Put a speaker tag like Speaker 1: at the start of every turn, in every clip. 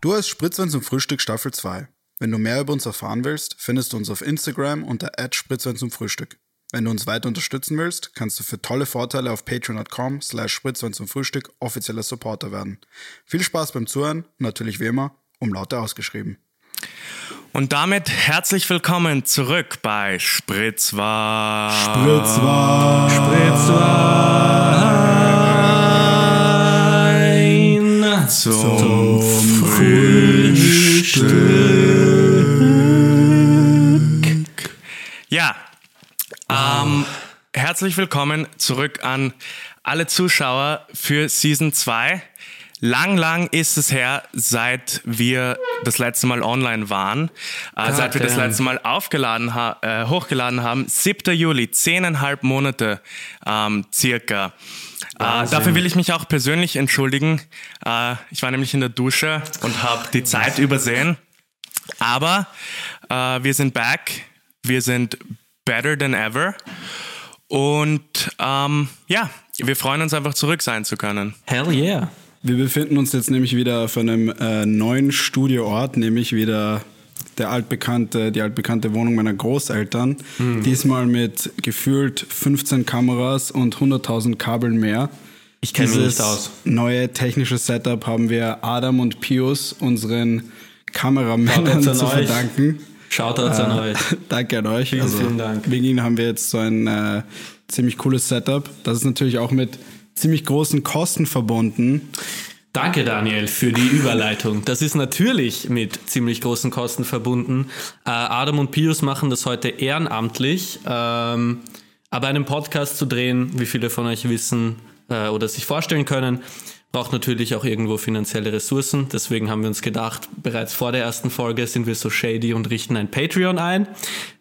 Speaker 1: Du hast Spritzwein zum Frühstück Staffel 2. Wenn du mehr über uns erfahren willst, findest du uns auf Instagram unter @spritzwein zum Frühstück. Wenn du uns weiter unterstützen willst, kannst du für tolle Vorteile auf patreon.com slash spritzwein zum Frühstück offizieller Supporter werden. Viel Spaß beim Zuhören, natürlich wie immer, um Laute ausgeschrieben.
Speaker 2: Und damit herzlich willkommen zurück bei Spritzwein.
Speaker 1: Spritzwein.
Speaker 2: Spritzwein. Zum, Frühstück. Ja, ähm, herzlich willkommen zurück an alle Zuschauer für Season 2. Lang, lang ist es her, seit wir das letzte Mal online waren, äh, seit wir das
Speaker 3: damn.
Speaker 2: letzte Mal aufgeladen ha äh, hochgeladen haben. 7. Juli, zehneinhalb Monate ähm, circa. Äh, dafür will ich mich auch persönlich entschuldigen. Äh, ich war nämlich in der Dusche und habe die Zeit übersehen. Aber äh, wir sind back, wir sind better than ever. Und ähm, ja, wir freuen uns einfach zurück sein zu können.
Speaker 3: Hell yeah.
Speaker 1: Wir befinden uns jetzt nämlich wieder auf einem äh, neuen Studioort, nämlich wieder der altbekannte, die altbekannte Wohnung meiner Großeltern.
Speaker 3: Hm.
Speaker 1: Diesmal mit gefühlt 15 Kameras und 100.000 Kabeln mehr.
Speaker 3: Ich kenne mich
Speaker 1: Dieses
Speaker 3: nicht aus.
Speaker 1: neue technische Setup haben wir Adam und Pius, unseren Kameramännern,
Speaker 3: Shoutouts an
Speaker 1: zu
Speaker 3: euch.
Speaker 1: verdanken.
Speaker 3: Shoutouts an euch.
Speaker 1: Danke an euch. Vielen,
Speaker 3: vielen Dank.
Speaker 1: Wegen ihnen haben wir jetzt so ein äh, ziemlich cooles Setup. Das ist natürlich auch mit ziemlich großen Kosten verbunden.
Speaker 3: Danke, Daniel, für die Überleitung. Das ist natürlich mit ziemlich großen Kosten verbunden. Äh, Adam und Pius machen das heute ehrenamtlich. Ähm, aber einen Podcast zu drehen, wie viele von euch wissen äh, oder sich vorstellen können, braucht natürlich auch irgendwo finanzielle Ressourcen. Deswegen haben wir uns gedacht, bereits vor der ersten Folge sind wir so shady und richten ein Patreon ein.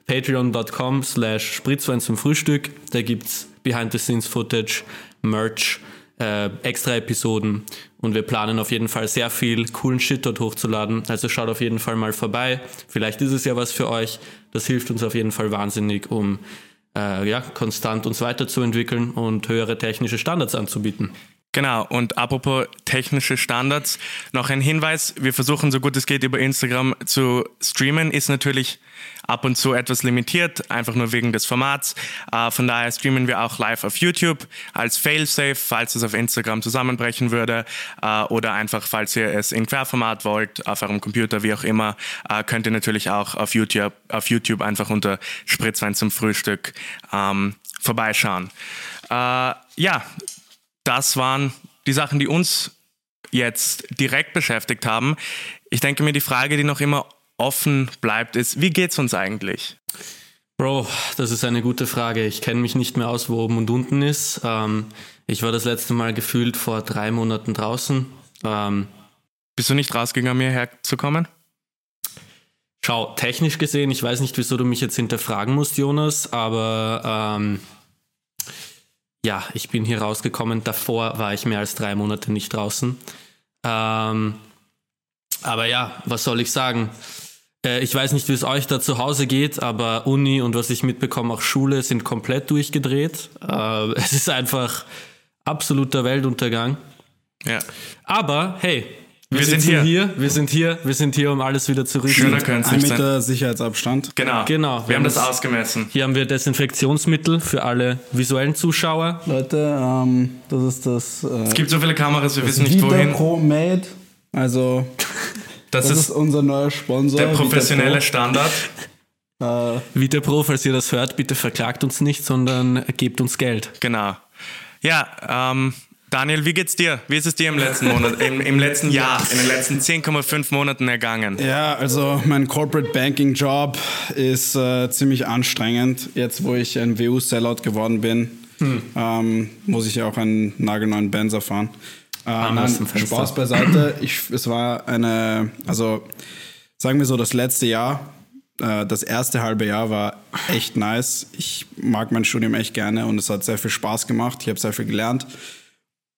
Speaker 3: Patreon.com slash Spritzwein zum Frühstück. Da gibt's Behind-the-Scenes-Footage, Merch, äh, extra Episoden und wir planen auf jeden Fall sehr viel coolen Shit dort hochzuladen. Also schaut auf jeden Fall mal vorbei. Vielleicht ist es ja was für euch. Das hilft uns auf jeden Fall wahnsinnig, um äh, ja, konstant uns weiterzuentwickeln und höhere technische Standards anzubieten.
Speaker 2: Genau, und apropos technische Standards, noch ein Hinweis, wir versuchen so gut es geht über Instagram zu streamen, ist natürlich ab und zu etwas limitiert, einfach nur wegen des Formats. Äh, von daher streamen wir auch live auf YouTube als Failsafe, falls es auf Instagram zusammenbrechen würde äh, oder einfach, falls ihr es in Querformat wollt, auf eurem Computer, wie auch immer, äh, könnt ihr natürlich auch auf YouTube, auf YouTube einfach unter Spritzwein zum Frühstück ähm, vorbeischauen. Äh, ja, das waren die Sachen, die uns jetzt direkt beschäftigt haben. Ich denke mir, die Frage, die noch immer offen bleibt, ist, wie geht's uns eigentlich?
Speaker 3: Bro, das ist eine gute Frage. Ich kenne mich nicht mehr aus, wo oben und unten ist. Ähm, ich war das letzte Mal gefühlt vor drei Monaten draußen. Ähm,
Speaker 2: Bist du nicht rausgegangen, mir herzukommen?
Speaker 3: Schau, technisch gesehen, ich weiß nicht, wieso du mich jetzt hinterfragen musst, Jonas, aber ähm, ja, ich bin hier rausgekommen. Davor war ich mehr als drei Monate nicht draußen. Ähm, aber ja, was soll ich sagen? Äh, ich weiß nicht, wie es euch da zu Hause geht, aber Uni und was ich mitbekomme, auch Schule sind komplett durchgedreht. Äh, es ist einfach absoluter Weltuntergang.
Speaker 2: Ja.
Speaker 3: Aber hey, wir,
Speaker 2: Wir sind
Speaker 3: sitzen
Speaker 2: hier.
Speaker 3: wir sind hier, wir sind hier, um alles wieder zu richten.
Speaker 2: Schöner können's
Speaker 1: Ein
Speaker 2: nicht sein.
Speaker 1: Meter Sicherheitsabstand.
Speaker 2: Genau.
Speaker 3: Genau,
Speaker 2: Wir,
Speaker 3: wir
Speaker 2: haben das
Speaker 3: haben es-
Speaker 2: ausgemessen.
Speaker 3: Hier haben wir Desinfektionsmittel für alle visuellen Zuschauer.
Speaker 1: Leute, ähm, das ist das äh,
Speaker 2: Es gibt so viele Kameras, wir wissen nicht
Speaker 1: Vita
Speaker 2: wohin.
Speaker 1: Pro Made. Also,
Speaker 2: Das,
Speaker 1: das, ist,
Speaker 2: ist,
Speaker 1: unser neuer Sponsor.
Speaker 2: der
Speaker 1: Vita
Speaker 2: professionelle Standard.
Speaker 1: Pro. Äh,
Speaker 3: Vita Pro, falls ihr das hört, bitte verklagt uns nicht, sondern gebt uns Geld.
Speaker 2: Genau. Ja, ähm, Daniel, wie geht's dir? Wie ist es dir im letzten Monat, im, im letzten Jahr, in den letzten 10,5 Monaten ergangen?
Speaker 1: Ja, also mein Corporate Banking Job ist äh, ziemlich anstrengend. Jetzt, wo ich ein WU-Sellout geworden bin,
Speaker 2: Hm.
Speaker 1: ähm, muss ich ja auch einen nagelneuen Benzer fahren. Äh,
Speaker 3: aus
Speaker 1: nein,
Speaker 3: dem Fenster.
Speaker 1: Spaß beiseite. Ich, es war eine, also sagen wir so, das letzte Jahr, äh, das erste halbe Jahr war echt nice. Ich mag mein Studium echt gerne und es hat sehr viel Spaß gemacht. Ich habe sehr viel gelernt,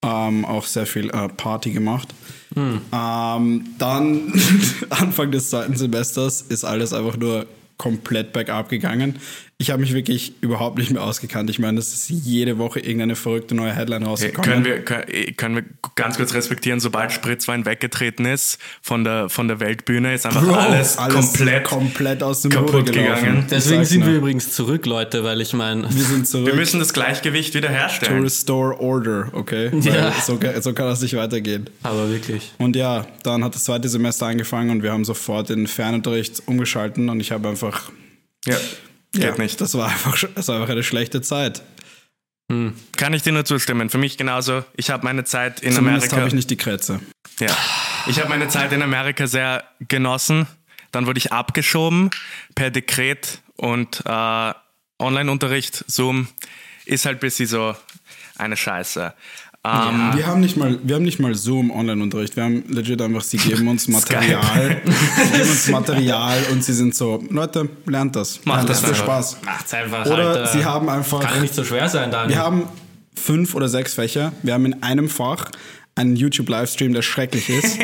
Speaker 1: ähm, auch sehr viel äh, Party gemacht.
Speaker 2: Hm.
Speaker 1: Ähm, dann Anfang des zweiten Semesters ist alles einfach nur komplett bergab gegangen. Ich habe mich wirklich überhaupt nicht mehr ausgekannt. Ich meine, das ist jede Woche irgendeine verrückte neue Headline rausgekommen.
Speaker 2: Äh, Können wir, können, können wir ganz kurz respektieren, sobald Spritzwein weggetreten ist von der, von der Weltbühne, ist einfach
Speaker 1: Bro,
Speaker 2: alles, komplett.
Speaker 1: komplett aus dem
Speaker 2: kaputt
Speaker 1: Ruder gelaufen.
Speaker 2: gegangen.
Speaker 1: Ich
Speaker 3: Deswegen
Speaker 1: sag's
Speaker 3: sind
Speaker 1: nur.
Speaker 3: wir übrigens zurück, Leute, weil ich meine,
Speaker 1: wir sind zurück.
Speaker 2: wir müssen das Gleichgewicht
Speaker 1: to
Speaker 2: wiederherstellen.
Speaker 1: restore order, okay? Weil
Speaker 3: Ja.
Speaker 1: So, kann- so kann das nicht weitergehen.
Speaker 3: aber wirklich.
Speaker 1: Und ja, dann hat das zweite Semester angefangen und wir haben sofort in Fernunterricht umgeschalten und ich habe einfach.
Speaker 2: Ja, geht
Speaker 1: ja,
Speaker 2: nicht.
Speaker 1: Das war einfach, sch- das war einfach eine schlechte Zeit.
Speaker 2: Kann ich dir nur zustimmen. Für mich genauso. Ich habe meine Zeit in
Speaker 1: Zumindest
Speaker 2: Amerika.
Speaker 1: habe ich nicht die Krätze.
Speaker 2: Ja. Ich habe meine Zeit in Amerika sehr genossen. Dann wurde ich abgeschoben per Dekret und äh, Online-Unterricht, Zoom, ist halt bis sie so eine Scheiße. Ähm,
Speaker 1: Wir haben nicht mal, wir haben nicht mal Zoom Online-Unterricht. Wir haben legit einfach, sie geben uns Material, sie geben uns Material und sie sind so, Leute, lernt das.
Speaker 2: Macht
Speaker 1: lernt
Speaker 2: das
Speaker 1: für
Speaker 2: einfach. halt, äh,
Speaker 1: Spaß.
Speaker 3: Macht's einfach,
Speaker 1: Oder
Speaker 3: Alter.
Speaker 1: sie haben einfach-
Speaker 3: Kann ja nicht so schwer sein, Daniel.
Speaker 1: Wir haben fünf oder sechs Fächer. Wir haben in einem Fach einen YouTube-Livestream, der schrecklich ist.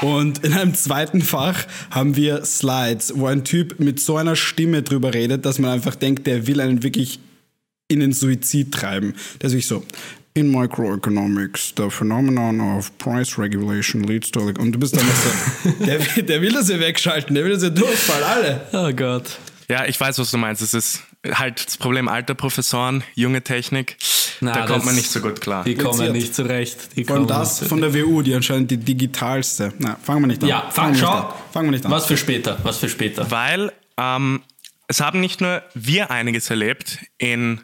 Speaker 1: und in einem zweiten Fach haben wir Slides, wo ein Typ mit so einer Stimme drüber redet, dass man einfach denkt, der will einen wirklich in den Suizid treiben. Der sich so. In Microeconomics, the phenomenon of price regulation leads to... Und du bist dann so, der, will- der will das hier wegschalten, der will das hier durchfallen, alle.
Speaker 3: oh Gott.
Speaker 2: ja, ich weiß, was du meinst. Es ist halt das Problem alter Professoren, junge Technik.
Speaker 3: Na,
Speaker 2: da
Speaker 3: das-
Speaker 2: kommt man nicht so gut klar.
Speaker 3: Die kommen
Speaker 1: Kompliziert.
Speaker 3: nicht zurecht. Die
Speaker 1: Vor allem
Speaker 3: kommen
Speaker 1: das
Speaker 3: nicht
Speaker 1: von der WU, die anscheinend die digitalste. Na, fangen wir nicht an.
Speaker 3: Ja,
Speaker 1: fangen
Speaker 3: fang,
Speaker 1: wir nicht
Speaker 3: schau.
Speaker 1: an. Fangen wir nicht an.
Speaker 3: Was für später, was für später.
Speaker 2: Weil ähm, es haben nicht nur wir einiges erlebt in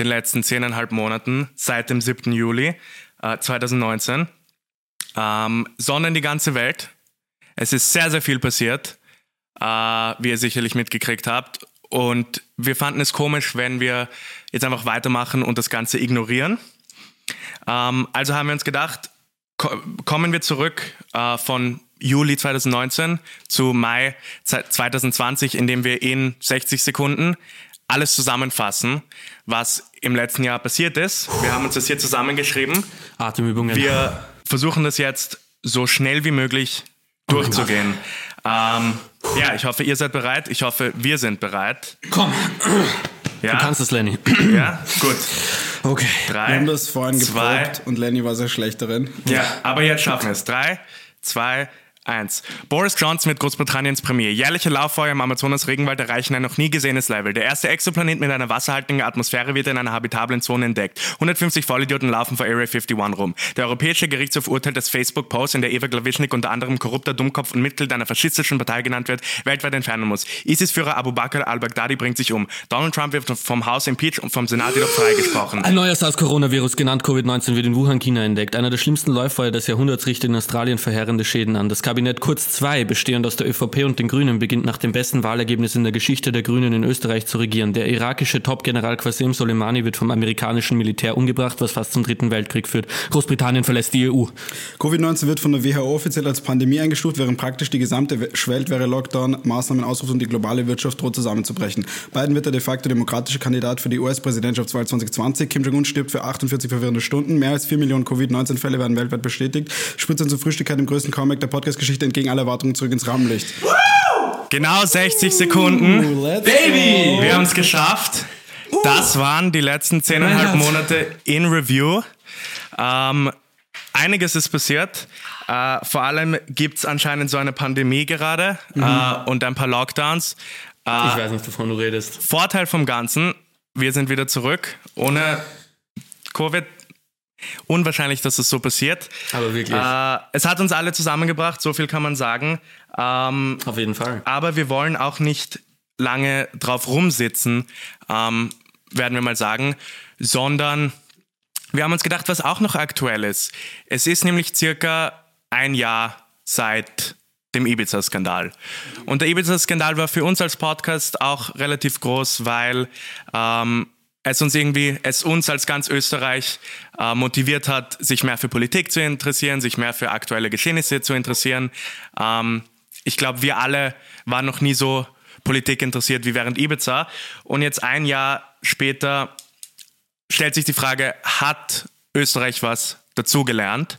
Speaker 2: den letzten zehneinhalb Monaten seit dem 7. Juli äh, 2019, ähm, sondern die ganze Welt. Es ist sehr, sehr viel passiert, äh, wie ihr sicherlich mitgekriegt habt. Und wir fanden es komisch, wenn wir jetzt einfach weitermachen und das Ganze ignorieren. Ähm, also haben wir uns gedacht, ko kommen wir zurück äh, von Juli 2019 zu Mai ze- 2020, indem wir in 60 Sekunden alles zusammenfassen, was im letzten Jahr passiert ist. Wir haben uns das hier zusammengeschrieben.
Speaker 3: Atemübungen.
Speaker 2: Wir versuchen das jetzt so schnell wie möglich durchzugehen. Ähm, ja, ich hoffe, ihr seid bereit. Ich hoffe, wir sind bereit.
Speaker 3: Komm,
Speaker 2: Ja,
Speaker 3: du kannst es, Lenny.
Speaker 2: ja? gut.
Speaker 1: Okay.
Speaker 2: Drei,
Speaker 1: Wir haben das vorhin
Speaker 2: zwei,
Speaker 1: geprobt und Lenny war sehr schlecht darin.
Speaker 2: Ja, aber jetzt schaffen wir es. Drei, zwei, eins. Boris Johnson mit Großbritanniens Premier. Jährliche Lauffeuer im Amazonas-Regenwald erreichen ein noch nie gesehenes Level. Der erste Exoplanet mit einer wasserhaltigen Atmosphäre wird in einer habitablen Zone entdeckt. 150 Vollidioten laufen vor Area 51 rum. Der Europäische Gerichtshof urteilt, dass Facebook-Posts, in der Eva Glawischnik unter anderem korrupter Dummkopf und Mitglied einer faschistischen Partei genannt wird, weltweit entfernen muss. ISIS-Führer Abu Bakr al-Baghdadi bringt sich um. Donald Trump wird vom Haus impeached und vom Senat jedoch freigesprochen.
Speaker 3: Ein neuer SARS-Coronavirus, genannt Covid-19, wird in Wuhan, China entdeckt. Einer der schlimmsten Läufer des Jahrhunderts richtet in Australien verheerende Schäden an. Das Kabinett Kurz II, bestehend aus der ÖVP und den Grünen, beginnt nach dem besten Wahlergebnis in der Geschichte der Grünen in Österreich zu regieren. Der irakische Top-General Qasem Soleimani wird vom amerikanischen Militär umgebracht, was fast zum Dritten Weltkrieg führt. Großbritannien verlässt die E EU.
Speaker 1: Covid-19 wird von der WHO offiziell als Pandemie eingestuft, während praktisch die gesamte We- Welt wäre Lockdown, Maßnahmen ausruft und die globale Wirtschaft droht zusammenzubrechen. Biden wird der de facto demokratische Kandidat für die US-Präsidentschaftswahl 2020. Kim Jong-un stirbt für 48 verwirrende Stunden. Mehr als 4 Millionen Covid-19-Fälle werden weltweit bestätigt. Spritzen zur Frühstückkeit im größten Comic der Podcast-Geschichte entgegen aller Erwartungen zurück ins Rahmenlicht.
Speaker 2: Genau 60 Sekunden.
Speaker 1: Baby!
Speaker 2: Wir haben es geschafft. Das waren die letzten zehneinhalb
Speaker 3: Mein Herz.
Speaker 2: Monate in Review. Ähm, einiges ist passiert. Äh, vor allem gibt es anscheinend so eine Pandemie gerade äh, und ein paar Lockdowns.
Speaker 3: Ich weiß nicht, wovon du redest.
Speaker 2: Vorteil vom Ganzen, wir sind wieder zurück. Ohne Covid unwahrscheinlich, dass es so passiert.
Speaker 3: Aber wirklich.
Speaker 2: Äh, es hat uns alle zusammengebracht, so viel kann man sagen. Ähm,
Speaker 3: Auf jeden Fall.
Speaker 2: aber wir wollen auch nicht lange drauf rumsitzen, ähm, werden wir mal sagen, sondern wir haben uns gedacht, was auch noch aktuell ist. Es ist nämlich circa ein Jahr seit dem Ibiza-Skandal. Und der Ibiza-Skandal war für uns als Podcast auch relativ groß, weil ähm, es uns irgendwie, es uns als ganz Österreich äh, motiviert hat, sich mehr für Politik zu interessieren, sich mehr für aktuelle Geschehnisse zu interessieren. Ähm, ich glaube, wir alle waren noch nie so Politik interessiert wie während Ibiza. Und jetzt ein Jahr später stellt sich die Frage, hat Österreich was dazugelernt?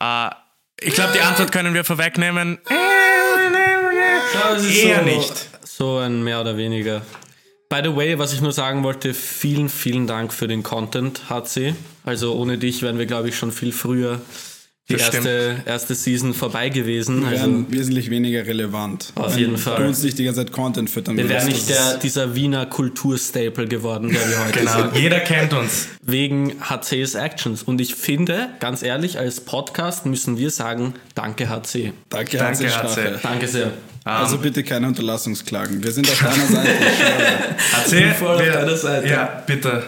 Speaker 2: Äh, ich glaube, die Antwort können wir vorwegnehmen.
Speaker 3: Ja, es ist
Speaker 2: Eher
Speaker 3: so,
Speaker 2: nicht.
Speaker 3: So ein mehr oder weniger. By the way, was ich nur sagen wollte, vielen, vielen Dank für den Content, HC. Also ohne dich wären wir, glaube ich, schon viel früher die
Speaker 2: Das stimmt.
Speaker 3: erste, erste Season vorbei gewesen.
Speaker 1: Wir
Speaker 3: Also
Speaker 1: wären wesentlich weniger relevant.
Speaker 3: Auf
Speaker 1: Wenn
Speaker 3: jeden Fall.
Speaker 1: Du uns nicht die ganze Zeit Content füttern
Speaker 3: wir wären
Speaker 1: würdest,
Speaker 3: nicht
Speaker 1: das
Speaker 3: der,
Speaker 1: ist-
Speaker 3: dieser Wiener Kulturstaple geworden, der wir heute sind.
Speaker 2: Genau, jeder kennt uns.
Speaker 3: wegen HCs Actions. Und ich finde, ganz ehrlich, als Podcast müssen wir sagen, danke HC.
Speaker 1: Danke,
Speaker 2: Danke,
Speaker 1: HC. Strache.
Speaker 2: HC.
Speaker 3: Danke sehr.
Speaker 1: Also bitte keine Unterlassungsklagen. Wir sind auf deiner Seite.
Speaker 2: Erzähl,
Speaker 3: voll auf deiner Seite.
Speaker 2: Ja, bitte.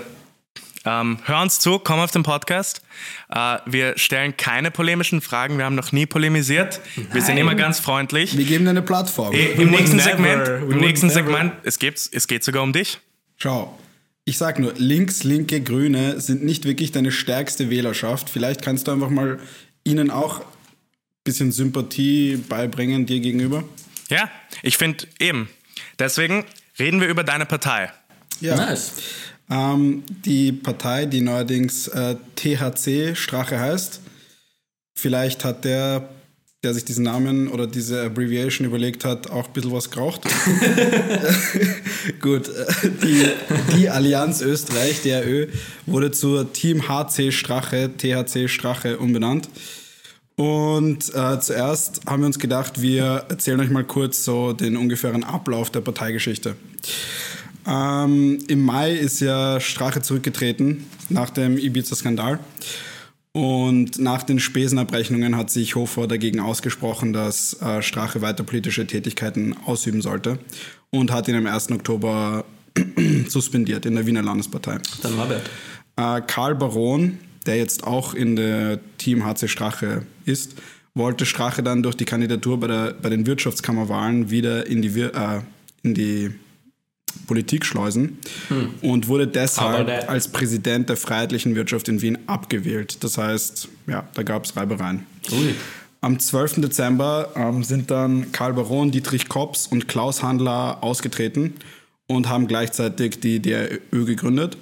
Speaker 2: Ähm, hör uns zu, komm auf den Podcast. Äh, wir stellen keine polemischen Fragen, wir haben noch nie polemisiert. Wir sind immer ganz freundlich.
Speaker 1: Wir geben dir eine Plattform.
Speaker 2: I- Im
Speaker 3: would
Speaker 2: nächsten
Speaker 3: never,
Speaker 2: Segment,
Speaker 3: we
Speaker 2: im
Speaker 3: would
Speaker 2: nächsten
Speaker 3: never.
Speaker 2: Segment es, gibt's, es geht sogar um dich.
Speaker 1: Schau, ich sag nur, links, linke, grüne sind nicht wirklich deine stärkste Wählerschaft. Vielleicht kannst du einfach mal ihnen auch ein bisschen Sympathie beibringen dir gegenüber.
Speaker 2: Ja, ich finde eben. Deswegen reden wir über deine Partei.
Speaker 1: Ja.
Speaker 3: Nice.
Speaker 1: Ähm, die Partei, die neuerdings äh, THC Strache heißt, vielleicht hat der, der sich diesen Namen oder diese Abbreviation überlegt hat, auch ein bisschen was geraucht. Gut, äh, die, die Allianz Österreich, DRÖ, wurde zur Team HC Strache, THC Strache umbenannt. Und äh, zuerst haben wir uns gedacht, wir erzählen euch mal kurz so den ungefähren Ablauf der Parteigeschichte. Ähm, Im Mai ist ja Strache zurückgetreten nach dem Ibiza-Skandal. Und nach den Spesenabrechnungen hat sich Hofer dagegen ausgesprochen, dass äh, Strache weiter politische Tätigkeiten ausüben sollte und hat ihn am 1. Oktober suspendiert in der Wiener Landespartei.
Speaker 3: Dann Norbert.
Speaker 1: Äh, Karl Baron, der jetzt auch in der Team HC Strache ist, wollte Strache dann durch die Kandidatur bei, der, bei den Wirtschaftskammerwahlen wieder in die, Wir äh, in die Politik schleusen und wurde
Speaker 3: Hm. Aber
Speaker 1: deshalb
Speaker 3: der-
Speaker 1: als Präsident der Freiheitlichen Wirtschaft in Wien abgewählt. Das heißt, ja, da gab es Reibereien.
Speaker 3: Ui.
Speaker 1: Am 12. Dezember ähm, sind dann Karl Baron, Dietrich Kops und Klaus Handler ausgetreten und haben gleichzeitig die DRÖ gegründet.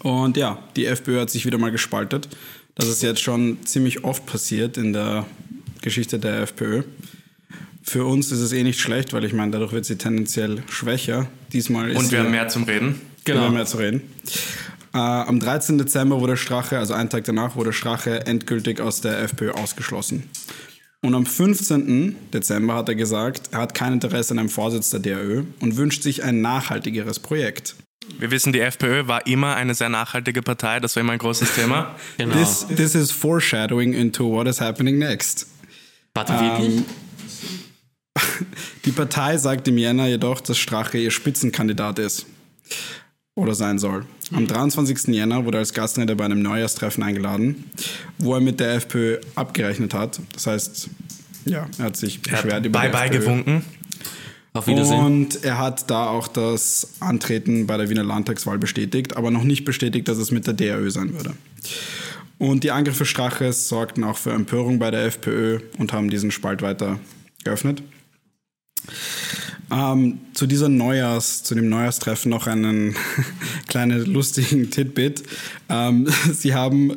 Speaker 1: Und ja, die FPÖ hat sich wieder mal gespaltet. Das ist jetzt schon ziemlich oft passiert in der Geschichte der FPÖ. Für uns ist es eh nicht schlecht, weil ich meine, dadurch wird sie tendenziell schwächer. Diesmal ist
Speaker 2: Und
Speaker 1: sie-
Speaker 2: wir haben mehr zum Reden.
Speaker 1: genau.
Speaker 3: Genau.
Speaker 1: mehr zu reden. Äh, am 13. Dezember wurde Strache, also einen Tag danach, wurde Strache endgültig aus der FPÖ ausgeschlossen. Und am 15. Dezember hat er gesagt, er hat kein Interesse an einem Vorsitz der DAÖ und wünscht sich ein nachhaltigeres Projekt.
Speaker 2: Wir wissen, die FPÖ war immer eine sehr nachhaltige Partei, das war immer ein großes Thema.
Speaker 3: Genau.
Speaker 1: This, this is foreshadowing into what is happening next.
Speaker 3: Warte, wirklich?
Speaker 2: ähm,
Speaker 1: Die Partei sagt im Jänner jedoch, dass Strache ihr Spitzenkandidat ist. Oder sein soll. Am 23. Jänner wurde er als Gastredner bei einem Neujahrstreffen eingeladen, wo er mit der FPÖ abgerechnet hat. Das heißt, ja, er hat sich
Speaker 2: Er
Speaker 1: beschwert
Speaker 2: hat
Speaker 1: über die
Speaker 2: Bye-bye
Speaker 1: FPÖ.
Speaker 2: gewunken.
Speaker 3: Auf Wiedersehen.
Speaker 1: Und er hat da auch das Antreten bei der Wiener Landtagswahl bestätigt, aber noch nicht bestätigt, dass es mit der DRÖ sein würde. Und die Angriffe Straches sorgten auch für Empörung bei der FPÖ und haben diesen Spalt weiter geöffnet. Ähm, zu dieser Neujahrs, zu dem Neujahrstreffen noch einen kleinen lustigen Titbit. Ähm, sie haben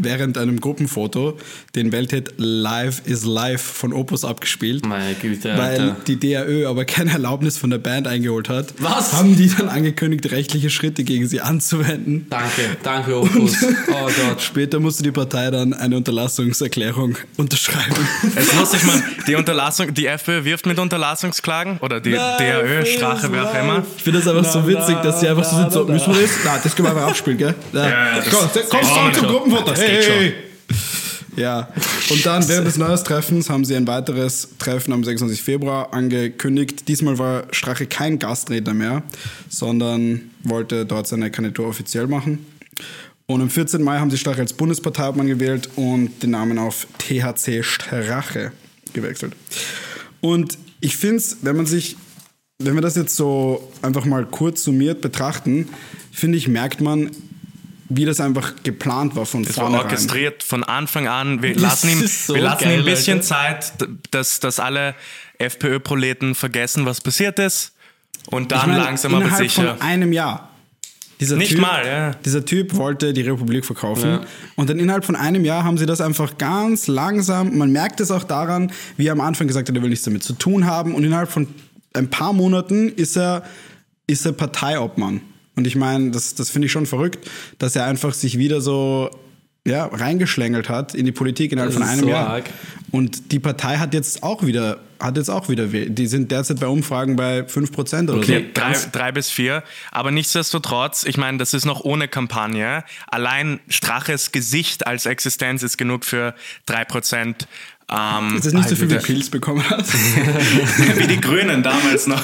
Speaker 1: während einem Gruppenfoto den Welthit Live is Live von Opus abgespielt.
Speaker 3: Meine Güte,
Speaker 1: Weil
Speaker 3: Alter.
Speaker 1: die DAÖ aber keine Erlaubnis von der Band eingeholt hat,
Speaker 3: Was?
Speaker 1: haben die dann angekündigt, rechtliche Schritte gegen sie anzuwenden.
Speaker 3: Danke, danke, Opus. Oh Gott.
Speaker 1: Später musste die Partei dann eine Unterlassungserklärung unterschreiben.
Speaker 2: Es ist lustig, man, die Unterlassung, die FPÖ wirft mit Unterlassungsklagen oder die DRÖ, Strache, wer auch immer.
Speaker 1: Ich finde das einfach so witzig, dass sie einfach so sitzen, so, müssen wir das? Na, das können wir einfach abspielen, gell? Ja,
Speaker 2: ja, das-
Speaker 1: komm,
Speaker 2: das
Speaker 1: komm,
Speaker 2: geht
Speaker 1: komm
Speaker 2: schon.
Speaker 1: zum Gruppenfoto.
Speaker 2: Das
Speaker 1: Hey,
Speaker 2: geht
Speaker 1: hey,
Speaker 2: schon.
Speaker 1: hey. Ja, und dann während des Neujahrstreffens haben sie ein weiteres Treffen am 26. Februar angekündigt. Diesmal war Strache kein Gastredner mehr, sondern wollte dort seine Kandidatur offiziell machen. Und am 14. Mai haben sie Strache als Bundesparteiobmann gewählt und den Namen auf THC Strache gewechselt. Und ich finde es, wenn man sich, wenn wir das jetzt so einfach mal kurz summiert betrachten, finde ich, merkt man, wie das einfach geplant war von
Speaker 2: Es war
Speaker 1: vornherein.
Speaker 2: orchestriert von Anfang an. Wir
Speaker 3: Das
Speaker 2: lassen ihm,
Speaker 3: ist so
Speaker 2: wir lassen ihm
Speaker 3: geil,
Speaker 2: ein bisschen
Speaker 3: Alter.
Speaker 2: Zeit, d- dass, dass alle FPÖ-Proleten vergessen, was passiert ist. Und dann
Speaker 1: Ich meine,
Speaker 2: langsam aber
Speaker 1: innerhalb
Speaker 2: sicher.
Speaker 1: Von einem Jahr. Dieser
Speaker 2: Nicht
Speaker 1: typ,
Speaker 2: mal, ja.
Speaker 1: Dieser Typ wollte die Republik verkaufen.
Speaker 3: Ja.
Speaker 1: Und dann innerhalb von einem Jahr haben sie das einfach ganz langsam. Man merkt es auch daran, wie er am Anfang gesagt hat, er will nichts damit zu tun haben. Und innerhalb von ein paar Monaten ist er ist er Parteiobmann. Und ich meine, das, das finde ich schon verrückt, dass er einfach sich wieder so ja, reingeschlängelt hat in die Politik innerhalb
Speaker 3: Das
Speaker 1: von
Speaker 3: ist
Speaker 1: einem
Speaker 3: so
Speaker 1: Jahr.
Speaker 3: arg.
Speaker 1: Und die Partei hat jetzt auch wieder, hat jetzt auch wieder, wäh- die sind derzeit bei Umfragen bei 5% oder so.
Speaker 2: Okay, drei,
Speaker 1: Ganz-
Speaker 2: drei bis vier. Aber nichtsdestotrotz, ich meine, das ist noch ohne Kampagne. Allein Straches Gesicht als Existenz ist genug für drei Prozent. Ähm,
Speaker 1: Ist das nicht so viel wie
Speaker 2: Alter.
Speaker 1: Pilz bekommen hat?
Speaker 2: wie die Grünen damals noch.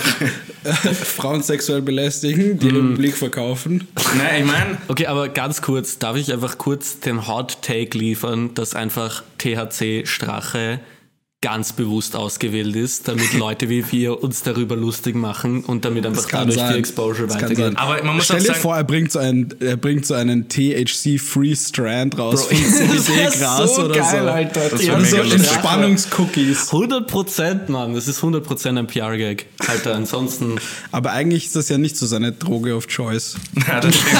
Speaker 1: Frauen sexuell belästigen, die den Blick verkaufen.
Speaker 2: Ne, ich meine,
Speaker 3: Okay, aber ganz kurz, darf ich einfach kurz den Hot Take liefern, dass einfach THC Strache ganz bewusst ausgewählt ist, damit Leute wie wir uns darüber lustig machen und damit einfach dadurch die Exposure
Speaker 1: Das kann
Speaker 3: weitergeht.
Speaker 1: sein.
Speaker 2: Aber man muss
Speaker 1: Stell
Speaker 2: auch
Speaker 1: dir
Speaker 2: sagen-
Speaker 1: vor, er bringt so einen, er bringt so einen THC-Free Strand raus
Speaker 3: Bro,
Speaker 1: von
Speaker 3: das wär
Speaker 1: CBD-Gras
Speaker 3: so
Speaker 1: oder
Speaker 3: geil,
Speaker 1: so.
Speaker 3: Alter.
Speaker 1: Das
Speaker 2: wär
Speaker 1: oder so
Speaker 2: mega lustig.
Speaker 1: Entspannungscookies.
Speaker 3: 100% Mann, das ist 100% ein PR-Gag. Alter, ansonsten
Speaker 1: Aber eigentlich ist das ja nicht so seine Droge of Choice.
Speaker 2: Ja, das stimmt.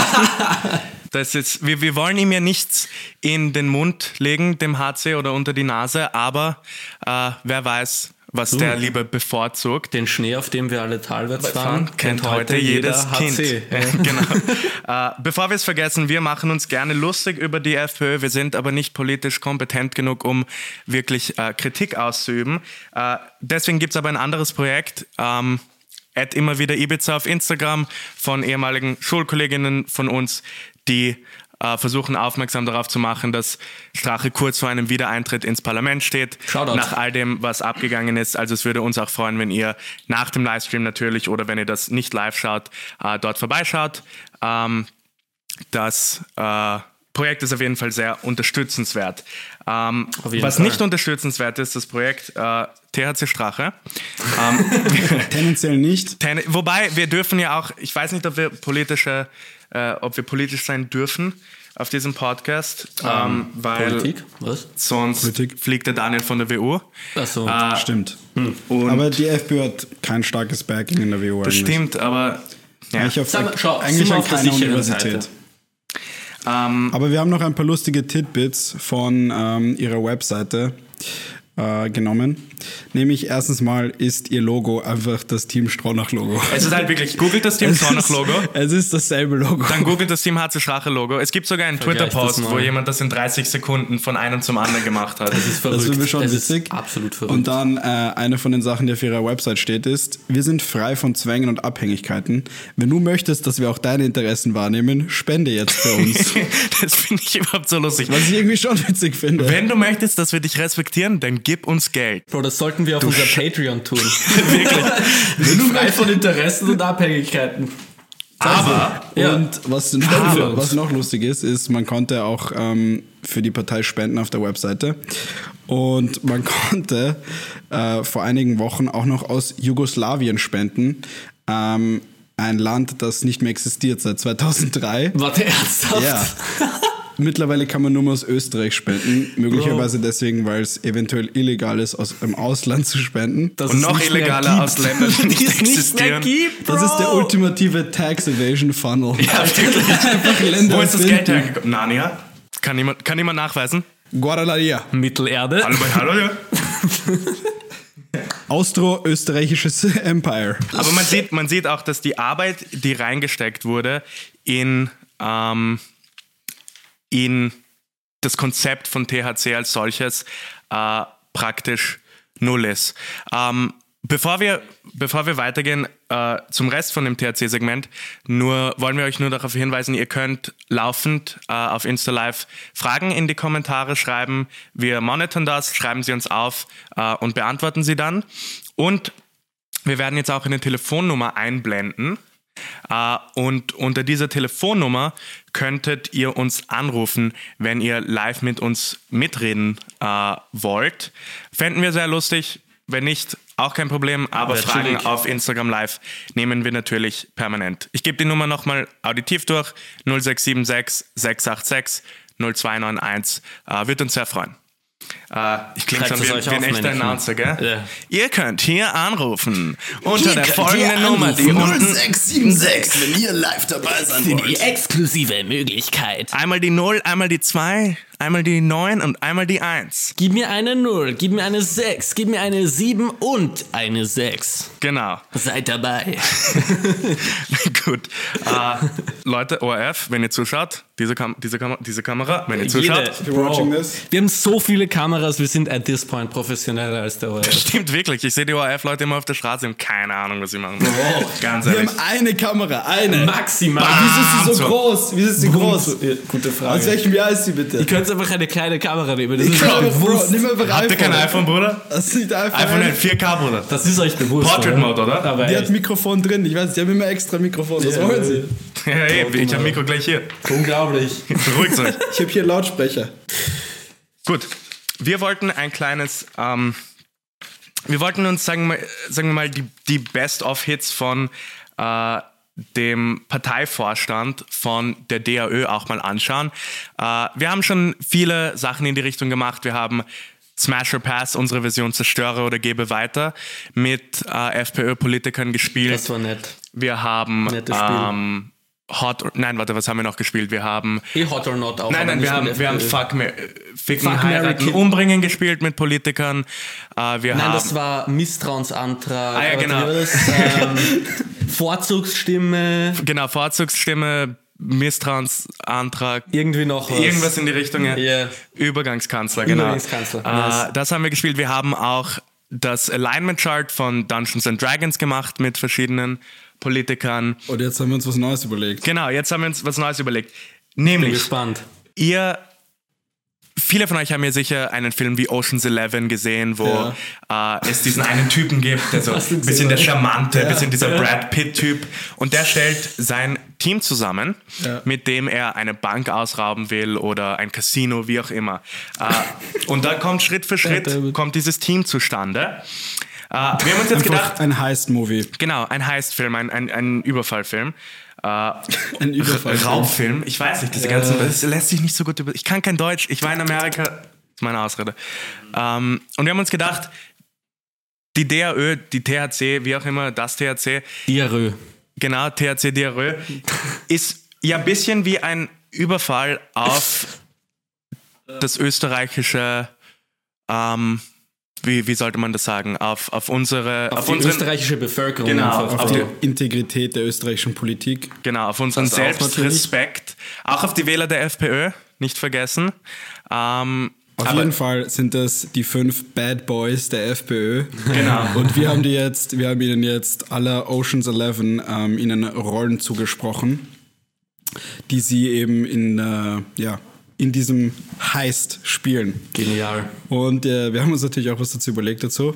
Speaker 2: Das ist, wir, wir wollen ihm ja nichts in den Mund legen, dem HC oder unter die Nase, aber äh, wer weiß, was der lieber bevorzugt.
Speaker 3: den Schnee, auf dem wir alle talwärts fahren,
Speaker 2: Kennt, kennt heute jedes Kind.
Speaker 3: HC.
Speaker 2: genau. äh, bevor wir es vergessen, wir machen uns gerne lustig über die FPÖ. Wir sind aber nicht politisch kompetent genug, um wirklich äh, Kritik auszuüben. Äh, deswegen gibt es aber ein anderes Projekt. Ähm, at immer wieder Ibiza auf Instagram von ehemaligen Schulkolleginnen von uns, die äh, versuchen aufmerksam darauf zu machen, dass Strache kurz vor einem Wiedereintritt ins Parlament steht.
Speaker 3: Shoutout.
Speaker 2: Nach all dem, was abgegangen ist. Also es würde uns auch freuen, wenn ihr nach dem Livestream natürlich oder wenn ihr das nicht live schaut, äh, dort vorbeischaut. Ähm, das äh, Projekt ist auf jeden Fall sehr unterstützenswert. Ähm,
Speaker 3: jeden
Speaker 2: was
Speaker 3: Fall.
Speaker 2: nicht unterstützenswert ist, das Projekt äh, THC Strache.
Speaker 1: Tendenziell nicht.
Speaker 2: Ten Wobei, wir dürfen ja auch, ich weiß nicht, ob wir politische, äh, ob wir politisch sein dürfen auf diesem Podcast, ähm, weil
Speaker 3: Politik? Was?
Speaker 2: sonst
Speaker 1: Politik.
Speaker 2: fliegt der Daniel von der Äh, WU.
Speaker 3: Achso.
Speaker 2: Ah,
Speaker 1: Stimmt.
Speaker 2: Und
Speaker 1: Aber die FPÖ hat kein starkes Backing in der WU.
Speaker 2: das
Speaker 1: eigentlich.
Speaker 2: stimmt, aber ja.
Speaker 1: Eigentlich, auf,
Speaker 3: Sag mal, schau, sind
Speaker 1: eigentlich
Speaker 3: wir
Speaker 1: an
Speaker 3: auf der
Speaker 1: keiner
Speaker 3: sicheren
Speaker 1: Universität.
Speaker 3: Seite?
Speaker 2: ähm,
Speaker 1: Aber wir haben noch ein paar lustige Titbits von ähm, ihrer Webseite äh, genommen. Nämlich erstens mal ist ihr Logo einfach das Team Stronach-Logo.
Speaker 2: es ist halt wirklich, googelt das Team
Speaker 1: Es ist-
Speaker 2: Zornach-Logo.
Speaker 1: Es ist dasselbe Logo.
Speaker 2: Dann googelt das Team HC Strache-Logo. Es gibt sogar einen
Speaker 3: Vergleich das
Speaker 2: Twitter-Post,
Speaker 3: mal.
Speaker 2: wo jemand das in 30 Sekunden von einem zum anderen gemacht hat.
Speaker 3: das ist verrückt.
Speaker 1: Das finde ich schon
Speaker 3: das
Speaker 1: witzig.
Speaker 3: Ist absolut verrückt.
Speaker 1: Und dann äh, eine von den Sachen, die auf ihrer Website steht, ist, wir sind frei von Zwängen und Abhängigkeiten. Wenn du möchtest, dass wir auch deine Interessen wahrnehmen, spende jetzt für uns.
Speaker 2: das finde ich überhaupt so lustig.
Speaker 1: Was ich irgendwie schon witzig finde.
Speaker 2: Wenn du möchtest, dass wir dich respektieren, dann gib uns Geld.
Speaker 3: Bro, das sollten wir auf unser Patreon tun. Wirklich. Nur frei von Interessen und Abhängigkeiten.
Speaker 2: Aber
Speaker 3: Ja.
Speaker 1: Und was noch, was noch lustig ist, ist, man konnte auch ähm, für die Partei spenden auf der Webseite. Und man konnte äh, vor einigen Wochen auch noch aus Jugoslawien spenden. Ähm, ein Land, das nicht mehr existiert seit 2003.
Speaker 3: Warte, ernsthaft?
Speaker 1: Ja. Mittlerweile kann man nur mehr aus Österreich spenden. Möglicherweise deswegen, weil es eventuell illegal ist, aus im Ausland zu spenden.
Speaker 3: Dass
Speaker 2: Und
Speaker 3: es
Speaker 2: noch
Speaker 3: nicht mehr
Speaker 2: illegaler
Speaker 3: gibt.
Speaker 2: aus Ländern, die nicht
Speaker 3: Die es nicht mehr
Speaker 2: existieren.
Speaker 3: gibt, Bro.
Speaker 1: das ist der ultimative Tax Evasion Funnel.
Speaker 2: Ja, wirklich.
Speaker 1: Einfach Länder
Speaker 2: Wo ist das
Speaker 1: finden.
Speaker 2: Geld hergekommen? Narnia? Kann jemand, kann jemand nachweisen?
Speaker 1: Guadalajara.
Speaker 3: Mittelerde.
Speaker 2: Hallo, hallo, ja.
Speaker 1: Austro-österreichisches Empire.
Speaker 2: Aber man sieht, man sieht auch, dass die Arbeit, die reingesteckt wurde in, ähm, in das Konzept von THC als solches, äh, praktisch null ist. Ähm, bevor, wir, bevor wir weitergehen äh, zum Rest von dem THC-Segment, nur wollen wir euch nur darauf hinweisen, ihr könnt laufend äh, auf Insta Live Fragen in die Kommentare schreiben. Wir monitoren das, schreiben sie uns auf äh, und beantworten sie dann. Und wir werden jetzt auch eine Telefonnummer einblenden. Äh, und unter dieser Telefonnummer könntet ihr uns anrufen, wenn ihr live mit uns mitreden äh, wollt. Fänden wir sehr lustig. Wenn nicht, auch kein Problem. Aber
Speaker 3: wär
Speaker 2: Fragen
Speaker 3: chillig.
Speaker 2: auf Instagram Live nehmen wir natürlich permanent. Ich gebe die Nummer nochmal auditiv durch. 0676 686 0291. Äh, wird uns sehr freuen. Äh, ich klinge
Speaker 3: Schreibt
Speaker 2: schon wie,
Speaker 3: es euch
Speaker 2: wie
Speaker 3: auf,
Speaker 2: ein
Speaker 3: meine
Speaker 2: echter
Speaker 3: Freunde.
Speaker 2: Announcer, gell?
Speaker 3: Ja.
Speaker 2: Ihr könnt hier anrufen unter der folgenden
Speaker 4: hier
Speaker 2: Nummer, die
Speaker 4: anrufen.
Speaker 2: unten
Speaker 4: 0676, wenn ihr live dabei sein wollt.
Speaker 5: exklusive Möglichkeit.
Speaker 2: einmal die 0, einmal die 2, einmal die 9 und einmal die 1.
Speaker 3: Gib mir eine 0, gib mir eine 6, gib mir eine 7 und eine 6.
Speaker 2: Genau.
Speaker 3: Seid dabei.
Speaker 2: Gut. Äh, Leute, ORF, wenn ihr zuschaut, diese, Kam diese, Kam diese Kamera, wenn ihr zuschaut.
Speaker 3: Jede,
Speaker 1: You're watching
Speaker 3: Bro.
Speaker 1: this?
Speaker 3: Wir haben so viele Kameras, wir sind at this point professioneller als der ORF.
Speaker 2: Stimmt wirklich. Ich sehe die ORF-Leute immer auf der Straße und keine Ahnung, was sie machen.
Speaker 1: Oh,
Speaker 2: Ganz
Speaker 1: Wir
Speaker 2: ehrlich.
Speaker 1: haben eine Kamera, eine.
Speaker 3: Maximal.
Speaker 1: Wieso ist sie so
Speaker 2: so.
Speaker 1: groß? Wieso ist sie groß?
Speaker 3: Gute
Speaker 1: Aus
Speaker 3: Frage.
Speaker 1: welchem Jahr ist sie bitte?
Speaker 3: Ihr könnt einfach eine kleine Kamera nehmen. Das ist,
Speaker 1: Bro,
Speaker 3: euch bewusst.
Speaker 1: nimm einfach
Speaker 2: Habt ihr kein iPhone, Bruder?
Speaker 1: Das sieht einfach
Speaker 2: iPhone hat 4K, Bruder.
Speaker 3: das ist euch bewusst.
Speaker 2: Portrait Mode, oder?
Speaker 3: Aber
Speaker 1: Die
Speaker 3: echt.
Speaker 1: hat Mikrofon drin. Ich weiß, die haben immer extra Mikrofon. Was wollen sie?
Speaker 2: Ja, ey, ich hab Mikro gleich hier.
Speaker 3: Unglaublich.
Speaker 2: Beruhigt euch.
Speaker 1: Ich habe hier Lautsprecher.
Speaker 2: Gut, wir wollten ein kleines, ähm, wir wollten uns, sagen wir, sagen wir mal, die, die Best-of-Hits von äh, dem Parteivorstand von der DAÖ auch mal anschauen. Äh, wir haben schon viele Sachen in die Richtung gemacht. Wir haben Smash or Pass, unsere Version zerstöre oder gebe weiter, mit äh, FPÖ-Politikern gespielt.
Speaker 3: Das war nett.
Speaker 2: wir haben
Speaker 3: Nettes Spiel.
Speaker 2: ähm, Hot, or- nein, warte, was haben wir noch gespielt? Wir haben
Speaker 3: Eh hot or not auch.
Speaker 2: Nein,
Speaker 3: aber
Speaker 2: nein,
Speaker 3: nicht
Speaker 2: wir haben,
Speaker 3: mit
Speaker 2: wir haben
Speaker 3: FPÖ.
Speaker 2: Fuck, Mar- Ficken,
Speaker 3: Fuck, Marry,
Speaker 2: Heiraten,
Speaker 3: Kill.
Speaker 2: Umbringen gespielt mit Politikern. Äh, wir
Speaker 3: Nein,
Speaker 2: haben,
Speaker 3: das war Misstrauensantrag.
Speaker 2: Ah, ja,
Speaker 3: aber
Speaker 2: genau.
Speaker 3: wie war das? ähm, Vorzugsstimme.
Speaker 2: genau, Vorzugsstimme, Misstrauensantrag,
Speaker 3: Irgendwie noch was.
Speaker 2: irgendwas in die Richtung. ja.
Speaker 3: Yeah.
Speaker 2: Übergangskanzler, genau.
Speaker 3: Übergangskanzler,
Speaker 2: Äh,
Speaker 3: nice.
Speaker 2: Das haben wir gespielt. Wir haben auch das Alignment Chart von Dungeons and Dragons gemacht mit verschiedenen Politikern.
Speaker 1: Und jetzt haben wir uns was Neues überlegt.
Speaker 2: Genau, jetzt haben wir uns was Neues überlegt.
Speaker 3: Bin
Speaker 2: Nämlich,
Speaker 3: gespannt.
Speaker 2: ihr, viele von euch haben ja sicher einen Film wie Ocean's Eleven gesehen, wo äh, es diesen einen Typen gibt, der so ein bisschen der charmante, ein bisschen dieser Brad Pitt-Typ und der stellt sein Team zusammen,
Speaker 1: Ja.
Speaker 2: mit dem er eine Bank ausrauben will oder ein Casino, wie auch immer. Äh, und da kommt Schritt für Schritt kommt dieses Team zustande. Äh, wir haben uns jetzt gedacht,
Speaker 1: Einfach ein Heist-Movie.
Speaker 2: Genau, ein Heistfilm, ein, ein, ein Überfallfilm. Äh, ein
Speaker 1: Überfallfilm.
Speaker 2: Raubfilm. Ich weiß nicht, diese ganzen. Äh, Das lässt sich nicht so gut über. Ich kann kein Deutsch. Ich war in Amerika. ist meine Ausrede. Ähm, und wir haben uns gedacht, die DAÖ, die THC, wie auch immer, das THC,
Speaker 3: Diarrhoe.
Speaker 2: genau, THC DRÖ, ist ja ein bisschen wie ein Überfall auf das österreichische, ähm, wie, wie sollte man das sagen, auf, auf unsere,
Speaker 3: Auf,
Speaker 2: auf,
Speaker 3: die
Speaker 2: unseren,
Speaker 3: österreichische Bevölkerung.
Speaker 2: Genau,
Speaker 3: einfach.
Speaker 2: auf
Speaker 1: Auf
Speaker 2: die-
Speaker 1: die Integrität der österreichischen Politik.
Speaker 2: Genau, auf unseren
Speaker 3: auch
Speaker 2: Selbstrespekt. Auch auf die Wähler der FPÖ, nicht vergessen. Ähm,
Speaker 1: Auf jeden Fall sind das die fünf Bad Boys der FPÖ.
Speaker 2: Genau.
Speaker 1: Und wir haben die jetzt, wir haben ihnen jetzt aller Oceans 11 ähm, ihnen Rollen zugesprochen, die sie eben in, äh, ja, in diesem Heist spielen.
Speaker 3: Genial.
Speaker 1: Und äh, wir haben uns natürlich auch was dazu überlegt dazu.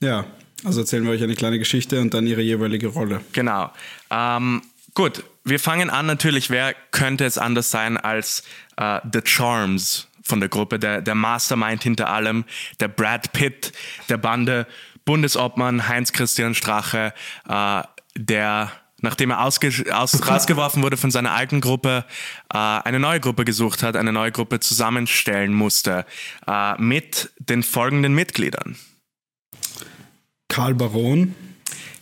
Speaker 1: Ja, also erzählen wir euch eine kleine Geschichte und dann ihre jeweilige Rolle.
Speaker 2: Genau. Ähm, gut, wir fangen an natürlich, wer könnte es anders sein als äh, The Charms von der Gruppe, der, der Mastermind hinter allem, der Brad Pitt der Bande, Bundesobmann Heinz-Christian Strache, äh, der, nachdem er ausge aus rausgeworfen wurde von seiner alten Gruppe, äh, eine neue Gruppe gesucht hat, eine neue Gruppe zusammenstellen musste äh, mit den folgenden Mitgliedern.
Speaker 1: Karl Baron,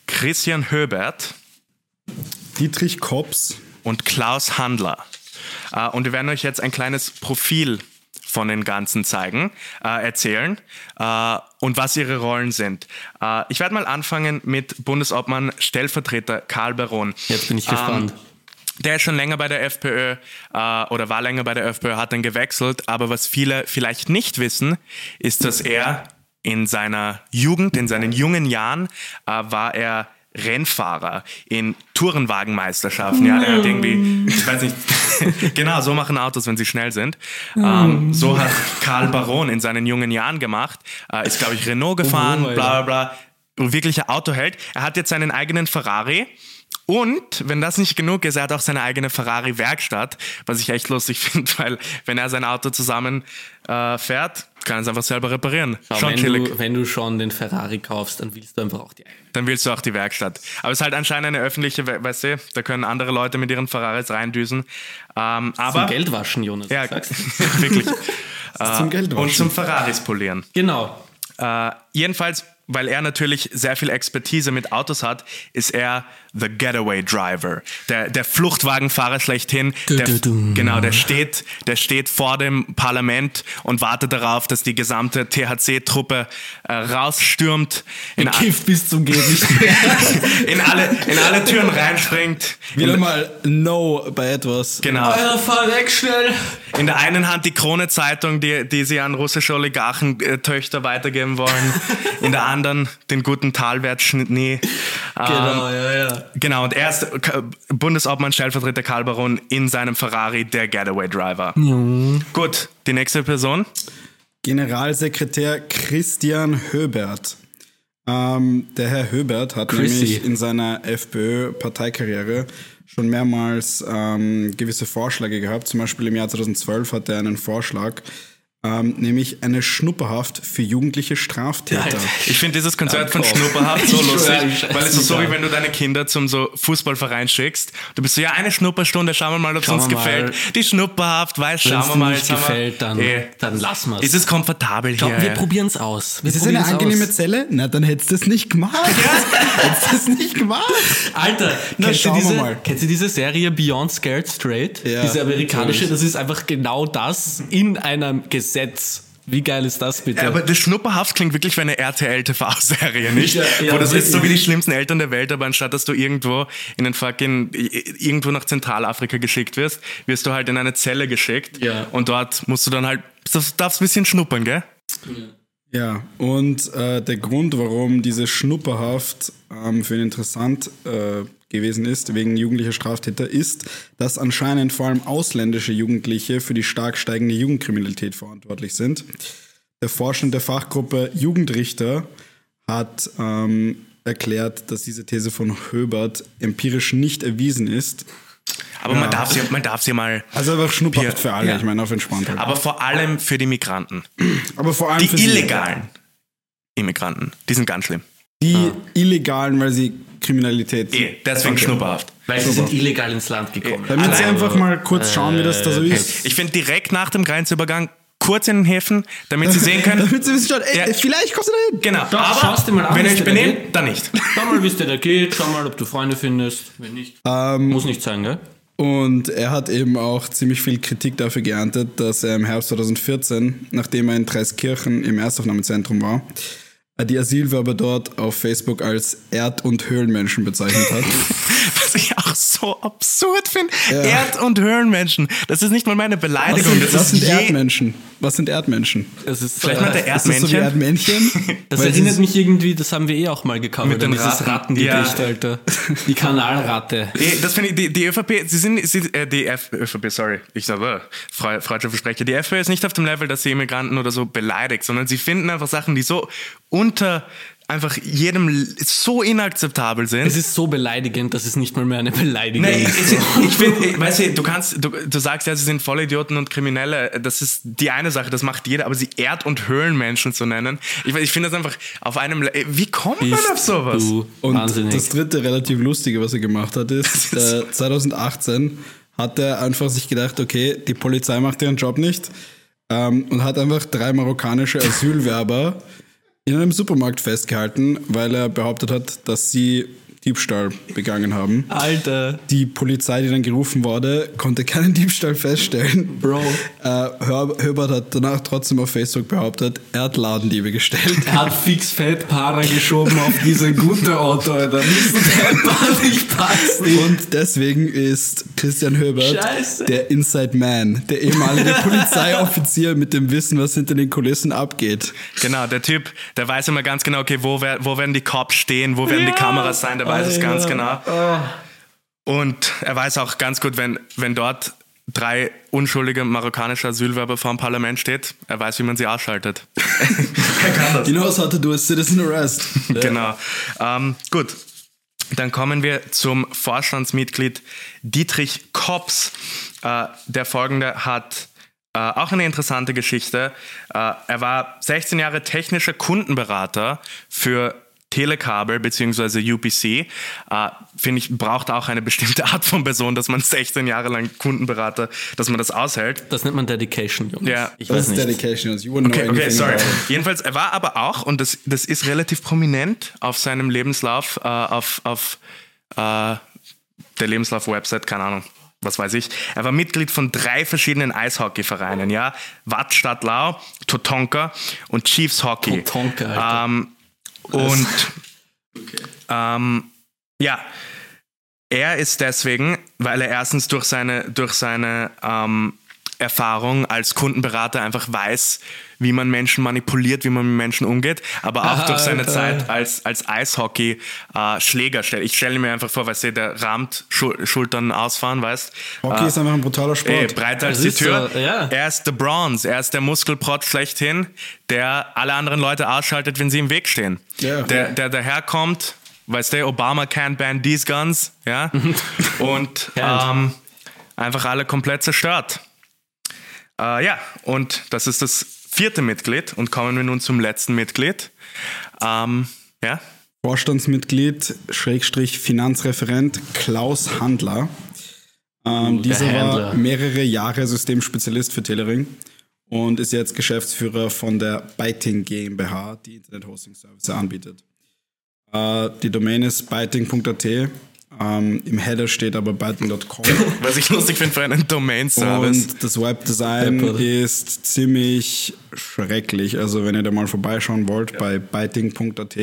Speaker 2: Christian Höbert,
Speaker 1: Dietrich Kops.
Speaker 2: und Klaus Handler. Äh, und wir werden euch jetzt ein kleines Profil von den Ganzen zeigen, äh, erzählen äh, und was ihre Rollen sind. Äh, ich werde mal anfangen mit Bundesobmann Stellvertreter Karl Baron.
Speaker 3: Jetzt bin ich
Speaker 2: Ähm,
Speaker 3: gespannt.
Speaker 2: Der ist schon länger bei der FPÖ äh, oder war länger bei der FPÖ, hat dann gewechselt. Aber was viele vielleicht nicht wissen, ist, dass er in seiner Jugend, in seinen jungen Jahren, äh, war er Rennfahrer in Tourenwagenmeisterschaften. Ja, der hat irgendwie, ich weiß nicht, genau, so machen Autos, wenn sie schnell sind. Ähm, so hat Karl Baron in seinen jungen Jahren gemacht. Äh, ist, glaube ich, Renault gefahren,
Speaker 3: Alter.
Speaker 2: bla bla bla. Wirklicher Autoheld. Er hat jetzt seinen eigenen Ferrari. Und wenn das nicht genug ist, er hat auch seine eigene Ferrari-Werkstatt, was ich echt lustig finde, weil wenn er sein Auto zusammen äh, fährt, kann er es einfach selber reparieren.
Speaker 3: Aber
Speaker 2: Schon
Speaker 3: wenn,
Speaker 2: chillig.
Speaker 3: Du, wenn du schon den Ferrari kaufst, dann willst du einfach auch die eigene.
Speaker 2: Dann willst du auch die Werkstatt. Aber es ist halt anscheinend eine öffentliche, we weißt du, da können andere Leute mit ihren Ferraris reindüsen. Ähm, aber
Speaker 3: Zum Geld waschen, Jonas.
Speaker 2: ja,
Speaker 3: sagst du.
Speaker 2: wirklich.
Speaker 1: Zum Geld
Speaker 2: Und zum Ferraris polieren.
Speaker 3: Genau.
Speaker 2: Äh, jedenfalls, weil er natürlich sehr viel Expertise mit Autos hat, ist er the Getaway Driver, der, der Fluchtwagenfahrer schlechthin. Der, genau, der steht, der steht vor dem Parlament und wartet darauf, dass die gesamte THC-Truppe äh, rausstürmt, in,
Speaker 3: Genau.
Speaker 2: a-
Speaker 4: Kifft bis zum geht nicht mehr.
Speaker 2: in, alle, in alle Türen reinspringt.
Speaker 1: Wieder mal No bei etwas.
Speaker 2: Genau.
Speaker 3: fahr weg schnell.
Speaker 2: In der einen Hand die Krone-Zeitung, die, die sie an russische Oligarchen-Töchter weitergeben wollen. In der anderen den guten Ähm, Talwert-Schnee. Ah.
Speaker 3: Genau, ja, ja.
Speaker 2: Genau, und er ist K- Bundesobmann, Stellvertreter Karl Baron in seinem Ferrari, der Getaway-Driver. Gut, die nächste Person.
Speaker 1: Generalsekretär Christian Höbert. Ähm, der Herr Höbert hat
Speaker 3: Chrissy.
Speaker 1: nämlich in seiner FPÖ-Parteikarriere schon mehrmals ähm, gewisse Vorschläge gehabt. Zum Beispiel im Jahr 2012 hat er einen Vorschlag, ähm, nämlich eine Schnupperhaft für jugendliche Straftäter.
Speaker 2: Ich finde dieses Konzert von
Speaker 3: Danke.
Speaker 2: Schnupperhaft so
Speaker 3: Ich
Speaker 2: lustig,
Speaker 3: schwör, ich
Speaker 2: weil es ist so,
Speaker 3: schwör.
Speaker 2: wie wenn du deine Kinder zum so Fußballverein schickst. Du bist so, ja, eine Schnupperstunde, schauen wir mal, ob es
Speaker 3: Schauen
Speaker 2: uns
Speaker 3: wir mal.
Speaker 2: gefällt. Die Schnupperhaft, weiß,
Speaker 3: Wenn
Speaker 2: schauen wir
Speaker 3: es
Speaker 2: mal.
Speaker 3: nicht
Speaker 2: jetzt haben wir-
Speaker 3: gefällt, dann,
Speaker 2: Eh.
Speaker 3: dann lassen wir's.
Speaker 2: Ist es komfortabel
Speaker 3: Komm,
Speaker 2: hier?
Speaker 3: wir
Speaker 2: ja.
Speaker 3: probieren's aus. Wir
Speaker 1: Ist das eine
Speaker 3: probieren's
Speaker 1: angenehme
Speaker 3: aus.
Speaker 1: Zelle? Na, dann hättest du es nicht gemacht. hättest du es nicht gemacht.
Speaker 3: Alter, kennst, du
Speaker 1: schauen wir
Speaker 3: diese,
Speaker 1: mal.
Speaker 3: kennst du diese Serie Beyond Scared Straight?
Speaker 1: Ja,
Speaker 3: diese amerikanische,
Speaker 1: natürlich.
Speaker 3: das ist einfach genau das in einem Gesetz. Wie geil ist das bitte?
Speaker 2: Ja, aber das Schnupperhaft klingt wirklich wie eine RTL-TV-Serie, nicht?
Speaker 3: Ja, ja,
Speaker 2: Wo das ist so wie
Speaker 3: wirklich.
Speaker 2: die schlimmsten Eltern der Welt, aber anstatt dass du irgendwo in den fucking, irgendwo nach Zentralafrika geschickt wirst, wirst du halt in eine Zelle geschickt.
Speaker 3: Ja.
Speaker 2: Und dort musst du dann halt, du darfst ein bisschen schnuppern, gell?
Speaker 1: Ja, und äh, der Grund, warum diese Schnupperhaft ähm, für ihn interessant äh, gewesen ist, wegen jugendlicher Straftäter, ist, dass anscheinend vor allem ausländische Jugendliche für die stark steigende Jugendkriminalität verantwortlich sind. Der Vorstand der Fachgruppe Jugendrichter hat ähm, erklärt, dass diese These von Höbert empirisch nicht erwiesen ist.
Speaker 2: Aber man darf sie, man darf sie mal,
Speaker 1: Also einfach Schnupperhaft
Speaker 2: Ja,
Speaker 1: für alle,
Speaker 2: ja.
Speaker 1: ich meine, auf entspannt. Halt.
Speaker 2: aber vor allem für die Migranten.
Speaker 1: Aber vor allem
Speaker 2: Die
Speaker 1: für sie.
Speaker 2: illegalen Immigranten, die sind ganz schlimm.
Speaker 1: Die
Speaker 2: Ah.
Speaker 1: Illegalen, weil sie Kriminalität
Speaker 2: Eh, Deswegen Schnupperhaft.
Speaker 3: Weil sie sind illegal ins Land gekommen.
Speaker 1: Damit sie einfach mal kurz
Speaker 2: äh,
Speaker 1: schauen, wie das da so ist.
Speaker 2: Ich finde direkt nach dem Grenzübergang kurz in den Häfen, damit sie sehen können,
Speaker 1: Damit sie wissen schon, ey,
Speaker 2: Ja.
Speaker 1: ey, vielleicht kommst du da hin.
Speaker 2: Genau.
Speaker 3: Doch, schaust dir
Speaker 2: aber
Speaker 3: mal an,
Speaker 2: wenn ihr
Speaker 3: was
Speaker 2: euch
Speaker 3: der da
Speaker 2: benehmt, dann nicht.
Speaker 3: Schau mal, wie es dir da geht. Schau mal, ob du Freunde findest. Wenn nicht, muss nicht sein, gell?
Speaker 1: Und er hat eben auch ziemlich viel Kritik dafür geerntet, dass er im Herbst 2014, nachdem er in Dreiskirchen im Erstaufnahmezentrum war, die Asylwerber dort auf Facebook als Erd- und Höhlenmenschen bezeichnet hat.
Speaker 2: Was ich auch so absurd finde. Erd- und Höhlenmenschen. Das ist nicht mal meine
Speaker 1: Was
Speaker 2: Beleidigung.
Speaker 1: sind,
Speaker 2: Das
Speaker 1: was
Speaker 2: ist
Speaker 1: sind
Speaker 2: je,
Speaker 1: Erdmenschen? Was sind Erdmenschen?
Speaker 3: Das ist, äh,
Speaker 2: Vielleicht meint der
Speaker 1: Ist das so wie
Speaker 2: Erdmännchen.
Speaker 1: Erdmännchen?
Speaker 3: Das
Speaker 1: Weil
Speaker 3: erinnert
Speaker 1: sie-
Speaker 3: mich irgendwie, das haben wir eh auch mal gekauft.
Speaker 2: Mit den
Speaker 3: dieses
Speaker 2: Ratten.
Speaker 3: Rattengedicht,
Speaker 2: Ja.
Speaker 3: Alter. Die Kanalratte.
Speaker 2: Eh, das finde ich, die, die ÖVP, sie sind, sie, äh, die F, ÖVP, sorry, ich sage, äh, freudscher Versprecher, die FPÖ ist nicht auf dem Level, dass sie Immigranten oder so beleidigt, sondern sie finden einfach Sachen, die so unter einfach jedem L- so inakzeptabel sind.
Speaker 3: Es ist so beleidigend, dass es nicht mal mehr eine Beleidigung
Speaker 2: Nein, ich,
Speaker 3: ist.
Speaker 2: ich, ich finde, weißt du, du kannst, du, du sagst ja, sie sind Vollidioten und Kriminelle. Das ist die eine Sache, das macht jeder, aber sie Erd- und Höhlenmenschen zu nennen. Ich, weiß, ich finde das einfach auf einem. Le- Wie kommt man auf sowas?
Speaker 3: Du
Speaker 1: Und
Speaker 3: Wahnsinnig.
Speaker 1: das dritte relativ lustige, was er gemacht hat, ist, äh, 2018 hat er einfach sich gedacht, okay, die Polizei macht ihren Job nicht ähm, und hat einfach drei marokkanische Asylwerber in einem Supermarkt festgehalten, weil er behauptet hat, dass sie Diebstahl begangen haben.
Speaker 3: Ah. Alter.
Speaker 1: Die Polizei, die dann gerufen wurde, konnte keinen Diebstahl feststellen.
Speaker 3: Bro.
Speaker 1: Äh, Hör- Höbert hat danach trotzdem auf Facebook behauptet, er hat Ladendiebe gestellt.
Speaker 3: Er hat fix fett Para geschoben auf diese gute Auto, Alter. Nicht deppert, ich pass nicht.
Speaker 1: Und deswegen ist Christian Höbert
Speaker 3: Scheiße.
Speaker 1: der Inside Man, der ehemalige Polizeioffizier mit dem Wissen, was hinter den Kulissen abgeht.
Speaker 2: Genau, der Typ, der weiß immer ganz genau, okay, wo, wer- wo werden die Cops stehen, wo werden die Kameras sein, der weiß es ganz genau. Und er weiß auch ganz gut, wenn, wenn dort drei unschuldige marokkanische Asylwerber vor dem Parlament steht, er weiß, wie man sie ausschaltet. er kann das.
Speaker 1: He knows how to do a citizen arrest.
Speaker 2: Genau. Ähm, gut. Dann kommen wir zum Vorstandsmitglied Dietrich Kops. Äh, der folgende hat äh, auch eine interessante Geschichte. Äh, er war 16 Jahre technischer Kundenberater für Telekabel bzw. UPC, äh, finde ich, braucht auch eine bestimmte Art von Person, dass man 16 Jahre lang Kundenberater, dass man das aushält.
Speaker 3: Das nennt man Dedication, Jungs.
Speaker 2: Ja.
Speaker 3: Ich
Speaker 1: Das
Speaker 3: weiß
Speaker 1: ist
Speaker 3: nicht.
Speaker 1: Dedication. You wouldn't
Speaker 2: Okay,
Speaker 1: know
Speaker 2: okay,
Speaker 1: anything
Speaker 2: sorry.
Speaker 1: about it.
Speaker 2: Jedenfalls, er war aber auch, und das, das ist relativ prominent auf seinem Lebenslauf, äh, auf, auf äh, der Lebenslauf-Website, keine Ahnung, was weiß ich. Er war Mitglied von drei verschiedenen Eishockeyvereinen, ja. Wattstadt Lau, Totonka und Chiefs Hockey.
Speaker 3: Tonka, Alter.
Speaker 2: Ähm, und ähm, ja, er ist deswegen, weil er erstens durch seine, durch seine ähm, Erfahrung als Kundenberater einfach weiß, wie man Menschen manipuliert, wie man mit Menschen umgeht, aber auch
Speaker 3: Alter.
Speaker 2: durch seine Zeit als, als Eishockey-Schläger stellt. Ich stelle mir einfach vor, weißt du, der rahmt Schul Schultern ausfahren, weißt
Speaker 3: Ah.
Speaker 2: Äh,
Speaker 1: Hockey ist einfach ein brutaler
Speaker 2: Ey,
Speaker 1: Sport.
Speaker 2: breiter als
Speaker 3: Das
Speaker 2: die
Speaker 3: ist
Speaker 2: Tür.
Speaker 3: so, ja.
Speaker 2: Er ist der Bronze, er ist der Muskelprotz schlechthin, der alle anderen Leute ausschaltet, wenn sie im Weg stehen.
Speaker 1: Ja.
Speaker 2: Der, der daherkommt, weißt du, Obama can't ban these guns, ja. und
Speaker 3: Can't.
Speaker 2: ähm, einfach alle komplett zerstört. Äh, ja, und das ist das vierte Mitglied und kommen wir nun zum letzten Mitglied. Ähm, ja,
Speaker 1: Vorstandsmitglied, Schrägstrich Finanzreferent Klaus Handler. Ähm, dieser
Speaker 3: Händler.
Speaker 1: war mehrere Jahre Systemspezialist für Telering und ist jetzt Geschäftsführer von der Biting GmbH, die Internet-Hosting-Services anbietet. Äh, die Domain ist biting.at, ähm, im Header steht aber biting.com
Speaker 2: was ich lustig finde für einen Domain-Service.
Speaker 1: und das Webdesign
Speaker 3: Apple.
Speaker 1: ist ziemlich schrecklich. Also wenn ihr da mal vorbeischauen wollt bei biting.at,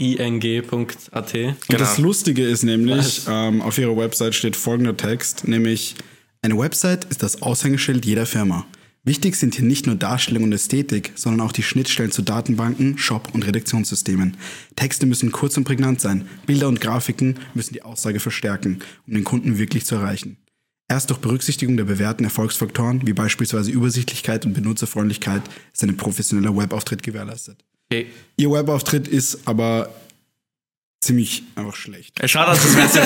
Speaker 3: B-Y-T-I-N-G.at.
Speaker 1: Und das
Speaker 2: Genau.
Speaker 1: Lustige ist nämlich, ähm, auf ihrer Website steht folgender Text, nämlich eine Website ist das Aushängeschild jeder Firma. Wichtig sind hier nicht nur Darstellung und Ästhetik, sondern auch die Schnittstellen zu Datenbanken, Shop- und Redaktionssystemen. Texte müssen kurz und prägnant sein. Bilder und Grafiken müssen die Aussage verstärken, um den Kunden wirklich zu erreichen. Erst durch Berücksichtigung der bewährten Erfolgsfaktoren, wie beispielsweise Übersichtlichkeit und Benutzerfreundlichkeit, ist ein professioneller Webauftritt gewährleistet.
Speaker 3: Okay.
Speaker 1: Ihr Webauftritt ist aber ziemlich einfach schlecht.
Speaker 2: Es schaut aus, als wäre es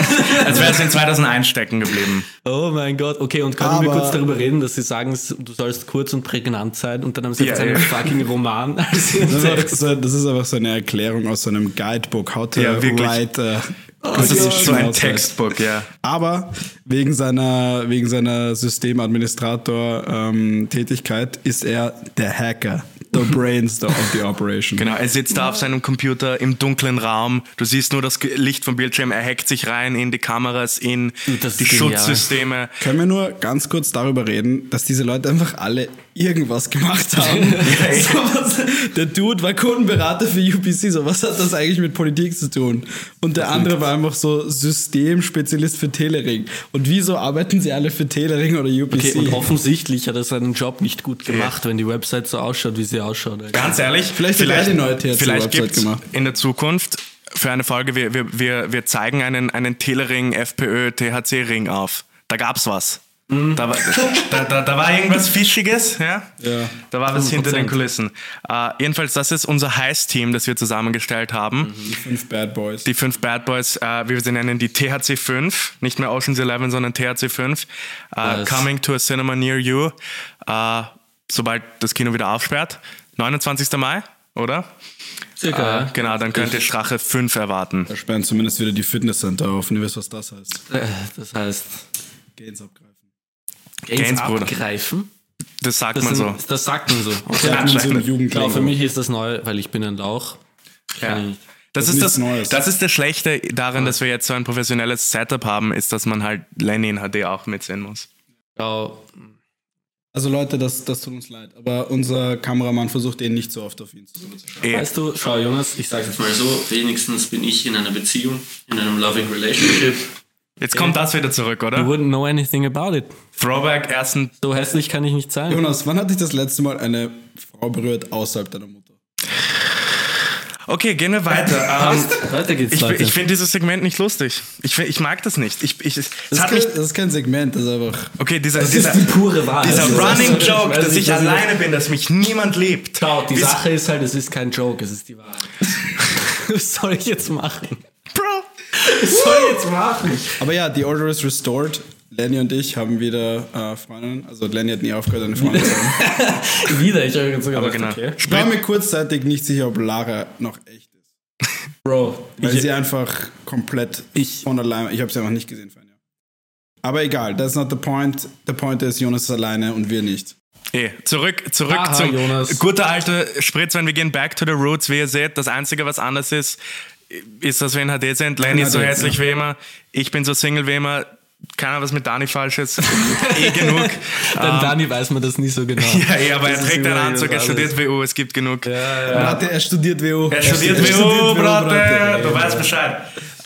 Speaker 2: als wär's in 2001 stecken geblieben.
Speaker 3: Oh mein Gott, okay, und können wir
Speaker 1: Aber-
Speaker 3: kurz darüber reden, dass sie sagen, s- du sollst kurz und prägnant sein und dann haben sie
Speaker 2: Ja,
Speaker 3: jetzt einen
Speaker 2: ja.
Speaker 3: fucking Roman als
Speaker 1: Das ist, einfach
Speaker 3: Text.
Speaker 1: so, das ist einfach so eine Erklärung aus so einem Guidebook, How to
Speaker 2: Ja, wirklich.
Speaker 1: Write. äh,
Speaker 2: Das
Speaker 1: Constitution
Speaker 2: ist so ein
Speaker 1: Outside.
Speaker 2: Textbook, ja.
Speaker 1: Aber wegen seiner, wegen seiner Systemadministrator-Tätigkeit ist er der Hacker, the brains of the operation.
Speaker 2: Genau, er sitzt da auf seinem Computer im dunklen Raum. Du siehst nur das Ge- Licht vom Bildschirm. Er hackt sich rein in die Kameras, in
Speaker 3: Das ist
Speaker 2: die
Speaker 3: genial.
Speaker 2: Schutzsysteme.
Speaker 1: Können wir nur ganz kurz darüber reden, dass diese Leute einfach alle irgendwas gemacht haben? so, was, der Dude war Kundenberater für UPC, so was hat das eigentlich mit Politik zu tun? Und der andere war einfach so Systemspezialist für Telering. Und wieso arbeiten sie alle für Telering oder UPC?
Speaker 3: Okay, und offensichtlich hat er seinen Job nicht gut gemacht, wenn die Website so ausschaut, wie sie ausschaut. Alter.
Speaker 2: Ganz ehrlich,
Speaker 1: Vielleicht hat er die neue THC
Speaker 2: vielleicht
Speaker 1: Website
Speaker 2: gibt's
Speaker 1: gemacht.
Speaker 2: in der Zukunft für eine Folge, wir, wir, wir, wir zeigen einen, einen Telering, FPÖ, THC-Ring auf. Da gab's was.
Speaker 1: Mhm.
Speaker 2: Da, war, da, da, da war irgendwas Fischiges, ja?
Speaker 1: Ja.
Speaker 2: Da war was hinter den
Speaker 3: 100%.
Speaker 2: Kulissen. Äh, jedenfalls, das ist unser Heiß-Team, das wir zusammengestellt
Speaker 1: Mhm.
Speaker 2: haben.
Speaker 1: Fünf Bad Boys.
Speaker 2: die fünf Bad Boys, äh, wie wir sie nennen, die THC 5, nicht mehr Ocean's 11, sondern THC 5, äh,
Speaker 3: Was?
Speaker 2: Coming to a Cinema Near You, äh, sobald das Kino wieder aufsperrt. 29. Mai, oder?
Speaker 3: Circa.
Speaker 2: Äh, genau, dann könnt ihr Strache 5 erwarten.
Speaker 1: Da sperren zumindest wieder die Fitnesscenter auf und ihr wisst, was das heißt.
Speaker 3: Äh, Das heißt,
Speaker 1: Gains abgreifen.
Speaker 3: Gains
Speaker 2: Bruder.
Speaker 3: abgreifen.
Speaker 2: Das sagt
Speaker 3: Das,
Speaker 2: man so.
Speaker 3: sind, das sagt man so.
Speaker 1: Ja,
Speaker 2: anscheinend.
Speaker 1: so ein
Speaker 3: Genau,
Speaker 1: Jugendklang.
Speaker 3: für mich ist das neu, weil ich bin ein Lauch.
Speaker 2: Ja.
Speaker 3: Kann ich-
Speaker 1: Das
Speaker 2: Das,
Speaker 1: ist
Speaker 2: ist
Speaker 1: nichts
Speaker 2: das,
Speaker 1: Neues.
Speaker 2: das ist das Schlechte daran, dass wir jetzt so ein professionelles Setup haben, ist, dass man halt Lenny in HD auch mitsehen muss.
Speaker 3: Genau.
Speaker 1: Also Leute, das, das tut uns leid. Aber unser Kameramann versucht eh nicht so oft auf ihn zu
Speaker 2: Eh.
Speaker 3: Weißt du, schau Jonas, ich sag's jetzt mal.
Speaker 4: mal so, wenigstens bin ich in einer Beziehung, in einem loving relationship.
Speaker 2: Jetzt kommt das wieder zurück,
Speaker 3: You
Speaker 2: oder?
Speaker 3: wouldn't know anything about it.
Speaker 2: Throwback, ersten
Speaker 3: So hässlich kann ich nicht sein.
Speaker 1: Jonas, wann hat dich das letzte Mal eine Frau berührt außerhalb deiner Mutter?
Speaker 2: Okay, gehen wir weiter. Ähm,
Speaker 3: Weiter geht's,
Speaker 2: ich
Speaker 3: Leute.
Speaker 2: ich finde dieses Segment nicht lustig. Ich, fi- ich mag das nicht. Ich, ich, es
Speaker 1: Das ist,
Speaker 2: hat
Speaker 1: kein,
Speaker 2: mich,
Speaker 1: das ist kein Segment, das ist einfach.
Speaker 2: okay, dieser,
Speaker 3: Das
Speaker 2: dieser,
Speaker 3: ist die pure Wahrheit.
Speaker 2: dieser
Speaker 3: Das ist- halt- also,
Speaker 2: Running
Speaker 3: das-
Speaker 2: Joke,
Speaker 3: weiß
Speaker 2: dass ich
Speaker 3: was
Speaker 2: alleine bin, dass mich niemand liebt.
Speaker 3: Schau, die
Speaker 2: Bis-
Speaker 3: Sache ist halt, es ist kein Joke, es ist die Wahrheit. Was soll ich jetzt machen?
Speaker 2: Bro.
Speaker 3: Was soll ich jetzt machen?
Speaker 1: Aber ja, The Order is restored. Lenny und ich haben wieder äh, Freundinnen. Also Lenny hat nie aufgehört, eine Freundin zu haben.
Speaker 3: Wieder, ich habe jetzt sogar
Speaker 2: Aber
Speaker 3: gedacht,
Speaker 2: genau.
Speaker 3: okay.
Speaker 1: Ich war mir kurzzeitig nicht sicher, ob Lara noch echt ist. Bro, weil
Speaker 3: Ich-
Speaker 1: sie einfach komplett
Speaker 3: Ich-
Speaker 1: von allein. Ich habe sie einfach nicht gesehen, vorhin, ja. Aber egal, that's not the point. The point ist, Jonas ist alleine und wir nicht.
Speaker 2: Eh, zurück, zurück
Speaker 3: Haha,
Speaker 2: zum
Speaker 3: Jonas.
Speaker 2: guter alter Spritzwein. Wir gehen back to the roots. Wie ihr seht, das Einzige, was anders ist, ist, dass wir in HD sind. Lenny ist so
Speaker 1: HD,
Speaker 2: herzlich
Speaker 1: ja.
Speaker 2: wie immer. Ich bin so Single wie immer. Keiner was mit Dani falsch ist. eh genug. Ähm,
Speaker 3: Dann Dani weiß man das nie so genau.
Speaker 2: Ja, eh, aber er
Speaker 3: Das ist
Speaker 2: trägt einen
Speaker 3: immer
Speaker 2: Anzug, er
Speaker 3: das alles.
Speaker 2: studiert WU, es gibt genug.
Speaker 1: Brate, er studiert WU.
Speaker 2: Er studiert
Speaker 1: Er
Speaker 2: WU,
Speaker 1: Brate.
Speaker 2: Brate. Du weißt Bescheid.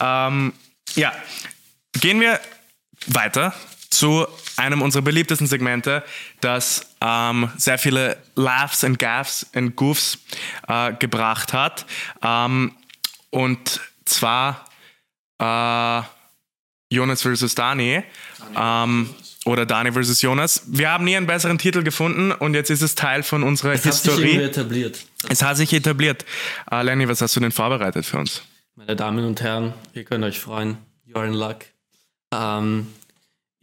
Speaker 2: Ähm, ja, gehen wir weiter zu einem unserer beliebtesten Segmente, das ähm, sehr viele Laughs and Gaffs and Goofs äh, gebracht hat. Ähm, und zwar äh, Jonas versus Dani ähm, oder Dani versus Jonas. Wir haben nie einen besseren Titel gefunden und jetzt ist es Teil von unserer
Speaker 3: Hat sich irgendwie
Speaker 2: Historie.
Speaker 3: etabliert.
Speaker 2: Es hat sich etabliert. Äh, Lenny, was hast du denn vorbereitet für uns?
Speaker 3: Meine Damen und Herren, ihr könnt euch freuen. You're in luck. Ähm,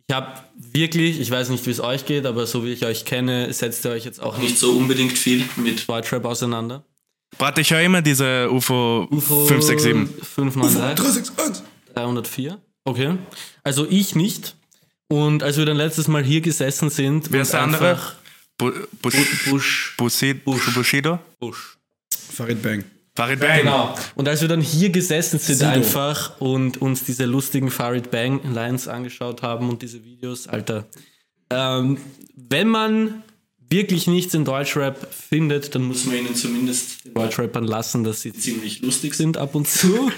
Speaker 3: ich habe wirklich, ich weiß nicht, wie es euch geht, aber so wie ich euch kenne, setzt ihr euch jetzt auch nicht
Speaker 4: Nicht so unbedingt viel mit.
Speaker 3: Deutschrap auseinander.
Speaker 2: Brat, ich höre immer diese UFO,
Speaker 3: UFO
Speaker 2: 567.
Speaker 3: 593.
Speaker 1: 361.
Speaker 3: 304. Okay. Also ich nicht. Und als wir dann letztes Mal hier gesessen sind.
Speaker 2: Wer
Speaker 3: und
Speaker 2: ist der andere?
Speaker 3: einfach-
Speaker 2: Bu Bush,
Speaker 3: Bush.
Speaker 2: Bushi- Bushido?
Speaker 3: Bush.
Speaker 1: Farid Bang.
Speaker 2: Farid Bang.
Speaker 3: Genau. Und als wir dann hier gesessen sind
Speaker 1: Sido.
Speaker 3: einfach und uns diese lustigen Farid Bang Lines angeschaut haben und diese Videos, Alter. Ähm, wenn man wirklich nichts in Deutschrap findet, dann muss
Speaker 4: Muss
Speaker 3: man
Speaker 4: man ihnen zumindest den
Speaker 3: Deutschrappern lassen, dass sie
Speaker 4: ziemlich lustig sind.
Speaker 3: sind ab und zu.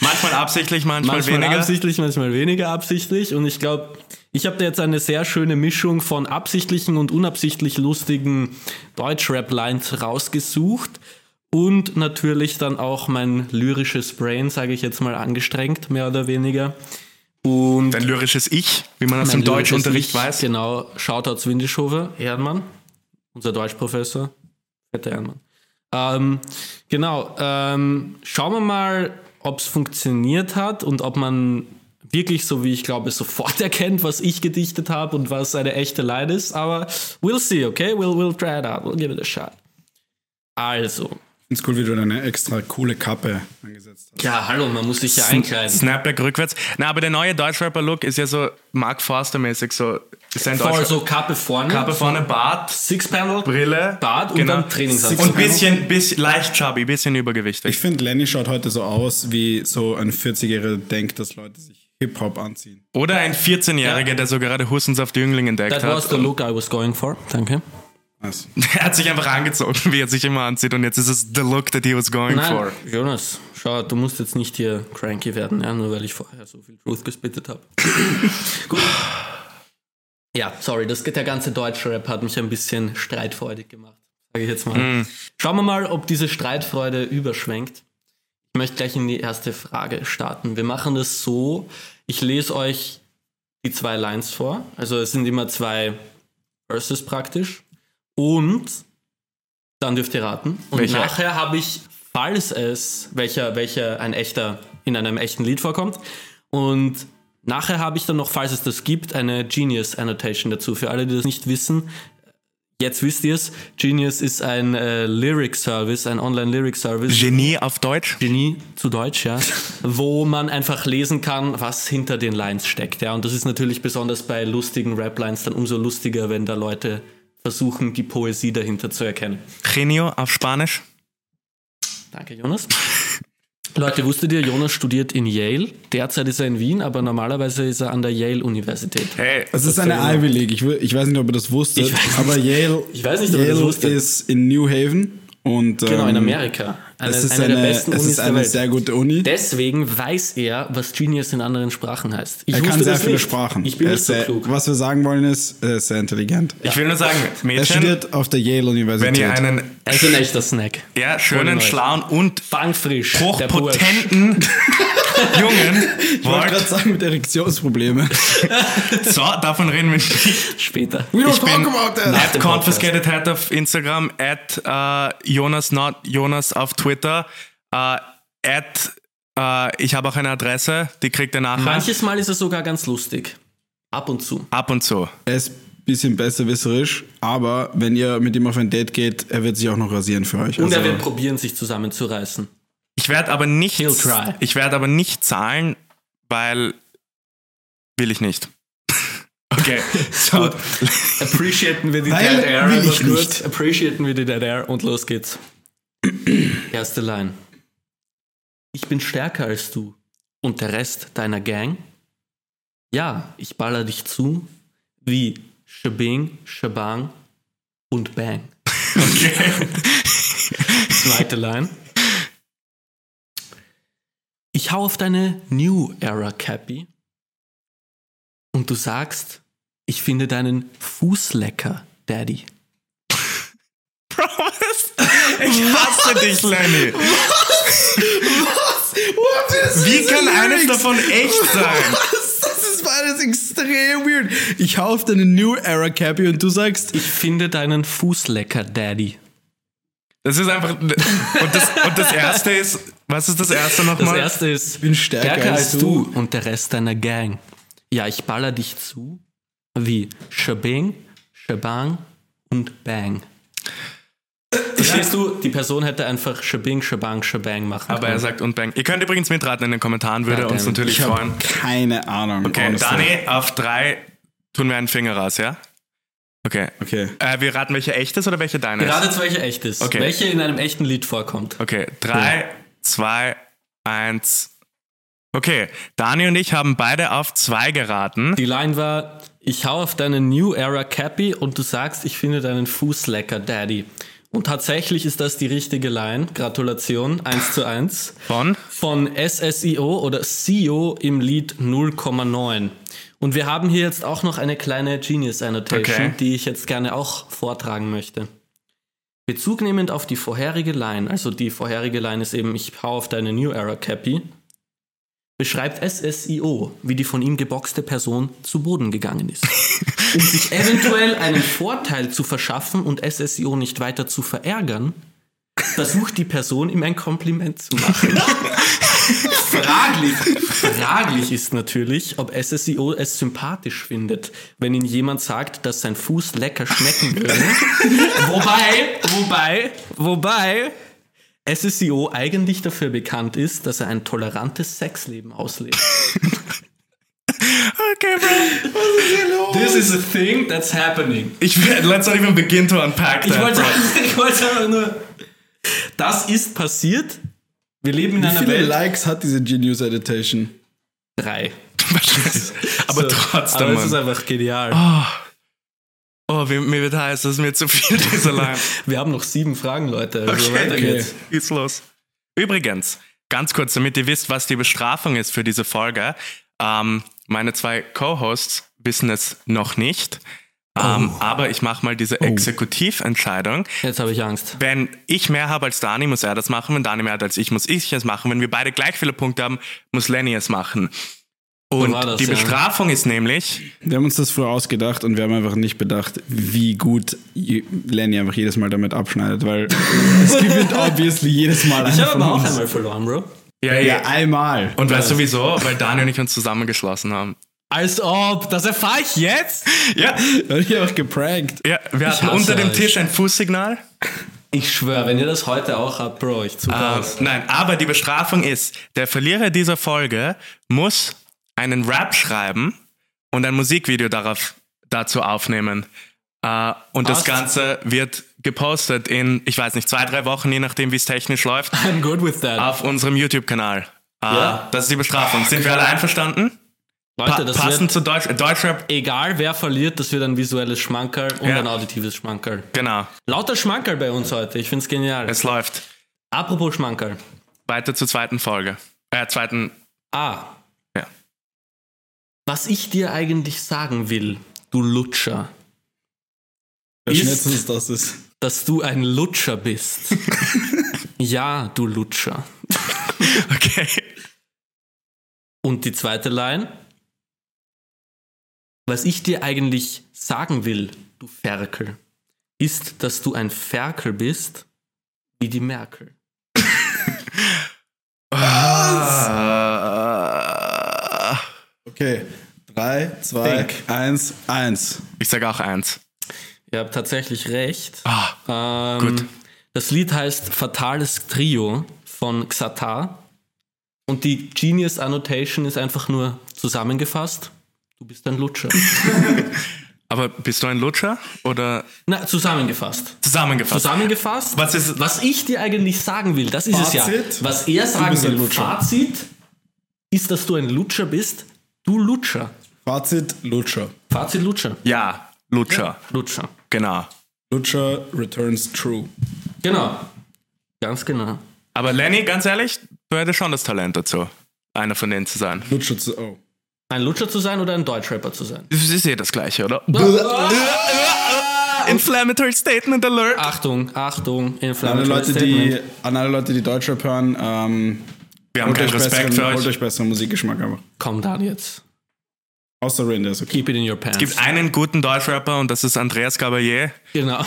Speaker 2: Manchmal absichtlich, manchmal,
Speaker 3: manchmal
Speaker 2: weniger.
Speaker 3: absichtlich, manchmal weniger absichtlich. Und ich glaube, ich habe da jetzt eine sehr schöne Mischung von absichtlichen und unabsichtlich lustigen Deutschrap-Lines rausgesucht. Und natürlich dann auch mein lyrisches Brain, sage ich jetzt mal, angestrengt, mehr oder weniger. Und
Speaker 2: Dein lyrisches Ich, wie man das
Speaker 3: mein
Speaker 2: im Deutschunterricht
Speaker 3: lyrisches
Speaker 2: weiß.
Speaker 3: Genau, Shoutouts Windischofer, Ehrenmann, unser Deutschprofessor, fetter Ehrenmann. Ähm, genau, ähm, schauen wir mal, ob es funktioniert hat und ob man wirklich, so wie ich glaube, sofort erkennt, was ich gedichtet habe und was eine echte Leid ist. Aber we'll see, okay? We'll, we'll try it out, we'll give it a shot. Also,
Speaker 1: Find's cool, wie du deine extra coole Kappe angesetzt hast.
Speaker 3: ja, hallo, man muss sich ja einkleiden.
Speaker 2: Snapback rückwärts. Na, aber der neue Deutschrapper-Look ist ja so Mark Forster-mäßig. So, ist ein
Speaker 3: Voll,
Speaker 2: Deutschrapper.
Speaker 3: so Kappe vorne,
Speaker 2: Kappe vorne, Bart,
Speaker 3: Six-Panel,
Speaker 2: Brille, Genau.
Speaker 3: Bart und dann Trainingsanzug.
Speaker 2: Und bisschen, bisschen leicht chubby, bisschen
Speaker 1: Ich
Speaker 2: übergewichtig.
Speaker 1: finde, Lenny schaut heute so aus, wie so ein 40-Jähriger denkt, dass Leute sich Hip-Hop anziehen.
Speaker 2: Oder ein 14-Jähriger, der so gerade Hustensaft Jüngling entdeckt
Speaker 3: That
Speaker 2: hat.
Speaker 3: was the look I was going for. Danke.
Speaker 1: Nice.
Speaker 2: Er hat sich einfach angezogen, wie er sich immer anzieht. Und jetzt ist es the look that he was going
Speaker 3: Nein,
Speaker 2: for.
Speaker 3: Jonas, schau, du musst jetzt nicht hier cranky werden, ja, nur weil ich vorher so viel Truth gespittet habe. Gut. Ja, sorry, das, der ganze deutsche Rap hat mich ein bisschen streitfreudig gemacht, sage ich jetzt mal. Schauen wir mal, ob diese Streitfreude überschwenkt. Ich möchte gleich in die erste Frage starten. Wir machen das so, ich lese euch die zwei Lines vor. Also es sind immer zwei Verses praktisch. Und dann dürft ihr raten. Und
Speaker 2: Welcher?
Speaker 3: nachher habe ich, falls es, welcher, welcher ein echter in einem echten Lied vorkommt. Und nachher habe ich dann noch, falls es das gibt, eine Genius Annotation dazu. Für alle, die das nicht wissen, jetzt wisst ihr es. Genius ist ein äh, Lyric Service, ein Online Lyric Service.
Speaker 2: Genie auf Deutsch.
Speaker 3: Genie zu Deutsch, ja, wo man einfach lesen kann, was hinter den Lines steckt, ja. Und das ist natürlich besonders bei lustigen Rap-Lines dann umso lustiger, wenn da Leute versuchen, die Poesie dahinter zu erkennen.
Speaker 2: Genio auf Spanisch.
Speaker 3: Danke, Jonas. Leute, wusstet ihr, Jonas studiert in Yale. Derzeit ist er in Wien, aber normalerweise ist er an der Yale-Universität.
Speaker 2: Hey,
Speaker 1: Es ist eine Ivy League. Ich, wür- ich weiß nicht, ob ihr das wusstet, aber Yale,
Speaker 3: Ich weiß nicht, ob ihr
Speaker 1: Yale
Speaker 3: das wusstet.
Speaker 1: ist in New Haven und
Speaker 3: Genau,
Speaker 1: ähm,
Speaker 3: in Amerika. Eine,
Speaker 1: Es ist
Speaker 3: eine,
Speaker 1: eine,
Speaker 3: der besten
Speaker 1: es
Speaker 3: Unis
Speaker 1: ist eine
Speaker 3: der Welt.
Speaker 1: sehr gute Uni.
Speaker 3: Deswegen weiß er, was Genius in anderen Sprachen heißt. Ich
Speaker 1: er kann
Speaker 3: wusste
Speaker 1: sehr
Speaker 3: das
Speaker 1: viele
Speaker 3: nicht.
Speaker 1: Sprachen.
Speaker 3: Ich bin
Speaker 1: er
Speaker 3: nicht
Speaker 1: ist
Speaker 3: so
Speaker 1: sehr,
Speaker 3: klug.
Speaker 1: Was wir sagen wollen ist, er ist sehr intelligent.
Speaker 2: ich will nur sagen,
Speaker 1: Er
Speaker 2: Mädchen,
Speaker 1: studiert auf der Yale Universität.
Speaker 2: wenn ihr einen
Speaker 3: Er ist ein echter Snack.
Speaker 2: ja, schönen,
Speaker 3: Voll
Speaker 2: schlauen und
Speaker 3: Fangfrisch. der Bursch.
Speaker 2: hochpotenten Jungen
Speaker 1: ich wollte gerade
Speaker 2: wollt,
Speaker 1: sagen, mit Erektionsproblemen.
Speaker 2: so, davon reden wir nicht.
Speaker 3: Später.
Speaker 2: Ich bin at
Speaker 3: dem
Speaker 2: confiscated hat auf Instagram, at äh, Jonas not Jonas auf Twitter, äh, at äh, ich habe auch eine Adresse, die kriegt ihr nachher.
Speaker 3: Manches Mal ist es sogar ganz lustig. Ab und zu.
Speaker 2: Ab und zu.
Speaker 1: er ist ein bisschen besserwisserisch, aber wenn ihr mit ihm auf ein Date geht, er wird sich auch noch rasieren für euch.
Speaker 3: Und er
Speaker 1: Also,
Speaker 3: wird probieren, sich zusammenzureißen.
Speaker 2: Ich werde aber nicht,
Speaker 3: He'll try.
Speaker 2: ich werde aber nicht zahlen, weil will ich nicht. Okay, so,
Speaker 3: Appreciaten wir die
Speaker 1: Weil
Speaker 3: Dead Air.
Speaker 1: will
Speaker 3: einfach
Speaker 1: ich
Speaker 3: kurz.
Speaker 1: nicht.
Speaker 3: Appreciaten wir die Dead Air und los geht's. Erste Line. Ich bin stärker als du und der Rest deiner Gang. Ja, ich baller dich zu wie Shebing, Shebang und Bang.
Speaker 2: okay.
Speaker 3: Zweite Line. Ich hau auf deine New Era Cappy und du sagst, ich finde deinen Fuß lecker, Daddy.
Speaker 2: Bro, was? Ich hasse dich, Lenny. Wie kann eines davon echt sein?
Speaker 1: Das, das ist beides extrem weird. Ich hau auf deine New Era Cappy und du sagst,
Speaker 3: Ich finde deinen Fuß lecker, Daddy.
Speaker 2: Das ist einfach. Und das, und das erste ist. Was ist das erste
Speaker 3: Das
Speaker 2: nochmal?
Speaker 3: erste ist, ich
Speaker 1: bin stärker als
Speaker 3: du. und der Rest deiner Gang. Ja, ich baller dich zu wie Shebing, Shebang und Bang. Verstehst du, die Person hätte einfach Shebing, Shebang, Shebang machen
Speaker 2: Aber er
Speaker 3: können.
Speaker 2: sagt und bang. Ihr könnt übrigens mitraten in den Kommentaren, würde
Speaker 3: Ja,
Speaker 2: uns
Speaker 3: damn.
Speaker 2: natürlich
Speaker 1: ich habe
Speaker 2: freuen.
Speaker 1: keine Ahnung.
Speaker 2: Okay,
Speaker 1: honestly.
Speaker 2: Dani, auf drei tun wir einen Finger raus, ja? Okay.
Speaker 1: Okay.
Speaker 2: Äh, wir raten, welche echt ist oder welche deine ist?
Speaker 3: Gerade welche echt ist.
Speaker 2: Okay.
Speaker 3: Welche in einem echten Lied vorkommt.
Speaker 2: Okay, drei, zwei, eins. Okay, Dani und ich haben beide auf zwei geraten.
Speaker 3: Die Line war, ich hau auf deine New Era Cappy und du sagst, ich finde deinen Fuß lecker, Daddy. Und tatsächlich ist das die richtige Line. Gratulation, 1 zu 1.
Speaker 2: Von?
Speaker 3: Von SSIO oder CEO im Lied 0,9. Und wir haben hier jetzt auch noch eine kleine Genius Annotation,
Speaker 2: Okay.
Speaker 3: die ich jetzt gerne auch vortragen möchte. Bezugnehmend auf die vorherige Line, also die vorherige Line ist eben, ich hau auf deine New Era Cappy, beschreibt SSIO, wie die von ihm geboxte Person zu Boden gegangen ist. Um sich eventuell einen Vorteil zu verschaffen und SSIO nicht weiter zu verärgern, versucht die Person, ihm ein Kompliment zu machen. fraglich, fraglich ist natürlich, ob SSIO es sympathisch findet, wenn ihn jemand sagt, dass sein Fuß lecker schmecken würde. wobei, wobei, wobei SSIO eigentlich dafür bekannt ist, dass er ein tolerantes Sexleben auslebt.
Speaker 2: Okay, Bro.
Speaker 3: This is a thing that's happening.
Speaker 2: Ich will, let's not even begin to unpack that.
Speaker 3: Ich wollte
Speaker 2: bro.
Speaker 3: ich wollte einfach nur. Das ist passiert. Wir leben in
Speaker 1: Wie
Speaker 3: einer
Speaker 1: viele
Speaker 3: Welt.
Speaker 1: Likes hat diese Genius Editation?
Speaker 3: Drei.
Speaker 2: Aber
Speaker 3: So,
Speaker 2: trotzdem,
Speaker 3: Aber Ah. es
Speaker 2: Mann.
Speaker 3: ist einfach genial.
Speaker 2: Oh, wie, mir wird heiß, das ist mir zu viel, dieser Line.
Speaker 3: Wir haben noch sieben Fragen, Leute. Also weiter
Speaker 1: okay.
Speaker 3: geht's.
Speaker 2: Geht's los. Übrigens, ganz kurz, damit ihr wisst, was die Bestrafung ist für diese Folge. Ähm, meine zwei Co-Hosts wissen es noch nicht. Ähm,
Speaker 3: Oh.
Speaker 2: Aber ich mache mal diese Exekutiventscheidung.
Speaker 3: Jetzt habe ich Angst.
Speaker 2: Wenn ich mehr habe als Dani, muss er das machen. Wenn Dani mehr hat als ich, muss ich es machen. Wenn wir beide gleich viele Punkte haben, muss Lenny es machen. Und
Speaker 3: war das,
Speaker 2: die
Speaker 3: ja.
Speaker 2: Bestrafung ist nämlich,
Speaker 1: Wir haben uns das früher ausgedacht und wir haben einfach nicht bedacht, wie gut Lenny einfach jedes Mal damit abschneidet, weil es gewinnt obviously jedes Mal einer
Speaker 3: Ich habe
Speaker 1: von
Speaker 3: aber auch
Speaker 1: uns.
Speaker 3: einmal verloren, Bro.
Speaker 2: ja, ja.
Speaker 1: Ja, einmal.
Speaker 2: Und weißt du wieso? Weil Dani und ich uns zusammengeschlossen haben.
Speaker 3: Als ob. Das erfahre ich jetzt.
Speaker 2: Ja,
Speaker 1: Da hab ich einfach geprankt.
Speaker 2: ja wir hatten
Speaker 3: hasse
Speaker 2: unter dem
Speaker 3: euch.
Speaker 2: Tisch ein Fußsignal.
Speaker 3: Ich schwöre, wenn ihr das heute auch habt, Bro, ich zucke
Speaker 2: Ah,
Speaker 3: aus.
Speaker 2: nein, aber die Bestrafung ist, der Verlierer dieser Folge muss einen Rap schreiben und ein Musikvideo darauf, dazu aufnehmen. Äh, und das
Speaker 3: Passt.
Speaker 2: Ganze wird gepostet in, ich weiß nicht, zwei, drei Wochen, je nachdem, wie es technisch läuft,
Speaker 3: I'm good with that.
Speaker 2: auf unserem YouTube-Kanal. Äh,
Speaker 3: Ja.
Speaker 2: Das ist die Bestrafung. Sind wir alle einverstanden? Pa
Speaker 3: Leute, das
Speaker 2: passend
Speaker 3: wird,
Speaker 2: zu Deutsch, äh, Deutschrap,
Speaker 3: egal wer verliert, das wird ein visuelles Schmankerl und
Speaker 2: Ja.
Speaker 3: ein auditives Schmankerl.
Speaker 2: genau,
Speaker 3: Lauter Schmankerl bei uns heute. Ich find's genial.
Speaker 2: es läuft.
Speaker 3: Apropos Schmankerl.
Speaker 2: Weiter zur zweiten Folge. Äh, zweiten,
Speaker 3: Ah,
Speaker 2: ja.
Speaker 3: was ich dir eigentlich sagen will, du Lutscher, Ist-
Speaker 1: Schnitzel ist das ist.
Speaker 3: dass du ein Lutscher bist. ja, du Lutscher.
Speaker 2: Okay.
Speaker 3: Und die zweite Line. Was ich dir eigentlich sagen will, du Ferkel, ist, dass du ein Ferkel bist, wie die Merkel.
Speaker 2: Äh,
Speaker 1: Okay. 3, 2, 1, 1.
Speaker 2: ich sage auch eins.
Speaker 3: Ihr habt tatsächlich recht.
Speaker 2: Ah,
Speaker 3: Ähm,
Speaker 2: gut.
Speaker 3: Das Lied heißt Fatales Trio von Xatar. Und die Genius Annotation ist einfach nur zusammengefasst. Du bist ein Lutscher.
Speaker 2: Aber bist du ein Lutscher oder
Speaker 3: Na, zusammengefasst.
Speaker 2: zusammengefasst?
Speaker 3: Zusammengefasst,
Speaker 2: Was ist-
Speaker 3: was ich dir eigentlich sagen will, das ist es
Speaker 1: Fazit?
Speaker 3: ja. Was er sagen
Speaker 1: bist ein
Speaker 3: will,
Speaker 1: Lutscher.
Speaker 3: Fazit ist, dass du ein Lutscher bist. Du Lutscher.
Speaker 1: Fazit: Lutscher.
Speaker 3: Fazit Lutscher.
Speaker 2: ja, Lutscher.
Speaker 3: Lutscher.
Speaker 2: Genau.
Speaker 1: Lutscher returns true.
Speaker 3: Genau. Ganz genau.
Speaker 2: Aber Lenny, ganz ehrlich, du hättest schon das Talent dazu, einer von denen zu sein.
Speaker 1: Lutscher zu. Oh.
Speaker 3: Ein Lutscher zu sein oder ein Deutschrapper zu sein?
Speaker 2: Das ist eh das Gleiche, oder? Ah! Inflammatory Statement
Speaker 3: Ah.
Speaker 2: Alert.
Speaker 3: Achtung, Achtung,
Speaker 1: An alle
Speaker 3: Inflammatory
Speaker 1: Leute, die,
Speaker 3: Statement.
Speaker 1: an alle Leute, die Deutschrap hören, ähm,
Speaker 2: Wir haben
Speaker 1: holt,
Speaker 2: keinen
Speaker 1: euch
Speaker 2: Respekt für
Speaker 1: besseren, holt
Speaker 2: euch.
Speaker 1: euch besseren Musikgeschmack einfach.
Speaker 3: Komm dann jetzt.
Speaker 1: Außer Rin, der ist okay.
Speaker 3: Keep it in your pants.
Speaker 2: Es gibt einen guten Deutschrapper und das ist Andreas Gabayé
Speaker 3: genau.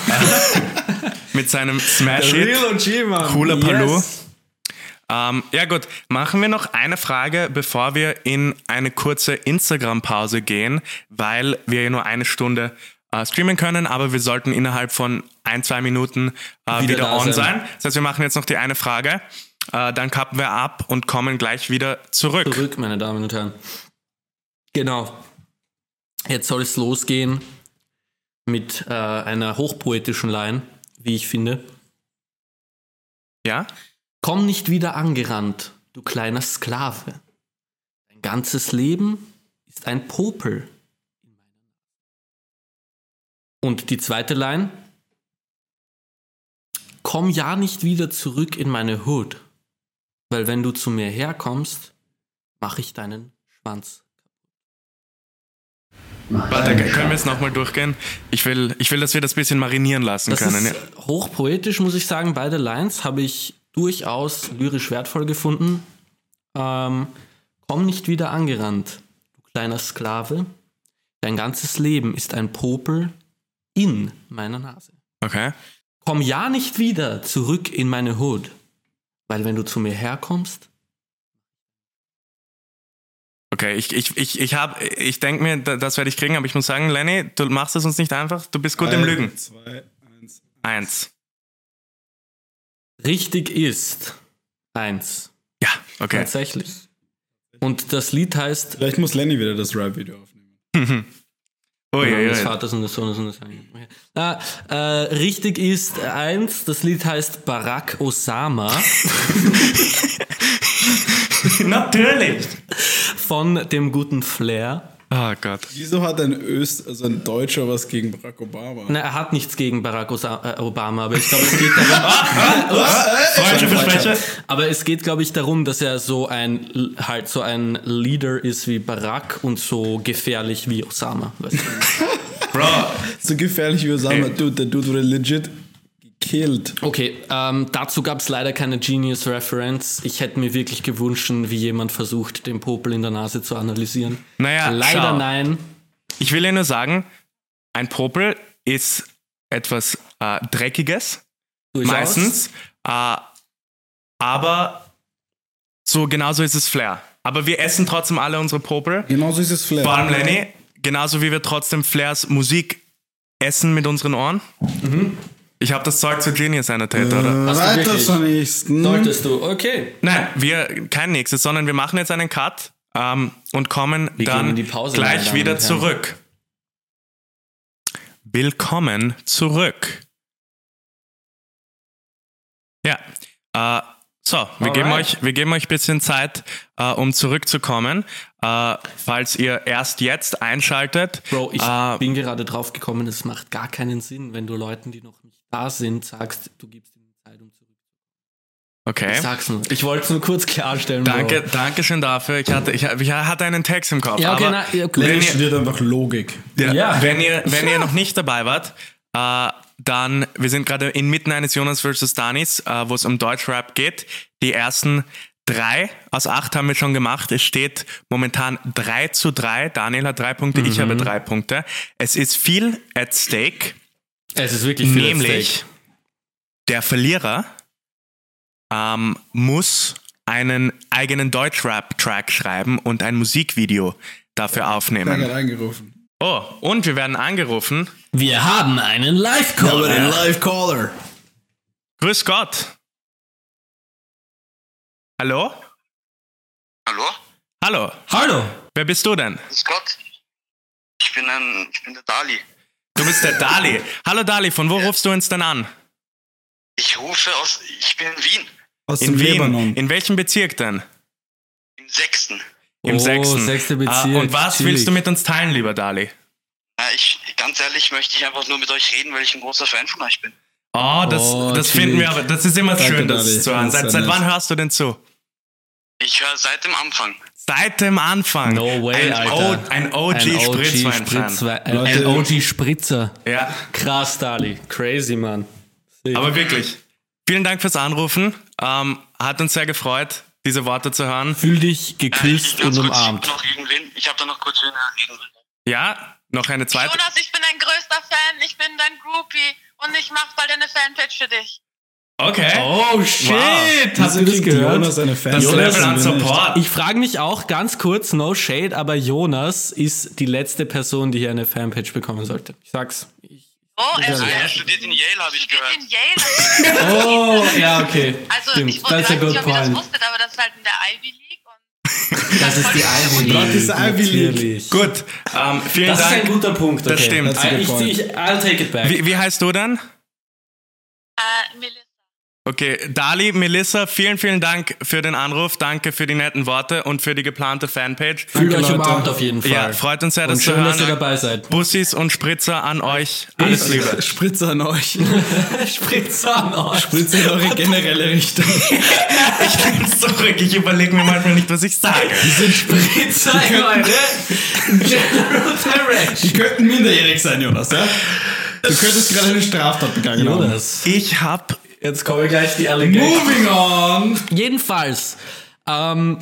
Speaker 2: mit seinem Smash-Hit.
Speaker 1: OG, Mann.
Speaker 2: Cooler Palou. Ähm, ja gut, machen wir noch eine Frage, bevor wir in eine kurze Instagram-Pause gehen, weil wir ja nur eine Stunde äh, streamen können, aber wir sollten innerhalb von ein, zwei Minuten äh, wieder,
Speaker 3: Wieder da
Speaker 2: on
Speaker 3: sein.
Speaker 2: sein. Das heißt, wir machen jetzt noch die eine Frage, äh, dann kappen wir ab und kommen gleich wieder zurück.
Speaker 3: Zurück, meine Damen und Herren. Genau. Jetzt soll es losgehen mit äh, einer hochpoetischen Line, wie ich finde.
Speaker 2: Ja?
Speaker 3: Komm nicht wieder angerannt, du kleiner Sklave. Dein ganzes Leben ist ein Popel. Und die zweite Line. Komm ja nicht wieder zurück in meine Hood, weil wenn du zu mir herkommst, mache ich deinen Schwanz.
Speaker 2: Warte,
Speaker 3: Äh.
Speaker 2: können wir jetzt nochmal durchgehen? Ich will, ich will, dass wir das bisschen marinieren lassen
Speaker 3: Das
Speaker 2: können.
Speaker 3: ist hochpoetisch, muss ich sagen. Beide Lines habe ich durchaus lyrisch wertvoll gefunden. Ähm, komm nicht wieder angerannt, du kleiner Sklave. Dein ganzes Leben ist ein Popel in meiner Nase.
Speaker 2: Okay.
Speaker 3: Komm ja nicht wieder zurück in meine Hut, weil wenn du zu mir herkommst,
Speaker 2: Okay, ich, ich, ich, ich, hab- ich denke mir, da- das werde ich kriegen, aber ich muss sagen, Lenny, du machst es uns nicht einfach. Du bist
Speaker 3: Äh.
Speaker 2: gut im Lügen.
Speaker 1: Zwei, eins.
Speaker 2: Eins.
Speaker 3: richtig ist eins.
Speaker 2: Ja, okay.
Speaker 3: Tatsächlich. Und das Lied heißt
Speaker 1: Vielleicht muss Lenny wieder das Rap-Video aufnehmen.
Speaker 3: Genau,
Speaker 2: Ui, ui,
Speaker 3: des
Speaker 2: ui.
Speaker 3: Vaters und des Sohnes und des Heiligen. Ah, äh, richtig ist eins, das Lied heißt Barack Osama
Speaker 2: Natürlich.
Speaker 3: von dem guten Flair.
Speaker 2: Oh Gott.
Speaker 1: Wieso hat ein Öst, also ein Deutscher was gegen Barack Obama?
Speaker 3: Na, er hat nichts gegen Barack Osa äh, Obama, aber ich glaube, es geht darum.
Speaker 2: Falsche Versprecher.
Speaker 3: aber es geht, glaube ich, darum, dass er so ein halt so ein Leader ist wie Barack und so gefährlich wie Osama. Weißt du?
Speaker 2: Bro,
Speaker 1: So gefährlich wie Osama,
Speaker 2: Ey.
Speaker 1: dude, der Dude wurde legit gekillt.
Speaker 3: Okay, ähm, dazu gab es leider keine Genius Reference. Ich hätte mir wirklich gewünscht, wie jemand versucht, den Popel in der Nase zu analysieren.
Speaker 2: Naja,
Speaker 3: leider
Speaker 2: schau.
Speaker 3: nein.
Speaker 2: ich will dir nur sagen, ein Popel ist etwas äh, Dreckiges,
Speaker 3: Durchaus.
Speaker 2: meistens. Äh, aber so genauso ist es Flair. Aber wir essen trotzdem alle unsere Popel.
Speaker 1: Genauso ist es Flair.
Speaker 2: Vor allem Lenny, genauso wie wir trotzdem Flairs Musik essen mit unseren Ohren. Ich habe das Zeug zu Genius annotated, oder?
Speaker 3: Hast du
Speaker 1: Weiter
Speaker 3: wirklich?
Speaker 1: zur nächsten.
Speaker 3: Solltest du, okay.
Speaker 2: Nein, wir kein nächstes, sondern wir machen jetzt einen Cut ähm, und kommen
Speaker 3: gehen
Speaker 2: dann
Speaker 3: in die Pause, meine
Speaker 2: gleich
Speaker 3: Damen
Speaker 2: wieder
Speaker 3: und Herren.
Speaker 2: zurück. Willkommen zurück. Ja, äh, so, wir geben,
Speaker 3: Alright.
Speaker 2: euch, wir geben euch ein bisschen Zeit, äh, um zurückzukommen. Äh, falls ihr erst jetzt einschaltet.
Speaker 3: Bro, ich
Speaker 2: äh,
Speaker 3: bin gerade drauf gekommen, es macht gar keinen Sinn, wenn du Leuten, die noch nicht da sind, sagst, du gibst ihnen Zeit, um zurück.
Speaker 2: Okay.
Speaker 3: Ich sag's nur. Ich wollte es nur kurz klarstellen.
Speaker 2: Danke,
Speaker 3: Bro.
Speaker 2: danke schön dafür. Ich hatte, ich, ich hatte einen Text im Kopf.
Speaker 3: Ja, okay,
Speaker 2: aber
Speaker 3: na, ja, okay.
Speaker 2: wenn,
Speaker 1: Lenny
Speaker 2: ihr,
Speaker 1: studiert einfach Logik.
Speaker 2: ja,
Speaker 3: Ja.
Speaker 2: wenn, ihr, wenn ihr noch nicht dabei wart, äh, dann, wir sind gerade inmitten eines Jonas vs. Danis, äh, wo es um Deutschrap geht. Die ersten drei aus acht haben wir schon gemacht. Es steht momentan 3 zu 3. Daniel hat drei Punkte, ich
Speaker 3: Mhm.
Speaker 2: habe drei Punkte. Es ist viel at stake.
Speaker 3: Es ist wirklich viel at
Speaker 2: Nämlich,
Speaker 3: stake.
Speaker 2: der Verlierer ähm, muss einen eigenen Deutschrap-Track schreiben und ein Musikvideo dafür
Speaker 1: Berg
Speaker 2: aufnehmen.
Speaker 1: hat eingerufen.
Speaker 2: Oh, und wir werden angerufen.
Speaker 3: Wir haben einen Live-Call.
Speaker 1: Live Caller.
Speaker 2: Grüß Gott. Hallo?
Speaker 5: Hallo?
Speaker 2: Hallo,
Speaker 3: Hallo!
Speaker 2: wer bist du denn?
Speaker 5: Grüß Gott. Ich bin ein, ich bin der Dali.
Speaker 2: Du bist der Dali. Hallo Dali, von wo rufst du uns denn an?
Speaker 5: Ich rufe aus, ich bin in Wien,
Speaker 1: Aus
Speaker 2: In
Speaker 1: dem Lebanon.
Speaker 2: Wien. In welchem Bezirk denn?
Speaker 5: im Sechsten.
Speaker 2: Im
Speaker 3: Oh,
Speaker 2: sechsten.
Speaker 3: sechster Bezirk,
Speaker 2: Ah, und was
Speaker 3: chillig.
Speaker 2: willst du mit uns teilen, lieber Dali?
Speaker 5: Na, ich, ganz ehrlich möchte ich einfach nur mit euch reden, weil ich ein großer Fan von euch bin.
Speaker 2: Oh, das,
Speaker 3: Oh,
Speaker 2: das
Speaker 3: chillig.
Speaker 2: finden wir aber, das ist immer
Speaker 1: Danke,
Speaker 2: schön, das
Speaker 1: Dali.
Speaker 2: zu hören.
Speaker 1: Das ist
Speaker 2: Seit,
Speaker 1: sehr
Speaker 2: seit
Speaker 1: nett.
Speaker 2: wann hörst du denn zu?
Speaker 5: Ich höre seit dem Anfang. Äh,
Speaker 2: Seit dem Anfang.
Speaker 3: No way,
Speaker 2: ein
Speaker 3: Alter.
Speaker 2: O- ein OG-Spritzwein.
Speaker 3: Spritzwein- äh, Ein
Speaker 1: Leute.
Speaker 3: OG-Spritzer.
Speaker 2: Ja,
Speaker 3: Krass, Dali. Crazy, Mann.
Speaker 2: aber wirklich. Vielen Dank fürs Anrufen. Ähm, hat uns sehr gefreut, diese Worte zu hören.
Speaker 3: Fühl dich geküsst
Speaker 5: ich
Speaker 3: und
Speaker 5: kurz, ich hab
Speaker 3: umarmt.
Speaker 5: noch irgendwen, ich habe da noch kurz äh, wen reden. will.
Speaker 2: Ja, noch eine zweite.
Speaker 6: Jonas, ich bin dein größter Fan, ich bin dein Groupie und ich mach bald eine Fanpage für dich.
Speaker 2: Okay.
Speaker 3: Oh, shit!
Speaker 2: Wow.
Speaker 3: Hast du das
Speaker 1: kriegt
Speaker 3: gehört?
Speaker 1: Jonas eine Fan
Speaker 2: Das
Speaker 3: Jonas,
Speaker 2: Level an
Speaker 1: bin ich.
Speaker 2: Support.
Speaker 3: Ich frage mich auch ganz kurz, no shade, aber Jonas ist die letzte Person, die hier eine Fanpage bekommen sollte. Ich sag's.
Speaker 6: Oh, er
Speaker 5: Ah, Er studiert in Yale, habe ich
Speaker 6: studiert in
Speaker 5: gehört.
Speaker 3: Oh,
Speaker 6: Yale.
Speaker 3: ja, okay.
Speaker 6: Also ich wusste
Speaker 3: That's
Speaker 6: gar
Speaker 3: a
Speaker 6: nicht,
Speaker 3: good
Speaker 6: ob ihr das
Speaker 3: point.
Speaker 6: wusstet, aber das ist halt in der Ivy League. Und
Speaker 3: Das ist die Ivy League.
Speaker 1: Das ist Ivy League.
Speaker 3: natürlich.
Speaker 2: Gut. Ähm, vielen
Speaker 3: Das ist
Speaker 2: Dank.
Speaker 3: ein guter Punkt. Okay.
Speaker 2: Das stimmt.
Speaker 1: That's a good
Speaker 3: Ich,
Speaker 1: point.
Speaker 3: ich, I'll take it back.
Speaker 2: Wie, wie heißt du denn?
Speaker 6: äh, Melissa,
Speaker 2: Okay, Dali, Melissa, vielen, vielen Dank für den Anruf. Danke für die netten Worte und für die geplante Fanpage.
Speaker 3: Fühlt euch
Speaker 1: Leute.
Speaker 3: umarmt auf jeden Fall.
Speaker 2: Ja, freut uns sehr,
Speaker 3: und
Speaker 2: dass
Speaker 3: schön,
Speaker 2: zu hören.
Speaker 3: dass ihr dabei seid.
Speaker 2: Bussis und Spritzer an euch. Alles Liebe.
Speaker 1: Spritzer an euch.
Speaker 3: Spritzer an euch.
Speaker 1: Spritzer in eure generelle Richtung.
Speaker 2: Ich bin zurück. Ich überlege mir manchmal nicht, was ich sage.
Speaker 3: Spritzer an eure General Direction.
Speaker 1: Die könnten minderjährig sein, Jonas, ja? Du könntest gerade eine Straftat begangen haben.
Speaker 3: Jonas.
Speaker 2: Ich hab.
Speaker 3: Jetzt kommen gleich die Alligator.
Speaker 1: Moving on!
Speaker 3: Jedenfalls, ähm,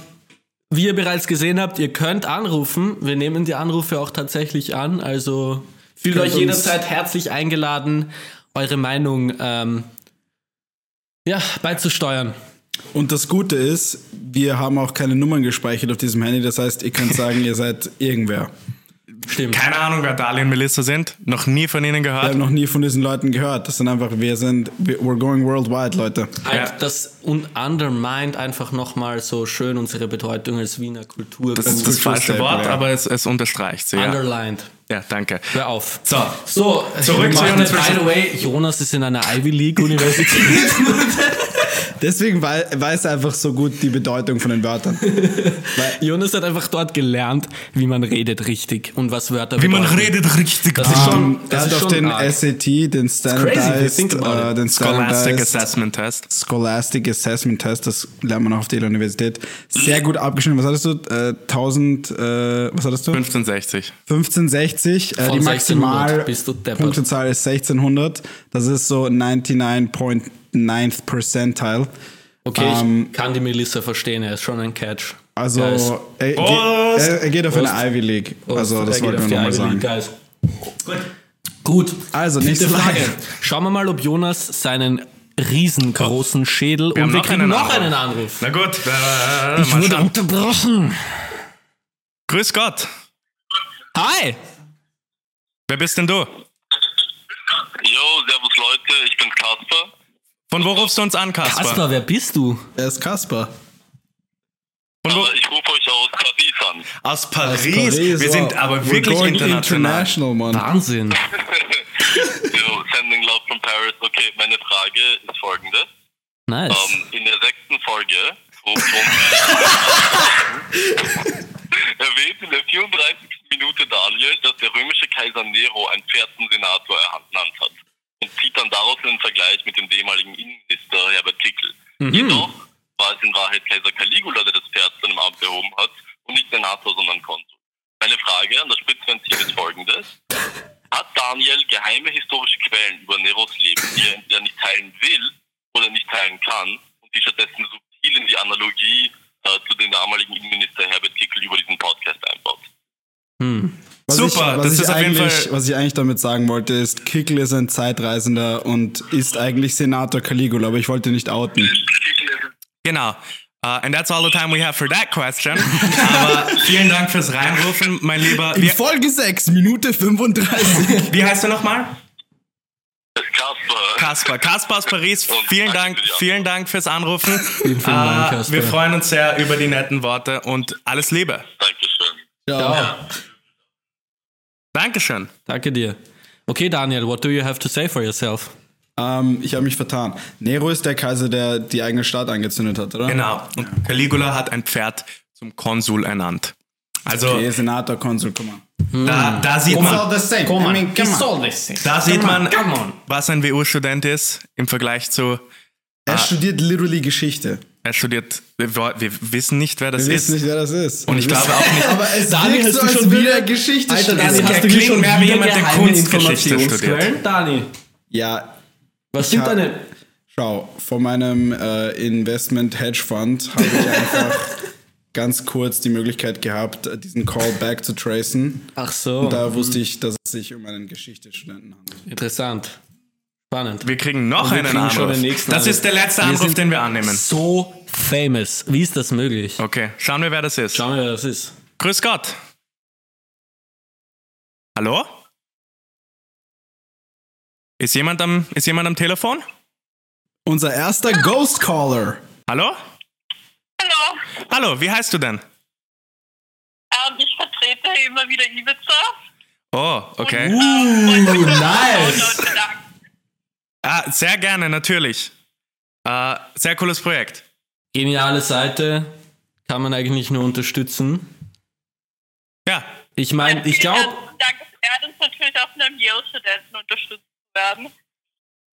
Speaker 3: wie ihr bereits gesehen habt, ihr könnt anrufen. Wir nehmen die Anrufe auch tatsächlich an. Also fühlt
Speaker 1: Könnt
Speaker 3: euch
Speaker 1: uns-
Speaker 3: jederzeit herzlich eingeladen, eure Meinung ähm, ja, beizusteuern.
Speaker 1: Und das Gute ist, wir haben auch keine Nummern gespeichert auf diesem Handy. Das heißt, ihr könnt sagen, ihr seid irgendwer.
Speaker 3: Stimmt.
Speaker 2: Keine Ahnung, wer Dali und Melissa sind. Noch nie von ihnen
Speaker 1: Wir
Speaker 2: gehört.
Speaker 1: haben noch nie von diesen Leuten gehört. Das sind einfach, wir sind, wir- we're going worldwide, Leute.
Speaker 3: Halt, Das un undermined einfach nochmal so schön unsere Bedeutung als Wiener Kultur.
Speaker 2: Das ist das
Speaker 1: Kulturstempel,
Speaker 2: falsche Wort,
Speaker 1: ja.
Speaker 2: aber es, es unterstreicht sie. Ja.
Speaker 3: Underlined.
Speaker 2: ja, danke.
Speaker 3: Hör auf.
Speaker 2: So,
Speaker 3: So,
Speaker 2: Zurück zu Jonas
Speaker 3: By
Speaker 2: Frisch.
Speaker 3: the way, Jonas ist in einer Ivy League Universität.
Speaker 1: Deswegen wei- weiß er einfach so gut die Bedeutung von den Wörtern.
Speaker 3: Jonas hat einfach dort gelernt, wie man redet richtig und was Wörter
Speaker 2: wie man
Speaker 3: bedeuten.
Speaker 2: redet richtig.
Speaker 3: Das ist schon,
Speaker 1: Ähm,
Speaker 3: das
Speaker 1: er
Speaker 3: ist
Speaker 1: hat auf
Speaker 3: schon
Speaker 1: den
Speaker 3: arg.
Speaker 1: SAT, den
Speaker 3: crazy, if you
Speaker 1: Standardized,
Speaker 3: think about
Speaker 1: äh,
Speaker 3: it.
Speaker 1: den Standardized
Speaker 2: Scholastic Assessment Test.
Speaker 1: Scholastic Assessment Test, das lernt man auch auf der Universität. Sehr gut abgeschnitten. Was hattest du? Äh, 1000, äh, was hattest du?
Speaker 2: 1560.
Speaker 1: 1560. Äh,
Speaker 3: Von
Speaker 1: die
Speaker 3: 1600
Speaker 1: maximal
Speaker 3: bist du deppert.
Speaker 1: Punktezahl ist 1600. Das ist so 99.9th Percentile.
Speaker 3: Okay,
Speaker 1: Ähm,
Speaker 3: ich kann die Melissa verstehen, er ist schon ein Catch.
Speaker 1: Also
Speaker 3: Guys.
Speaker 1: er, ge-
Speaker 2: Prost!
Speaker 1: er, er geht auf
Speaker 3: Prost.
Speaker 1: eine Ivy League. Also
Speaker 3: Oh, Er
Speaker 1: das
Speaker 3: geht
Speaker 1: wollte
Speaker 3: auf
Speaker 1: ich
Speaker 3: die
Speaker 1: nur nochmal
Speaker 3: Ivy
Speaker 1: sagen.
Speaker 3: League, Guys. Gut.
Speaker 1: Also,
Speaker 3: Vierte
Speaker 1: nächste Frage.
Speaker 3: Schauen wir mal, ob Jonas seinen riesengroßen Schädel und wir kriegen noch einen Anruf.
Speaker 2: Na gut, äh, mal
Speaker 3: Wurde
Speaker 2: schauen.
Speaker 3: unterbrochen.
Speaker 2: Grüß Gott.
Speaker 3: Hi.
Speaker 2: Wer bist denn du?
Speaker 5: Yo, servus Leute, ich bin Kasper.
Speaker 2: Von wo rufst du uns an, Kaspar?
Speaker 3: Kaspar, wer bist du?
Speaker 1: Er ist Kasper.
Speaker 2: Von wo?
Speaker 5: Ich rufe euch aus Paris an.
Speaker 2: Aus Paris.
Speaker 1: Paris,
Speaker 2: Wir
Speaker 1: wow.
Speaker 2: sind aber
Speaker 1: We're
Speaker 2: wirklich
Speaker 1: going
Speaker 2: international.
Speaker 1: international, Mann.
Speaker 3: Wahnsinn.
Speaker 1: Ähm.
Speaker 5: Yo, sending love from Paris. Okay, meine Frage ist folgende.
Speaker 3: Nice.
Speaker 5: Ähm, in der sechsten Folge, ruft Rom- erwähnt in der 34. Minute Daniel, dass der römische Kaiser Nero einen vierten Senator ernannt hat und zieht dann daraus einen Vergleich mit dem ehemaligen Innenminister Herbert Tickl. Jedoch war es in Wahrheit Kaiser Caligula, der das Pferd zu einem Amt erhoben hat und nicht Senator, sondern Konsul. Meine Frage an das Spitzventil ist folgendes. Hat Daniel geheime historische Quellen über Neros Leben, die er entweder nicht teilen will oder nicht teilen kann und die stattdessen subtil in die Analogie äh, zu dem damaligen Innenminister Herbert Kickl über diesen Podcast einbaut?
Speaker 1: Was
Speaker 2: Super, das ist auf jeden
Speaker 1: eigentlich-
Speaker 2: Fall-
Speaker 1: Was ich eigentlich damit sagen wollte, ist, Kickl ist ein Zeitreisender und ist eigentlich Senator Caligula, aber ich wollte nicht outen.
Speaker 2: Genau. Uh, and that's all the time we have for that question. Aber vielen Dank fürs Reinrufen, mein Lieber. Wie,
Speaker 1: Folge 6, Minute 35.
Speaker 2: wie heißt du nochmal?
Speaker 5: Kasper.
Speaker 2: Kaspar. Kaspar aus Paris,
Speaker 5: Und
Speaker 2: vielen
Speaker 5: danke
Speaker 2: Dank,
Speaker 5: für die Antwort.
Speaker 2: vielen Dank fürs Anrufen.
Speaker 3: Vielen, vielen Dank,
Speaker 2: Äh,
Speaker 3: Kaspar.
Speaker 2: wir freuen uns sehr über die netten Worte und alles Liebe.
Speaker 5: Dankeschön.
Speaker 3: Ciao.
Speaker 2: Dankeschön.
Speaker 3: Danke dir. Okay, Daniel, what do you have to say for yourself?
Speaker 1: Ähm, ich habe mich vertan. Nero ist der Kaiser, der die eigene Stadt angezündet hat, oder?
Speaker 2: Genau. Und Caligula hat ein Pferd zum Konsul ernannt. Also
Speaker 1: Okay, Senator, Konsul, guck mal.
Speaker 2: da, da sieht man,
Speaker 1: the same. I mean, come on.
Speaker 2: da sieht man,
Speaker 3: come on.
Speaker 2: was ein WU-Student ist im Vergleich zu, Ah.
Speaker 1: Er studiert literally Geschichte.
Speaker 2: er studiert, wir, wir wissen nicht, wer das
Speaker 1: Wir
Speaker 2: ist.
Speaker 1: wissen nicht, wer das ist.
Speaker 2: Und ich glaube auch nicht,
Speaker 1: Aber es
Speaker 3: Daniel,
Speaker 1: wirkt
Speaker 3: hast
Speaker 1: so,
Speaker 3: du
Speaker 1: als
Speaker 3: schon
Speaker 1: würde er
Speaker 3: wieder-
Speaker 1: Geschichte
Speaker 2: Daniel,
Speaker 1: studieren.
Speaker 2: hast du hier schon wieder geheime Informationsquellen?
Speaker 3: Dani,
Speaker 1: Ja,
Speaker 3: was
Speaker 1: sind deine- Schau, von meinem äh, Investment Hedge Fund habe ich einfach ganz kurz die Möglichkeit gehabt, äh, diesen Callback zu tracen.
Speaker 3: Ach so,
Speaker 1: Da wusste ich, dass es sich um einen Geschichtsstudenten handelt.
Speaker 3: interessant. Spannend.
Speaker 2: wir kriegen noch
Speaker 3: Wir
Speaker 2: einen
Speaker 3: kriegen
Speaker 2: Anruf.
Speaker 3: schon den nächsten
Speaker 2: das
Speaker 3: Anruf.
Speaker 2: ist der letzte
Speaker 3: Wir
Speaker 2: Anruf,
Speaker 3: sind
Speaker 2: den wir annehmen.
Speaker 3: So famous. Wie ist das möglich?
Speaker 2: Okay, schauen wir, wer das ist.
Speaker 3: Schauen wir, wer das ist.
Speaker 2: Grüß Gott. Hallo? Ist jemand am, ist jemand am Telefon?
Speaker 1: Unser erster Ghost Caller.
Speaker 2: Hallo?
Speaker 6: Hallo.
Speaker 2: Hallo, wie heißt du denn?
Speaker 6: Ähm, ich vertrete immer wieder Ibiza.
Speaker 2: Oh, okay.
Speaker 6: Uh,
Speaker 1: nice.
Speaker 2: Ah, sehr gerne, natürlich. Äh, sehr cooles Projekt.
Speaker 3: Geniale Seite. Kann man eigentlich nur unterstützen.
Speaker 2: Ja,
Speaker 3: Ich meine, ich glaube,
Speaker 6: Danke, er hat uns natürlich auch von einem Yale-Studenten unterstützt zu werden.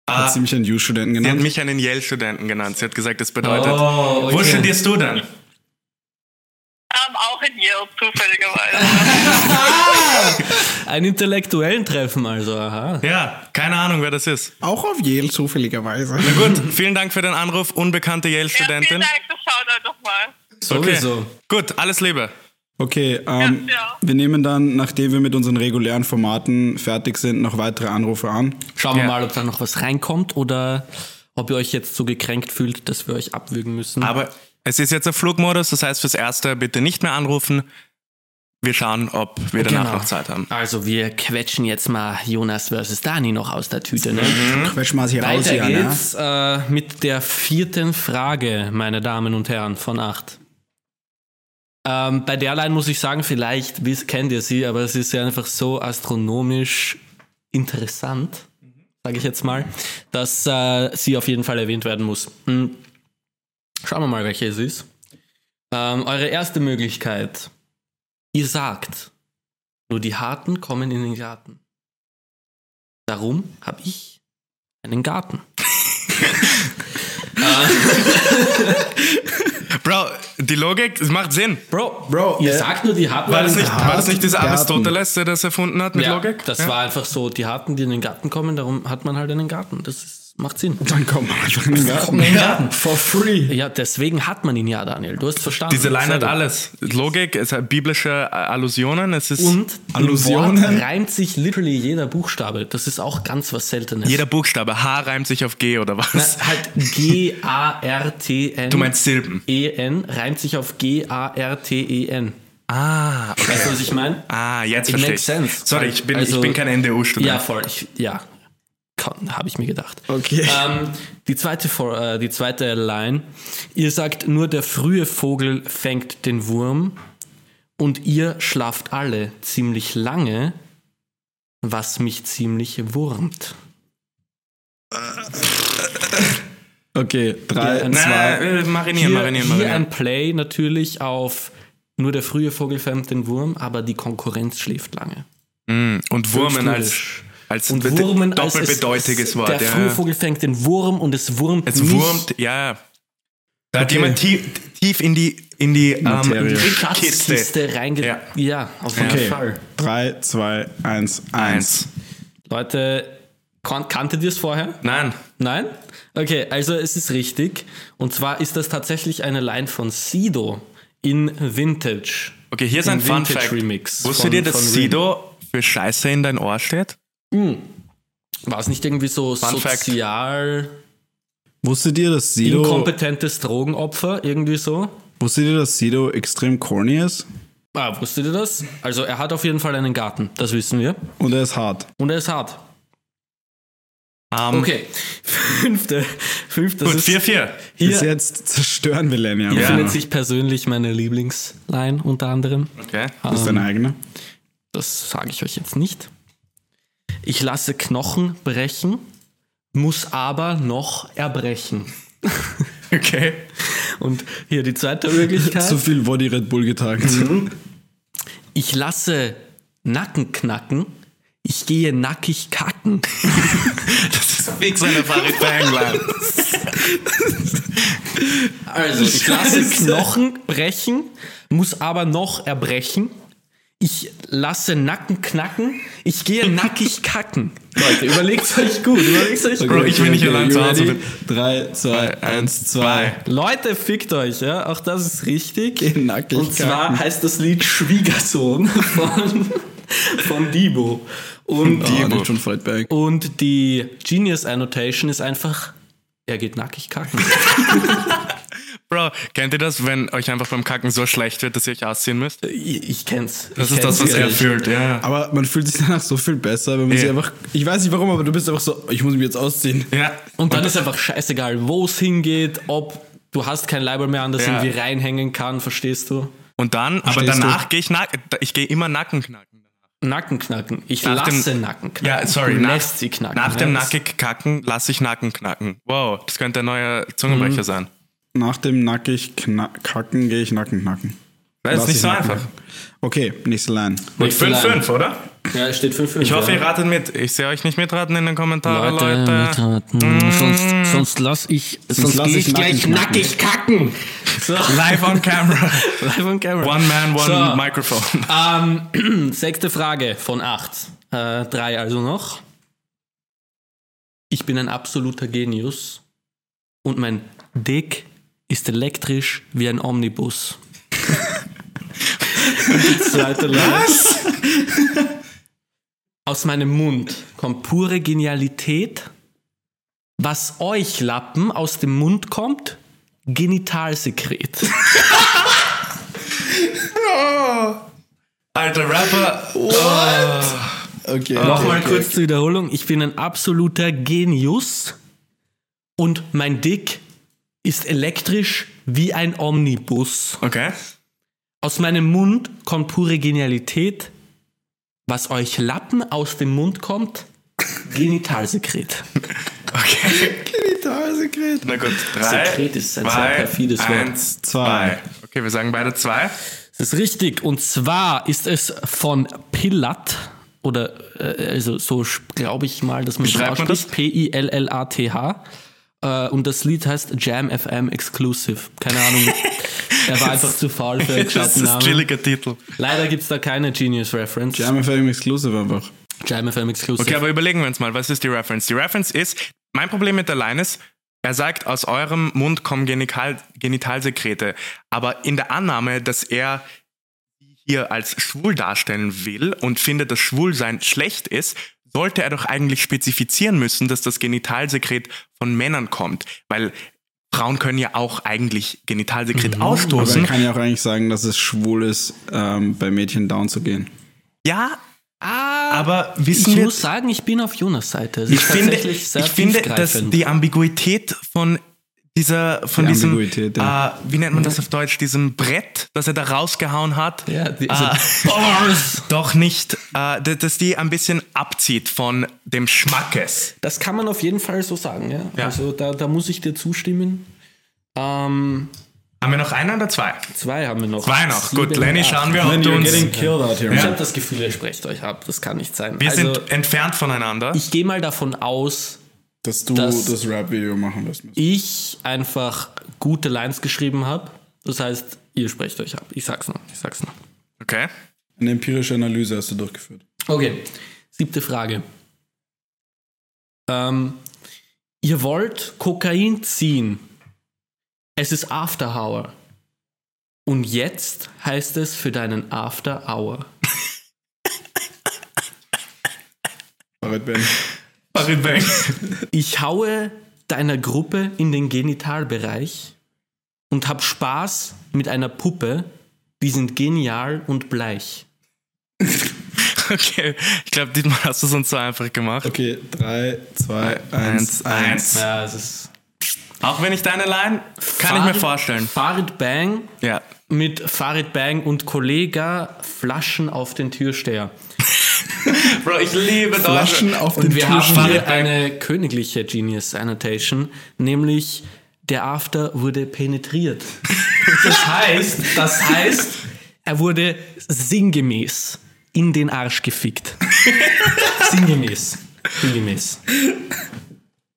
Speaker 3: Ah.
Speaker 1: Hat sie mich einen U-Studenten
Speaker 2: sie hat
Speaker 1: genannt?
Speaker 2: mich einen Yale-Studenten genannt. Sie hat gesagt, das bedeutet.
Speaker 3: Oh, okay.
Speaker 2: Wo studierst du denn?
Speaker 6: Ähm, auch in Yale, zufälligerweise.
Speaker 3: ein intellektuellen Treffen, also, aha.
Speaker 2: Ja, keine Ahnung, wer das ist.
Speaker 1: Auch auf Yale zufälligerweise.
Speaker 2: Gut, vielen Dank für den Anruf, unbekannte
Speaker 6: ja, vielen
Speaker 2: Yale-Studentin.
Speaker 6: Dank, das schaut euch nochmal.
Speaker 3: Sowieso.
Speaker 2: Gut, alles Liebe.
Speaker 1: Okay, ähm,
Speaker 6: Ja, ja.
Speaker 1: wir nehmen dann, nachdem wir mit unseren regulären Formaten fertig sind, noch weitere Anrufe an.
Speaker 3: Schauen wir
Speaker 2: Ja.
Speaker 3: mal, ob da noch was reinkommt oder ob ihr euch jetzt so gekränkt fühlt, dass wir euch abwürgen müssen.
Speaker 2: Aber es ist jetzt der Flugmodus, das heißt fürs Erste bitte nicht mehr anrufen. Wir schauen, ob wir danach
Speaker 3: Genau.
Speaker 2: noch Zeit haben.
Speaker 3: Also wir quetschen jetzt mal Jonas versus Dani noch aus der Tüte. Ne?
Speaker 1: Quetsch mal hier raus,
Speaker 3: Weiter
Speaker 1: ja, ne?
Speaker 3: geht's äh, mit der vierten Frage, meine Damen und Herren, von acht. Ähm, bei derlei muss ich sagen, vielleicht wisst- kennt ihr sie, aber es ist ja einfach so astronomisch interessant, sage ich jetzt mal, dass äh, sie auf jeden Fall erwähnt werden muss. Hm. Schauen wir mal, welche es ist. Ähm, eure erste Möglichkeit. Ihr sagt, nur die Harten kommen in den Garten. Darum habe ich einen Garten.
Speaker 2: Bro, die Logik, es macht Sinn.
Speaker 3: Bro, Bro, ihr sagt nur, die hatten
Speaker 2: äh, War das
Speaker 3: einen
Speaker 2: nicht, war das nicht dieser
Speaker 1: Garten.
Speaker 2: Aristoteles, der das erfunden hat mit
Speaker 3: ja,
Speaker 2: Logik?
Speaker 3: Das
Speaker 2: Ja.
Speaker 3: war einfach so, die hatten, die in den Garten kommen, darum hat man halt einen Garten. Das ist, macht Sinn.
Speaker 1: Dann kommt man einfach in den Garten.
Speaker 3: einen Garten.
Speaker 1: For free.
Speaker 3: Ja, deswegen hat man ihn ja, Daniel. Du hast verstanden.
Speaker 2: Diese Line
Speaker 3: Sehr
Speaker 2: hat
Speaker 3: gut.
Speaker 2: alles. Logik, es hat biblische äh, Allusionen, es ist
Speaker 3: Und Allusionen.
Speaker 1: Allusionen.
Speaker 3: Wort reimt sich literally jeder Buchstabe. Das ist auch ganz was Seltenes.
Speaker 2: jeder Buchstabe. H reimt sich auf G oder was?
Speaker 3: Na, halt G-A-R-T-N.
Speaker 2: Du meinst Silben.
Speaker 3: E-N E reimt sich auf G-A-R-T-E-N.
Speaker 2: Ah,
Speaker 3: E Weißt du, was ich meine?
Speaker 2: ah jetzt
Speaker 3: It
Speaker 2: verstehe
Speaker 3: makes
Speaker 2: ich.
Speaker 3: sense.
Speaker 2: Sorry, ich bin,
Speaker 3: Also-
Speaker 2: ich bin kein NDU-Student.
Speaker 3: Ja, voll. Ich, ja, habe ich mir gedacht.
Speaker 1: Okay.
Speaker 3: Ähm, die, zweite, For- äh, die zweite Line. Ihr sagt, nur der frühe Vogel fängt den Wurm und ihr schlaft alle ziemlich lange, was mich ziemlich wurmt.
Speaker 1: Okay, drei,
Speaker 3: Ja,
Speaker 2: Nein,
Speaker 1: zwei.
Speaker 2: nein, nein, äh, marinieren,
Speaker 3: Hier,
Speaker 2: marinieren,
Speaker 3: hier
Speaker 2: marinieren.
Speaker 3: ein Play natürlich auf nur der frühe Vogel fängt den Wurm, aber die Konkurrenz schläft lange.
Speaker 2: Und Wurmen als,
Speaker 3: Logisch.
Speaker 2: als
Speaker 3: Und
Speaker 2: be-
Speaker 3: Wurmen als es-
Speaker 2: doppelbedeutiges
Speaker 3: es-
Speaker 2: Wort.
Speaker 3: Der
Speaker 2: ja.
Speaker 3: frühe Vogel fängt den Wurm und es wurmt
Speaker 2: Es
Speaker 3: mich.
Speaker 2: wurmt, ja. Da hat jemand tief, tief in die, in die ähm,
Speaker 1: Materie.
Speaker 2: Kiste.
Speaker 3: Schatzkiste reinge...
Speaker 2: Ja.
Speaker 3: Ja. auf jeden
Speaker 1: Okay,
Speaker 3: Fall.
Speaker 1: drei, zwei, eins, eins.
Speaker 2: Eins.
Speaker 3: Leute, kon kanntet ihr es vorher?
Speaker 2: Nein.
Speaker 3: Nein? Okay, also es ist richtig. Und zwar ist das tatsächlich eine Line von Sido in Vintage.
Speaker 2: Okay, hier ist
Speaker 3: Im
Speaker 2: ein Fun
Speaker 3: Vintage
Speaker 2: Fact.
Speaker 3: Remix
Speaker 2: Wusstet
Speaker 3: von-
Speaker 2: ihr, dass
Speaker 3: von
Speaker 2: Sido für Scheiße in dein Ohr steht?
Speaker 1: Hm.
Speaker 3: War es nicht irgendwie so
Speaker 2: Fact.
Speaker 3: sozial
Speaker 1: Wusstet ihr, dass Sido,
Speaker 3: inkompetentes Drogenopfer? Irgendwie so?
Speaker 1: wusstet ihr, dass Sido extrem corny ist?
Speaker 3: Ah, wusstet ihr das? Also er hat auf jeden Fall einen Garten, das wissen wir.
Speaker 1: Und er ist hart.
Speaker 3: Und er ist hart.
Speaker 2: Ähm,
Speaker 3: Okay. Fünfte. Fünfte.
Speaker 2: Gut,
Speaker 3: ist-
Speaker 2: 4-4.
Speaker 3: Hier
Speaker 1: Bis jetzt zerstören wir Lenny. aber
Speaker 2: Ja.
Speaker 3: findet sich persönlich meine Lieblingsline unter anderem.
Speaker 2: Okay.
Speaker 1: Das ist deine eigene.
Speaker 3: Das sage ich euch jetzt nicht. Ich lasse Knochen brechen, muss aber noch erbrechen.
Speaker 2: Okay.
Speaker 3: Und hier die zweite Möglichkeit.
Speaker 1: Zu viel Body Red Bull getankt.
Speaker 2: Mhm.
Speaker 3: Ich lasse Nacken knacken. Ich gehe nackig kacken.
Speaker 2: Das ist fix eine Farid Bangline.
Speaker 3: Also, ich lasse Knochen brechen, muss aber noch erbrechen. Ich lasse Nacken knacken. Ich gehe nackig kacken. Leute, überlegt's euch gut. Überlegt's euch
Speaker 2: Bro, ich will nicht allein zu Hause bin.
Speaker 1: 3, 2, 1, 2.
Speaker 3: Leute, fickt euch, ja. Auch das ist richtig.
Speaker 1: Geh nackig
Speaker 3: Und zwar
Speaker 1: kacken.
Speaker 3: heißt das Lied Schwiegersohn von, von Debo. Und,
Speaker 1: Oh, nicht schon Fight Back.
Speaker 3: und die Genius Annotation ist einfach, er geht nackig kacken.
Speaker 2: Bro, kennt ihr das, wenn euch einfach beim Kacken so schlecht wird, dass ihr euch ausziehen müsst?
Speaker 3: ich, ich kenn's.
Speaker 2: Das
Speaker 3: ich
Speaker 2: ist das,
Speaker 3: kenn's
Speaker 2: was er
Speaker 3: wirklich.
Speaker 2: fühlt, ja.
Speaker 1: Aber man fühlt sich danach so viel besser, wenn man sich
Speaker 2: Ja.
Speaker 1: einfach. Ich weiß nicht warum, aber du bist einfach so, ich muss mich jetzt ausziehen.
Speaker 2: Ja.
Speaker 3: Und dann ist einfach scheißegal, wo es hingeht, ob du hast kein Label mehr an, das
Speaker 2: Ja.
Speaker 3: irgendwie reinhängen kann, verstehst du?
Speaker 2: Und dann, aber
Speaker 1: Verstehst
Speaker 2: danach gehe ich nack, ich gehe immer Nacken knacken.
Speaker 3: Nackenknacken. Ich
Speaker 2: Nach dem-
Speaker 3: lasse Nackenknacken.
Speaker 2: Ja, sorry,
Speaker 3: Du
Speaker 2: nach-
Speaker 3: lässt sie knacken.
Speaker 2: Nach dem
Speaker 3: ja, das-
Speaker 2: nackig kacken lasse ich Nacken knacken. Wow, das könnte ein neuer Zungenbrecher
Speaker 3: Mhm.
Speaker 2: sein.
Speaker 1: Nach dem nackig kna- kacken gehe ich nacken knacken.
Speaker 2: Das
Speaker 1: Lass
Speaker 2: ist nicht
Speaker 1: ich
Speaker 2: so
Speaker 1: nacken
Speaker 2: einfach.
Speaker 1: kacken. Okay, nächste Line.
Speaker 2: Gut,
Speaker 3: Nächste Line.
Speaker 2: 5-5, oder?
Speaker 3: Ja, steht 5-5.
Speaker 2: Ich hoffe,
Speaker 3: ja.
Speaker 2: ihr ratet mit. Ich sehe euch nicht mitraten in den Kommentaren,
Speaker 3: Leute,
Speaker 2: Leute. Mm.
Speaker 3: mitraten. Sonst, sonst lass ich, sonst
Speaker 1: lass
Speaker 3: geh
Speaker 1: ich
Speaker 3: ich gleich
Speaker 1: nackig
Speaker 3: nackig kacken. So.
Speaker 2: Live on camera.
Speaker 3: Live on camera.
Speaker 2: One man, one
Speaker 3: So.
Speaker 2: microphone.
Speaker 3: Ähm, sechste Frage von acht. Äh, drei also noch. Ich bin ein absoluter Genius und mein Dick ist elektrisch wie ein Omnibus. Und die zweite Line. Aus meinem Mund kommt pure Genialität. Was euch Lappen aus dem Mund kommt, Genitalsekret.
Speaker 2: Alter Rapper.
Speaker 1: Okay.
Speaker 2: Ah,
Speaker 3: Nochmal kurz zur Wiederholung. Ich bin ein absoluter Genius und mein Dick ist elektrisch wie ein Omnibus.
Speaker 2: Okay.
Speaker 3: Aus meinem Mund kommt pure Genialität. Was euch Lappen aus dem Mund kommt, Genitalsekret.
Speaker 2: Okay.
Speaker 1: Genitalsekret.
Speaker 2: Na gut. Drei,
Speaker 3: Sekret ist ein sehr
Speaker 2: zwei,
Speaker 3: perfides Wort.
Speaker 2: eins, zwei. Okay, wir sagen beide zwei.
Speaker 3: Das ist richtig. Und zwar ist es von Pillat. Oder äh, also so glaube ich mal, dass man
Speaker 2: Wie schreibt man das?
Speaker 3: P-I-L-L-A-T-H. Äh, und das Lied heißt Jam FM Exclusive. Keine Ahnung. er war einfach zu faul für einen
Speaker 2: Das
Speaker 3: gescheiten
Speaker 2: ist ein
Speaker 3: Namen.
Speaker 2: chilliger Titel.
Speaker 3: Leider gibt es da keine Genius Reference. Jam,
Speaker 1: Diamond Fame Exclusive einfach.
Speaker 3: FM Exclusive.
Speaker 2: Okay, aber überlegen wir uns mal, was ist die Reference? Die Reference ist, mein Problem mit der Line ist, er sagt, aus eurem Mund kommen Genital, Genitalsekrete. Aber in der Annahme, dass er sie hier als schwul darstellen will und findet, dass Schwulsein schlecht ist, sollte er doch eigentlich spezifizieren müssen, dass das Genitalsekret von Männern kommt. Weil Frauen können ja auch eigentlich Genitalsekret
Speaker 1: Aber er
Speaker 2: ausstoßen.
Speaker 1: kann ja auch eigentlich sagen, dass es schwul ist, ähm, bei Mädchen down zu gehen.
Speaker 2: Ja, aber wissen
Speaker 3: ich
Speaker 2: wir...
Speaker 3: muss sagen, ich bin auf Jonas Seite. Es
Speaker 2: Ich
Speaker 3: ist
Speaker 2: finde,
Speaker 3: tatsächlich sehr
Speaker 2: ich finde dass
Speaker 3: tiefgreifend.
Speaker 2: die Ambiguität von dieser, von
Speaker 1: Die
Speaker 2: diesem,
Speaker 1: Ambiguität, ja.
Speaker 2: äh, wie nennt man das auf Deutsch, diesem Brett, das er da rausgehauen hat,
Speaker 3: Mhm. ja, die, also,
Speaker 2: äh, doch nicht, äh, d- dass die ein bisschen abzieht von dem Schmackes.
Speaker 3: Das kann man auf jeden Fall so sagen, ja.
Speaker 2: Ja.
Speaker 3: Also da, da muss ich dir zustimmen. Ähm,
Speaker 2: Haben wir noch einen oder zwei?
Speaker 3: zwei haben wir noch.
Speaker 2: Zwei noch.
Speaker 3: Sieben,
Speaker 2: Gut, Lenny,
Speaker 3: acht.
Speaker 2: schauen wir, ob du uns...
Speaker 1: killed out here.
Speaker 3: Ich habe das Gefühl, ihr sprecht euch ab. Das kann nicht sein.
Speaker 2: Wir
Speaker 3: also,
Speaker 2: sind entfernt voneinander.
Speaker 3: ich gehe mal davon aus,
Speaker 1: Dass du
Speaker 3: Das-
Speaker 1: das, Rap-Video machen wirst.
Speaker 3: ich einfach gute Lines geschrieben habe. Das heißt, ihr sprecht euch ab. Ich sag's noch. Ich sag's noch.
Speaker 2: Okay.
Speaker 1: Eine empirische Analyse hast du durchgeführt.
Speaker 3: Okay. Siebte Frage. Ähm, ihr wollt Kokain ziehen. Es ist After Hour. Und jetzt heißt es für deinen After Hour.
Speaker 1: Farid Ben.
Speaker 2: Farid Bang.
Speaker 3: Ich haue deiner Gruppe in den Genitalbereich und hab Spaß mit einer Puppe. Die sind genial und bleich.
Speaker 2: Okay, ich glaube, diesmal hast du es uns so einfach gemacht.
Speaker 1: Okay, 3, 2, 1, 1.
Speaker 2: eins,
Speaker 3: Ja, es ist.
Speaker 2: Auch wenn ich deine Line, kann ich mir vorstellen.
Speaker 3: Farid Bang
Speaker 2: Ja.
Speaker 3: mit Farid Bang und Kollega Flaschen auf den Türsteher.
Speaker 2: Bro, ich liebe
Speaker 1: Flaschen auf den
Speaker 3: Also, Und wir haben
Speaker 1: Türsteher.
Speaker 3: hier eine königliche Genius Annotation, nämlich der After wurde penetriert. Das heißt, das heißt, er wurde sinngemäß in den Arsch gefickt. Sinngemäß. Sinngemäß.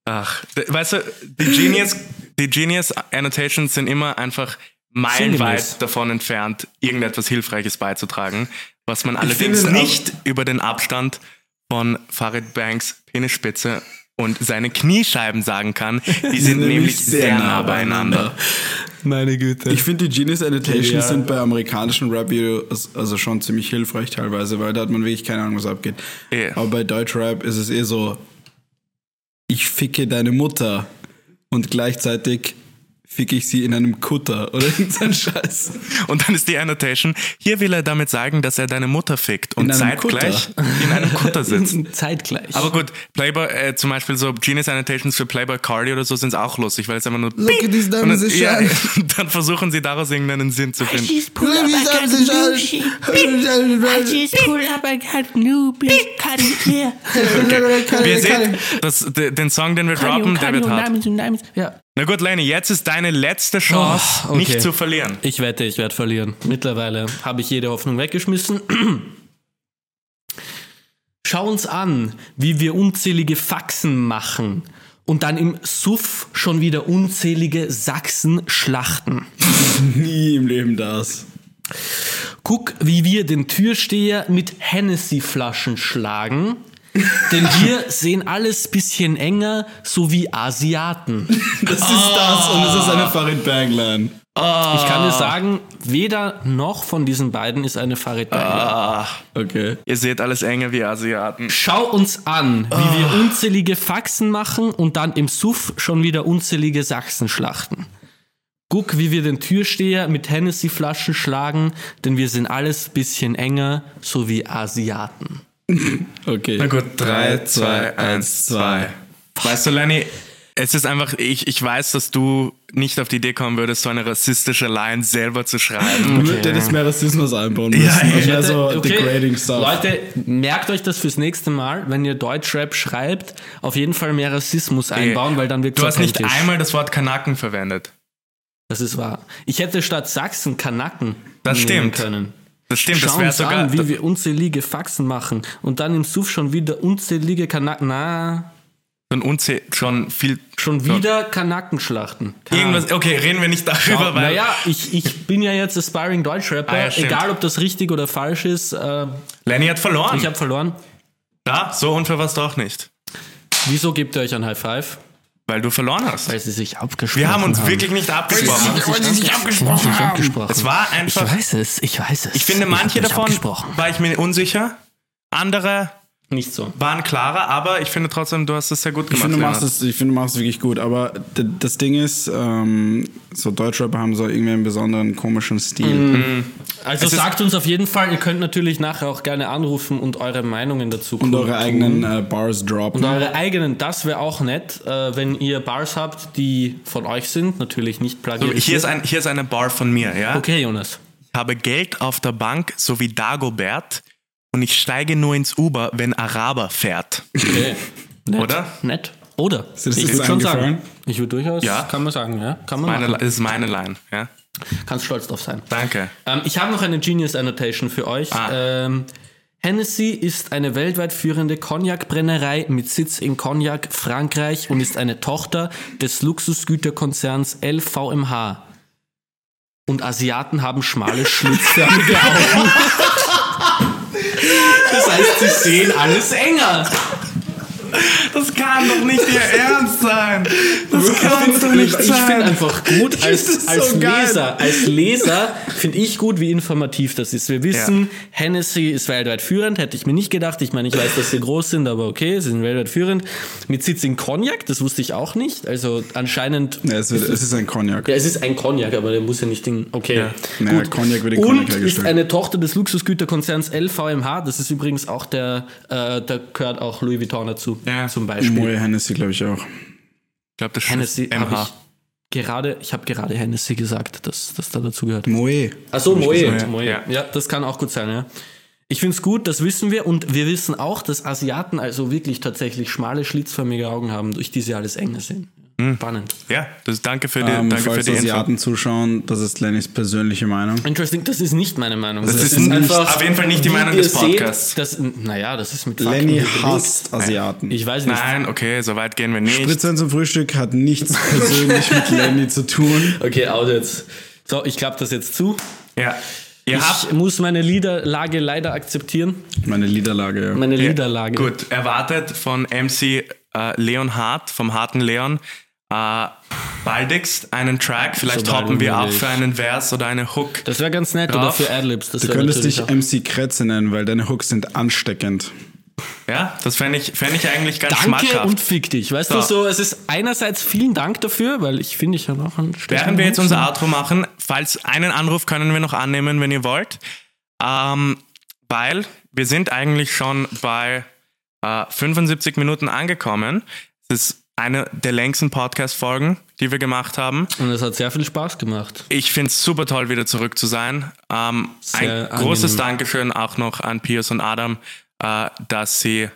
Speaker 2: Ach, d- weißt du, die Genius, die Genius Annotations sind immer einfach
Speaker 3: Sinngemäß.
Speaker 2: meilenweit davon entfernt, irgendetwas Hilfreiches beizutragen, was man
Speaker 1: finde
Speaker 2: allerdings
Speaker 1: den auch-
Speaker 2: nicht über den Abstand von Farid Banks Penisspitze und seine Kniescheiben sagen kann. Die sind nämlich sehr nah beieinander.
Speaker 3: Meine Güte.
Speaker 1: Ich finde, die Genius Annotations
Speaker 3: Ja.
Speaker 1: sind bei amerikanischen Rap-Videos also schon ziemlich hilfreich teilweise, weil da hat man wirklich keine Ahnung, was abgeht.
Speaker 2: Eh.
Speaker 1: Aber bei Deutschrap ist es eh so, ich ficke deine Mutter und gleichzeitig ficke ich sie in einem Kutter oder in seinen Scheiß.
Speaker 2: Und dann ist die Annotation, hier will er damit sagen, dass er deine Mutter fickt und
Speaker 1: In einem
Speaker 2: zeitgleich in einem Kutter sitzt.
Speaker 3: Zeitgleich.
Speaker 2: Aber gut, Playboy, äh, zum Beispiel so Genius Annotations für Playboy Cardi oder so sind es auch lustig, weil es einfach nur.
Speaker 1: Look at these
Speaker 2: Und dann,
Speaker 1: diamonds
Speaker 2: ja,
Speaker 1: and
Speaker 2: dann versuchen sie daraus irgendeinen Sinn zu finden. Wir sehen, dass de- den Song, den wir droppen, der wird hart.
Speaker 3: Ja.
Speaker 2: Na gut, Lenny, jetzt ist deine letzte Chance,
Speaker 3: Oh, okay.
Speaker 2: nicht zu verlieren.
Speaker 3: Ich wette, ich werde verlieren. Mittlerweile habe ich jede Hoffnung weggeschmissen. Schau uns an, wie wir unzählige Faxen machen und dann im Suff schon wieder unzählige Sachsen schlachten.
Speaker 1: Nie im Leben das.
Speaker 3: Guck, wie wir den Türsteher mit Hennessy-Flaschen schlagen. Denn wir sehen alles bisschen enger, so wie Asiaten.
Speaker 1: Das ist das und es ist
Speaker 2: Ah.
Speaker 1: eine Farid Bangline.
Speaker 3: Ich kann dir sagen, weder noch von diesen beiden ist eine Farid Bang.
Speaker 1: Okay.
Speaker 2: Ihr seht alles enger wie Asiaten.
Speaker 3: Schau uns an, wie
Speaker 1: Ah.
Speaker 3: wir unzählige Faxen machen und dann im Suff schon wieder unzählige Sachsen schlachten. Guck, wie wir den Türsteher mit Hennessy-Flaschen schlagen, denn wir sind alles bisschen enger, so wie Asiaten.
Speaker 1: Okay.
Speaker 2: Na gut, drei, zwei, eins, zwei. Weißt du, Lenny, es ist einfach, ich, ich weiß, dass du nicht auf die Idee kommen würdest, so eine rassistische Line selber zu schreiben.
Speaker 1: Du hättest mehr Rassismus einbauen müssen.
Speaker 2: Ja, ich
Speaker 1: das wäre
Speaker 3: Leute,
Speaker 1: so
Speaker 3: okay,
Speaker 1: degrading stuff.
Speaker 3: Leute, merkt euch das fürs nächste Mal, wenn ihr Deutschrap schreibt, auf jeden Fall mehr Rassismus einbauen, weil dann wirkt
Speaker 2: Du hast nicht einmal das Wort Kanaken verwendet.
Speaker 3: Das ist wahr. Ich hätte statt Sachsen Kanaken
Speaker 2: Das
Speaker 3: nehmen
Speaker 2: stimmt.
Speaker 3: können.
Speaker 2: Das stimmt, das
Speaker 3: Schau
Speaker 2: wäre
Speaker 3: uns
Speaker 2: sogar.
Speaker 3: an, wie wir unzählige Faxen machen und dann im Suff schon wieder unzählige Kanaken, na,
Speaker 2: schon, unzäh schon viel.
Speaker 3: schon wieder Kanaken schlachten. Keine Ahnung.
Speaker 2: Irgendwas, okay, reden wir nicht darüber, weil.
Speaker 3: Naja, ich, ich bin ja jetzt Aspiring Deutschrapper.
Speaker 2: Ah, ja, stimmt.
Speaker 3: Egal, ob das richtig oder falsch ist, äh,
Speaker 2: Lenny hat verloren.
Speaker 3: ich habe verloren.
Speaker 2: ja, so unfair war's doch nicht.
Speaker 3: Wieso gebt ihr euch ein High Five?
Speaker 2: Weil du verloren hast.
Speaker 3: Weil sie sich abgesprochen
Speaker 2: wir haben uns
Speaker 3: haben.
Speaker 2: wirklich nicht abgesprochen.
Speaker 1: Weil sie sich abgesprochen haben.
Speaker 3: abgesprochen.
Speaker 2: Es war
Speaker 3: ich
Speaker 2: einfach.
Speaker 3: weiß es, ich weiß es.
Speaker 2: Ich finde, manche davon
Speaker 3: Abgesprochen.
Speaker 2: war ich mir unsicher. Andere
Speaker 3: Nicht so.
Speaker 2: waren klarer, aber ich finde trotzdem, du hast es sehr gut
Speaker 1: Ich
Speaker 2: gemacht.
Speaker 1: finde, du machst
Speaker 2: Leonard.
Speaker 1: es, ich finde, du machst es wirklich gut, aber d- das Ding ist, ähm, so Deutschrapper haben so irgendwie einen besonderen komischen Stil.
Speaker 3: Also sagt uns auf jeden Fall, ihr könnt natürlich nachher auch gerne anrufen und eure Meinungen dazu
Speaker 1: Und
Speaker 3: kundtun.
Speaker 1: eure eigenen äh, Bars droppen.
Speaker 3: Und eure eigenen, das wäre auch nett, äh, wenn ihr Bars habt, die von euch sind, natürlich nicht plagiiert.
Speaker 2: So, hier, ist ein, hier ist eine Bar von mir, ja?
Speaker 3: okay, Jonas.
Speaker 2: Ich habe Geld auf der Bank, so wie Dagobert, und ich steige nur ins Uber, wenn Araber fährt.
Speaker 3: Okay. Nett.
Speaker 2: Oder?
Speaker 3: Nett. Oder?
Speaker 1: das
Speaker 3: ich
Speaker 1: jetzt
Speaker 3: würde schon
Speaker 1: eingefallen?
Speaker 3: sagen. Ich würde durchaus,
Speaker 2: Ja.
Speaker 3: kann man sagen, ja. Kann man
Speaker 2: Meine,
Speaker 3: machen.
Speaker 2: das ist meine Line, ja?
Speaker 3: Kannst stolz drauf sein.
Speaker 2: Danke.
Speaker 3: Ähm, ich habe noch eine Genius Annotation für euch.
Speaker 2: Ah.
Speaker 3: Ähm, Hennessy ist eine weltweit führende Cognac-Brennerei mit Sitz in Cognac, Frankreich und ist eine Tochter des Luxusgüterkonzerns LVMH. Und Asiaten haben schmale, schlitzförmige Augen. Das heißt, sie sehen alles enger.
Speaker 2: Das
Speaker 1: kann doch nicht Ihr Ernst sein. Das kann's doch
Speaker 3: Ich
Speaker 1: nicht
Speaker 3: finde
Speaker 1: sein.
Speaker 3: einfach gut als,
Speaker 1: ist
Speaker 3: als
Speaker 1: so geil.
Speaker 3: Leser, als Leser finde ich gut, wie informativ das ist. Wir wissen, Hennessy ist weltweit führend, hätte ich mir nicht gedacht. Ich meine, ich weiß, dass sie groß sind, aber okay, sie sind weltweit führend. Mit Sitz in Cognac, das wusste ich auch nicht. Also anscheinend
Speaker 1: Ja, es, wird, es ist ein Cognac.
Speaker 3: ja, es ist ein Cognac, aber der muss ja nicht in. Okay.
Speaker 1: Naja, Cognac wird in Cognac
Speaker 3: Und ist
Speaker 1: hergestellt.
Speaker 3: eine Tochter des Luxusgüterkonzerns LVMH. Das ist übrigens auch der, äh, da gehört auch Louis Vuitton dazu.
Speaker 2: Ja.
Speaker 3: Zum Beispiel.
Speaker 1: Moe Hennessy, glaube ich auch.
Speaker 2: Ich glaube, das
Speaker 3: Hennessy
Speaker 2: ist
Speaker 3: habe
Speaker 2: MH.
Speaker 3: ich gerade, ich habe gerade Hennessy gesagt, dass das da dazu gehört.
Speaker 1: Moe.
Speaker 3: Achso, Moe.
Speaker 2: gesagt.
Speaker 3: Moe.
Speaker 2: Ja.
Speaker 3: Ja. das kann auch gut sein, ja. Ich finde es gut, das wissen wir. Und wir wissen auch, dass Asiaten also wirklich tatsächlich schmale, schlitzförmige Augen haben, durch die sie alles enge sehen.
Speaker 2: Hm.
Speaker 3: Spannend.
Speaker 2: Ja, das, danke für die,
Speaker 3: Ah,
Speaker 1: Ähm,
Speaker 2: danke für
Speaker 1: falls
Speaker 2: die Info.
Speaker 1: Asiaten zuschauen, das ist Lennys persönliche Meinung.
Speaker 3: Interesting, das ist nicht meine Meinung. Das,
Speaker 2: ist nicht- auf jeden Fall nicht die
Speaker 3: wie
Speaker 2: Meinung
Speaker 3: ihr
Speaker 2: des Podcasts.
Speaker 3: Seht, das, naja, das ist mit
Speaker 1: Lenny
Speaker 3: Fakten
Speaker 1: hasst Asiaten.
Speaker 3: belegt. Ich weiß nicht.
Speaker 2: Nein, okay, so weit gehen wir nicht.
Speaker 1: Spritzern zum Frühstück hat nichts persönlich mit Lenny zu tun.
Speaker 3: Okay, out jetzt. So, ich klappe das jetzt zu.
Speaker 2: Ja. Ihr habt
Speaker 3: Ich muss meine Liederlage leider akzeptieren.
Speaker 1: Meine Liederlage, ja.
Speaker 3: Meine
Speaker 2: Ja,
Speaker 3: Liederlage.
Speaker 2: Gut, erwartet von MC äh, Leon Hart, vom harten Leon, äh, baldigst einen Track. Vielleicht
Speaker 3: Sobald
Speaker 2: hoppen wir auch
Speaker 3: möglich.
Speaker 2: für einen Vers oder eine Hook.
Speaker 3: Das wäre ganz nett, oder
Speaker 2: Drauf.
Speaker 3: für Adlibs. Das
Speaker 1: Du
Speaker 3: wär
Speaker 1: könntest dich
Speaker 3: natürlich
Speaker 1: MC Kretze nennen, weil deine Hooks sind ansteckend.
Speaker 2: Ja, das fände ich, fänd ich eigentlich ganz
Speaker 3: Danke
Speaker 2: schmackhaft.
Speaker 3: und fick dich. Weißt
Speaker 2: So.
Speaker 3: du so, es ist einerseits vielen Dank dafür, weil ich finde, ich habe auch einen
Speaker 2: Während wir jetzt unser Outro machen, falls einen Anruf können wir noch annehmen, wenn ihr wollt. Ähm, weil wir sind eigentlich schon bei äh, 75 Minuten angekommen. Das ist eine der längsten Podcast-Folgen, die wir gemacht haben.
Speaker 3: Und es hat sehr viel Spaß gemacht.
Speaker 2: Ich finde es super toll, wieder zurück zu sein. Ähm, ein
Speaker 3: Sehr
Speaker 2: großes
Speaker 3: angenehm.
Speaker 2: Dankeschön auch noch an Pius und Adam, äh, dass sie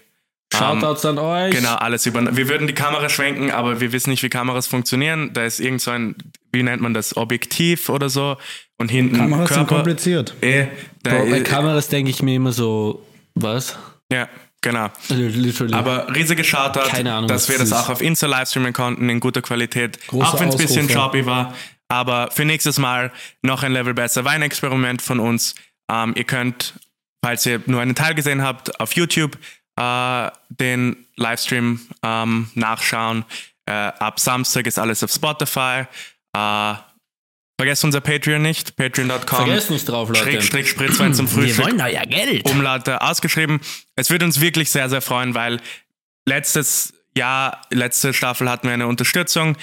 Speaker 3: Shoutouts an euch.
Speaker 2: Ähm, genau alles über. Wir würden die Kamera schwenken, aber wir wissen nicht, wie Kameras funktionieren. Da ist irgend so ein, wie nennt man das, Objektiv oder so. Und hinten
Speaker 1: Kameras sind
Speaker 2: Körper.
Speaker 1: kompliziert.
Speaker 2: Äh, da,
Speaker 3: Bei
Speaker 2: äh,
Speaker 3: Kameras denke ich mir immer so, was?
Speaker 2: ja, genau.
Speaker 3: Literally.
Speaker 2: Aber riesige Shoutout,
Speaker 3: Keine Ahnung,
Speaker 2: dass
Speaker 3: was
Speaker 2: wir
Speaker 3: das
Speaker 2: das
Speaker 3: ist.
Speaker 2: auch auf Insta livestreamen konnten in guter Qualität.
Speaker 3: Großer
Speaker 2: auch wenn es ein bisschen
Speaker 3: Ausrufer.
Speaker 2: choppy war. Aber für nächstes Mal noch ein Level besser Weinexperiment von uns. Ähm, ihr könnt, falls ihr nur einen Teil gesehen habt, auf YouTube äh, den Livestream ähm, nachschauen. Äh, ab Samstag ist alles auf Spotify. Äh, vergesst unser Patreon nicht. Patreon.com.
Speaker 3: Vergesst nicht drauf, Leute.
Speaker 2: Schrägstrich Spritzwein zum Frühstück.
Speaker 3: euer Geld.
Speaker 2: Umlaute ausgeschrieben. Es würde uns wirklich sehr, sehr freuen, weil letztes Jahr, letzte Staffel hatten wir eine Unterstützung.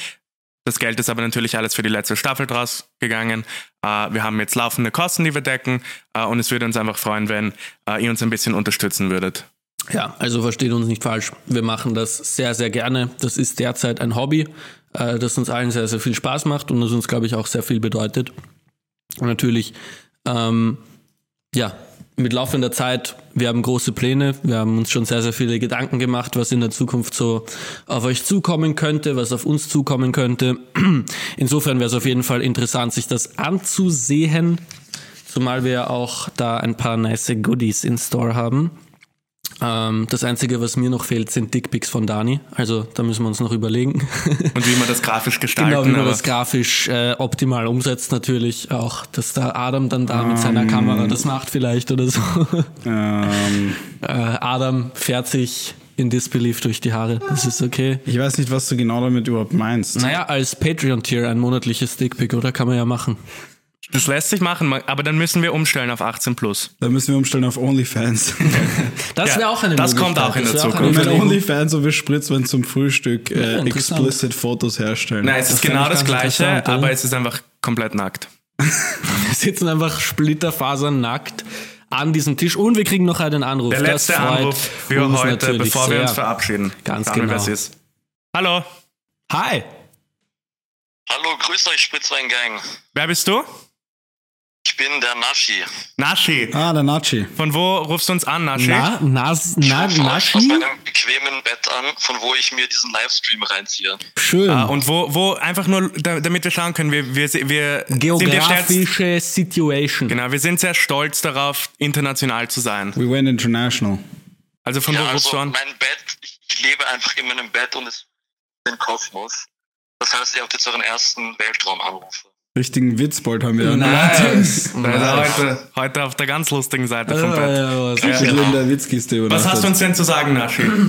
Speaker 2: Das Geld ist aber natürlich alles für die letzte Staffel draus gegangen. Äh, wir haben jetzt laufende Kosten, die wir decken. Äh, und es würde uns einfach freuen, wenn äh, ihr uns ein bisschen unterstützen würdet.
Speaker 3: Ja, also versteht uns nicht falsch. Wir machen das sehr, sehr gerne. Das ist derzeit ein Hobby, äh, das uns allen sehr, sehr viel Spaß macht und das uns, glaube ich, auch sehr viel bedeutet. Und natürlich, ähm, ja, mit laufender Zeit, wir haben große Pläne. Wir haben uns schon sehr, sehr viele Gedanken gemacht, was in der Zukunft so auf euch zukommen könnte, was auf uns zukommen könnte. Insofern wäre es auf jeden Fall interessant, sich das anzusehen. Zumal wir ja auch da ein paar nice Goodies in Store haben. Ähm, das Einzige, was mir noch fehlt, sind Dickpics von Dani. Also da müssen wir uns noch überlegen.
Speaker 2: Und wie man das grafisch gestalten.
Speaker 3: genau, wie man
Speaker 2: aber-
Speaker 3: das grafisch äh, optimal umsetzt natürlich. Auch, dass da Adam dann da mit
Speaker 2: Mm.
Speaker 3: seiner Kamera das macht vielleicht oder so.
Speaker 1: Ähm,
Speaker 3: äh, Adam fährt sich in Disbelief durch die Haare. Das ist okay.
Speaker 1: ich weiß nicht, was du genau damit überhaupt meinst.
Speaker 3: Naja, als Patreon-Tier ein monatliches Dickpic, oder? Kann man ja machen.
Speaker 2: Das lässt sich machen, man- aber dann müssen wir umstellen auf 18 plus.
Speaker 1: Da müssen wir umstellen auf OnlyFans.
Speaker 3: Das
Speaker 2: Ja,
Speaker 3: wäre auch eine
Speaker 2: das kommt
Speaker 3: Möglichkeit.
Speaker 2: auch in der
Speaker 3: wäre eine
Speaker 1: Ich
Speaker 2: Zukunft.
Speaker 1: meine,
Speaker 3: Überlegung.
Speaker 1: OnlyFans, wo wir Spritzwein zum Frühstück äh,
Speaker 3: interessant.
Speaker 1: explicit Fotos herstellen.
Speaker 2: Nein, es ist genau
Speaker 3: ich
Speaker 2: das
Speaker 3: ganz
Speaker 2: Gleiche,
Speaker 3: interessant,
Speaker 2: aber
Speaker 3: ja.
Speaker 2: es ist einfach komplett nackt.
Speaker 3: Wir sitzen einfach splitterfasernackt an diesem Tisch und wir kriegen noch einen Anruf.
Speaker 2: Der
Speaker 3: Das
Speaker 2: letzte
Speaker 3: freut
Speaker 2: Anruf für
Speaker 3: uns
Speaker 2: heute,
Speaker 3: natürlich
Speaker 2: bevor wir uns
Speaker 3: sehr.
Speaker 2: verabschieden.
Speaker 3: Ganz
Speaker 2: Sagen wir,
Speaker 3: genau.
Speaker 2: wer es ist. Hallo,
Speaker 3: Hi!
Speaker 5: Hallo, grüßt euch Spritzweingang.
Speaker 2: wer bist du?
Speaker 5: Ich bin der Naschi.
Speaker 2: Nashi.
Speaker 1: Ah, der Nachi.
Speaker 2: Von wo rufst du uns an, Nashi?
Speaker 3: Na, nas, na,
Speaker 5: Ich rufe euch aus
Speaker 3: Naschi?
Speaker 5: meinem bequemen Bett an, von wo ich mir diesen Livestream reinziehe.
Speaker 3: Schön.
Speaker 2: Ah, und wo, wo einfach nur, da, damit wir schauen können, wir, wir, wir, sind, ja stolz,
Speaker 3: Geografische Situation.
Speaker 2: genau, wir sind sehr stolz darauf, international zu sein.
Speaker 1: We went international.
Speaker 2: Also von wo
Speaker 5: Ja,
Speaker 2: rufst
Speaker 5: also
Speaker 2: du an?
Speaker 5: mein Bett, ich, ich lebe einfach in meinem Bett und es den Kosmos. Das heißt, ihr habt jetzt euren ersten Weltraumanruf.
Speaker 1: Richtigen Witzbold haben wir. an.
Speaker 2: Nice. Da ist er
Speaker 3: Nice.
Speaker 2: heute, heute auf der ganz lustigen Seite vom
Speaker 3: Ah,
Speaker 2: Bett.
Speaker 3: ja, was-
Speaker 1: Ich bin der Witzkiste
Speaker 2: Was hast du uns denn zu sagen, Nashi?
Speaker 5: Also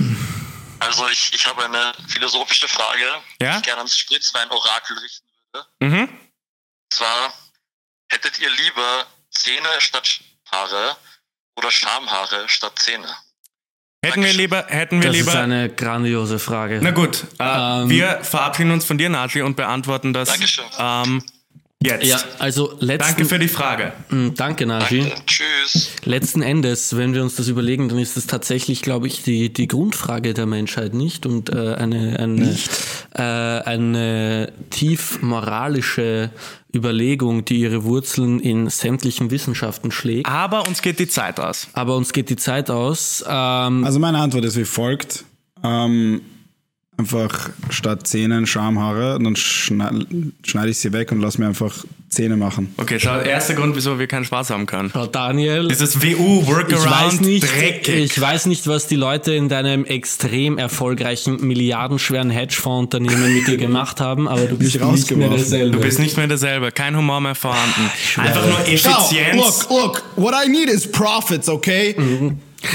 Speaker 5: Also ich, ich habe eine philosophische Frage, die
Speaker 2: Ja?
Speaker 5: ich gerne ans Spritzwein-Orakel richten würde.
Speaker 2: Mhm.
Speaker 5: Und zwar, hättet ihr lieber Zähne statt Haare oder Schamhaare statt Zähne?
Speaker 2: Hätten wir lieber, hätten wir
Speaker 3: Das
Speaker 2: lieber.
Speaker 3: ist eine grandiose Frage.
Speaker 2: na gut, äh,
Speaker 3: Ähm,
Speaker 2: wir verabschieden uns von dir, Nadli, und beantworten das
Speaker 5: Dankeschön.
Speaker 2: ähm, jetzt.
Speaker 3: ja, also letzten,
Speaker 2: Danke für die Frage.
Speaker 3: Mm, danke, Naji.
Speaker 5: Danke. Äh, Tschüss.
Speaker 3: Letzten Endes, wenn wir uns das überlegen, dann ist das tatsächlich, glaube ich, die, die Grundfrage der Menschheit nicht und äh, eine, eine, äh, eine tief moralische Überlegung, die ihre Wurzeln in sämtlichen Wissenschaften schlägt.
Speaker 2: Aber uns geht die Zeit aus.
Speaker 3: Aber uns geht die Zeit aus. Ähm,
Speaker 1: Also meine Antwort ist wie folgt. Ähm, einfach statt Zähnen Schamhaare, dann schneide schneid ich sie weg und lass mir einfach Zähne machen.
Speaker 2: Okay, schau, erster Grund, wieso wir keinen Spaß haben können.
Speaker 3: Daniel,
Speaker 2: Dieses WU-Workaround,
Speaker 3: ich weiß, nicht,
Speaker 2: dreckig.
Speaker 3: ich weiß nicht, was die Leute in deinem extrem erfolgreichen, milliardenschweren Hedgefonds-Unternehmen mit dir gemacht haben, aber du bist nicht Ah, mehr
Speaker 1: rausgeworfen.
Speaker 3: derselbe.
Speaker 2: Du bist nicht mehr derselbe, kein Humor mehr vorhanden. Einfach nur Effizienz.
Speaker 1: look, what I need is profits, okay?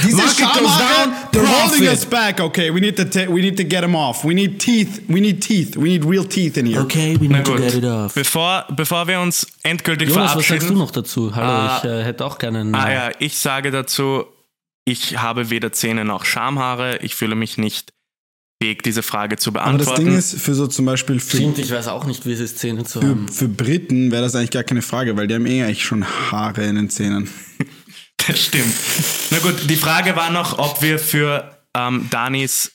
Speaker 1: Diese
Speaker 3: Mhm. Market goes down, profit.
Speaker 1: back, okay? We need to ta- we need to get them off. We need teeth. We need teeth. We need real teeth in here.
Speaker 3: Okay, we
Speaker 2: Na
Speaker 3: need to
Speaker 2: gut,
Speaker 3: get it off.
Speaker 2: bevor, bevor wir uns endgültig
Speaker 3: Jonas, was sagst du
Speaker 2: verabschieden.
Speaker 3: noch dazu? Hallo,
Speaker 2: Ah.
Speaker 3: ich äh, hätte auch gerne einen.
Speaker 2: ah ja, ich sage dazu, ich habe weder Zähne noch Schamhaare. Ich fühle mich nicht fähig, diese Frage zu
Speaker 1: Aber das
Speaker 2: beantworten.
Speaker 1: Ding ist, für so zum Beispiel für,
Speaker 3: Stimmt, ich weiß auch nicht, wie es ist, Zähne zu
Speaker 1: für,
Speaker 3: haben.
Speaker 1: für Briten wäre das eigentlich gar keine Frage, weil die haben eh eigentlich schon Haare in den Zähnen.
Speaker 2: das stimmt. Na gut, die Frage war noch, ob wir für ähm, Danis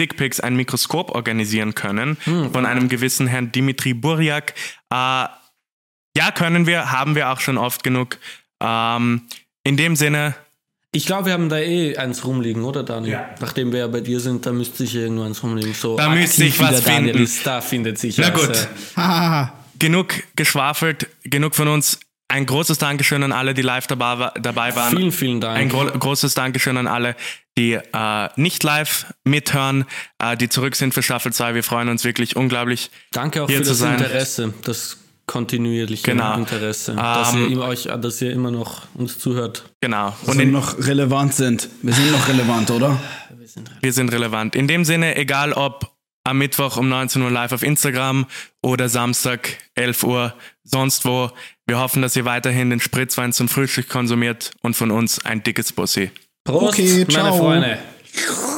Speaker 2: Dickpics ein Mikroskop organisieren können,
Speaker 3: Hm.
Speaker 2: von einem gewissen Herrn Dimitri Burjak. Äh, ja, können wir, haben wir auch schon oft genug. Ähm, in dem Sinne,
Speaker 3: Ich glaube, wir haben da eh eins rumliegen, oder Daniel? Nachdem wir ja bei dir sind, da müsste sich irgendwo eins rumliegen. So
Speaker 2: Da müsste
Speaker 3: aktiv
Speaker 2: sich
Speaker 3: wie
Speaker 2: was
Speaker 3: der Daniel
Speaker 2: finden.
Speaker 3: Ist, da findet sich
Speaker 2: na
Speaker 3: was.
Speaker 2: gut.
Speaker 3: äh.
Speaker 2: genug geschwafelt, genug von uns. Ein großes Dankeschön an alle, die live dabei, wa- dabei waren.
Speaker 3: Vielen, vielen Dank.
Speaker 2: Ein gro großes Dankeschön an alle, die äh, nicht live mithören, äh, die zurück sind für Staffel 2. Wir freuen uns wirklich unglaublich.
Speaker 3: Danke auch
Speaker 2: hier
Speaker 3: für
Speaker 2: zu
Speaker 3: das
Speaker 2: sein.
Speaker 3: Interesse, das kontinuierliche
Speaker 2: Genau.
Speaker 3: Interesse, dass,
Speaker 2: Ähm.
Speaker 3: ihr ihm euch, dass ihr immer noch uns zuhört.
Speaker 2: Genau.
Speaker 1: Und
Speaker 2: Und
Speaker 1: die
Speaker 2: in,
Speaker 1: noch relevant sind. Wir sind noch relevant, oder?
Speaker 2: wir sind relevant. In dem Sinne, egal ob am Mittwoch um 19 Uhr live auf Instagram oder Samstag 11 Uhr sonst wo. Wir hoffen, dass ihr weiterhin den Spritzwein zum Frühstück konsumiert und von uns ein dickes Bussi.
Speaker 3: Prost,
Speaker 1: Okay,
Speaker 3: meine
Speaker 1: ciao.
Speaker 3: Freunde.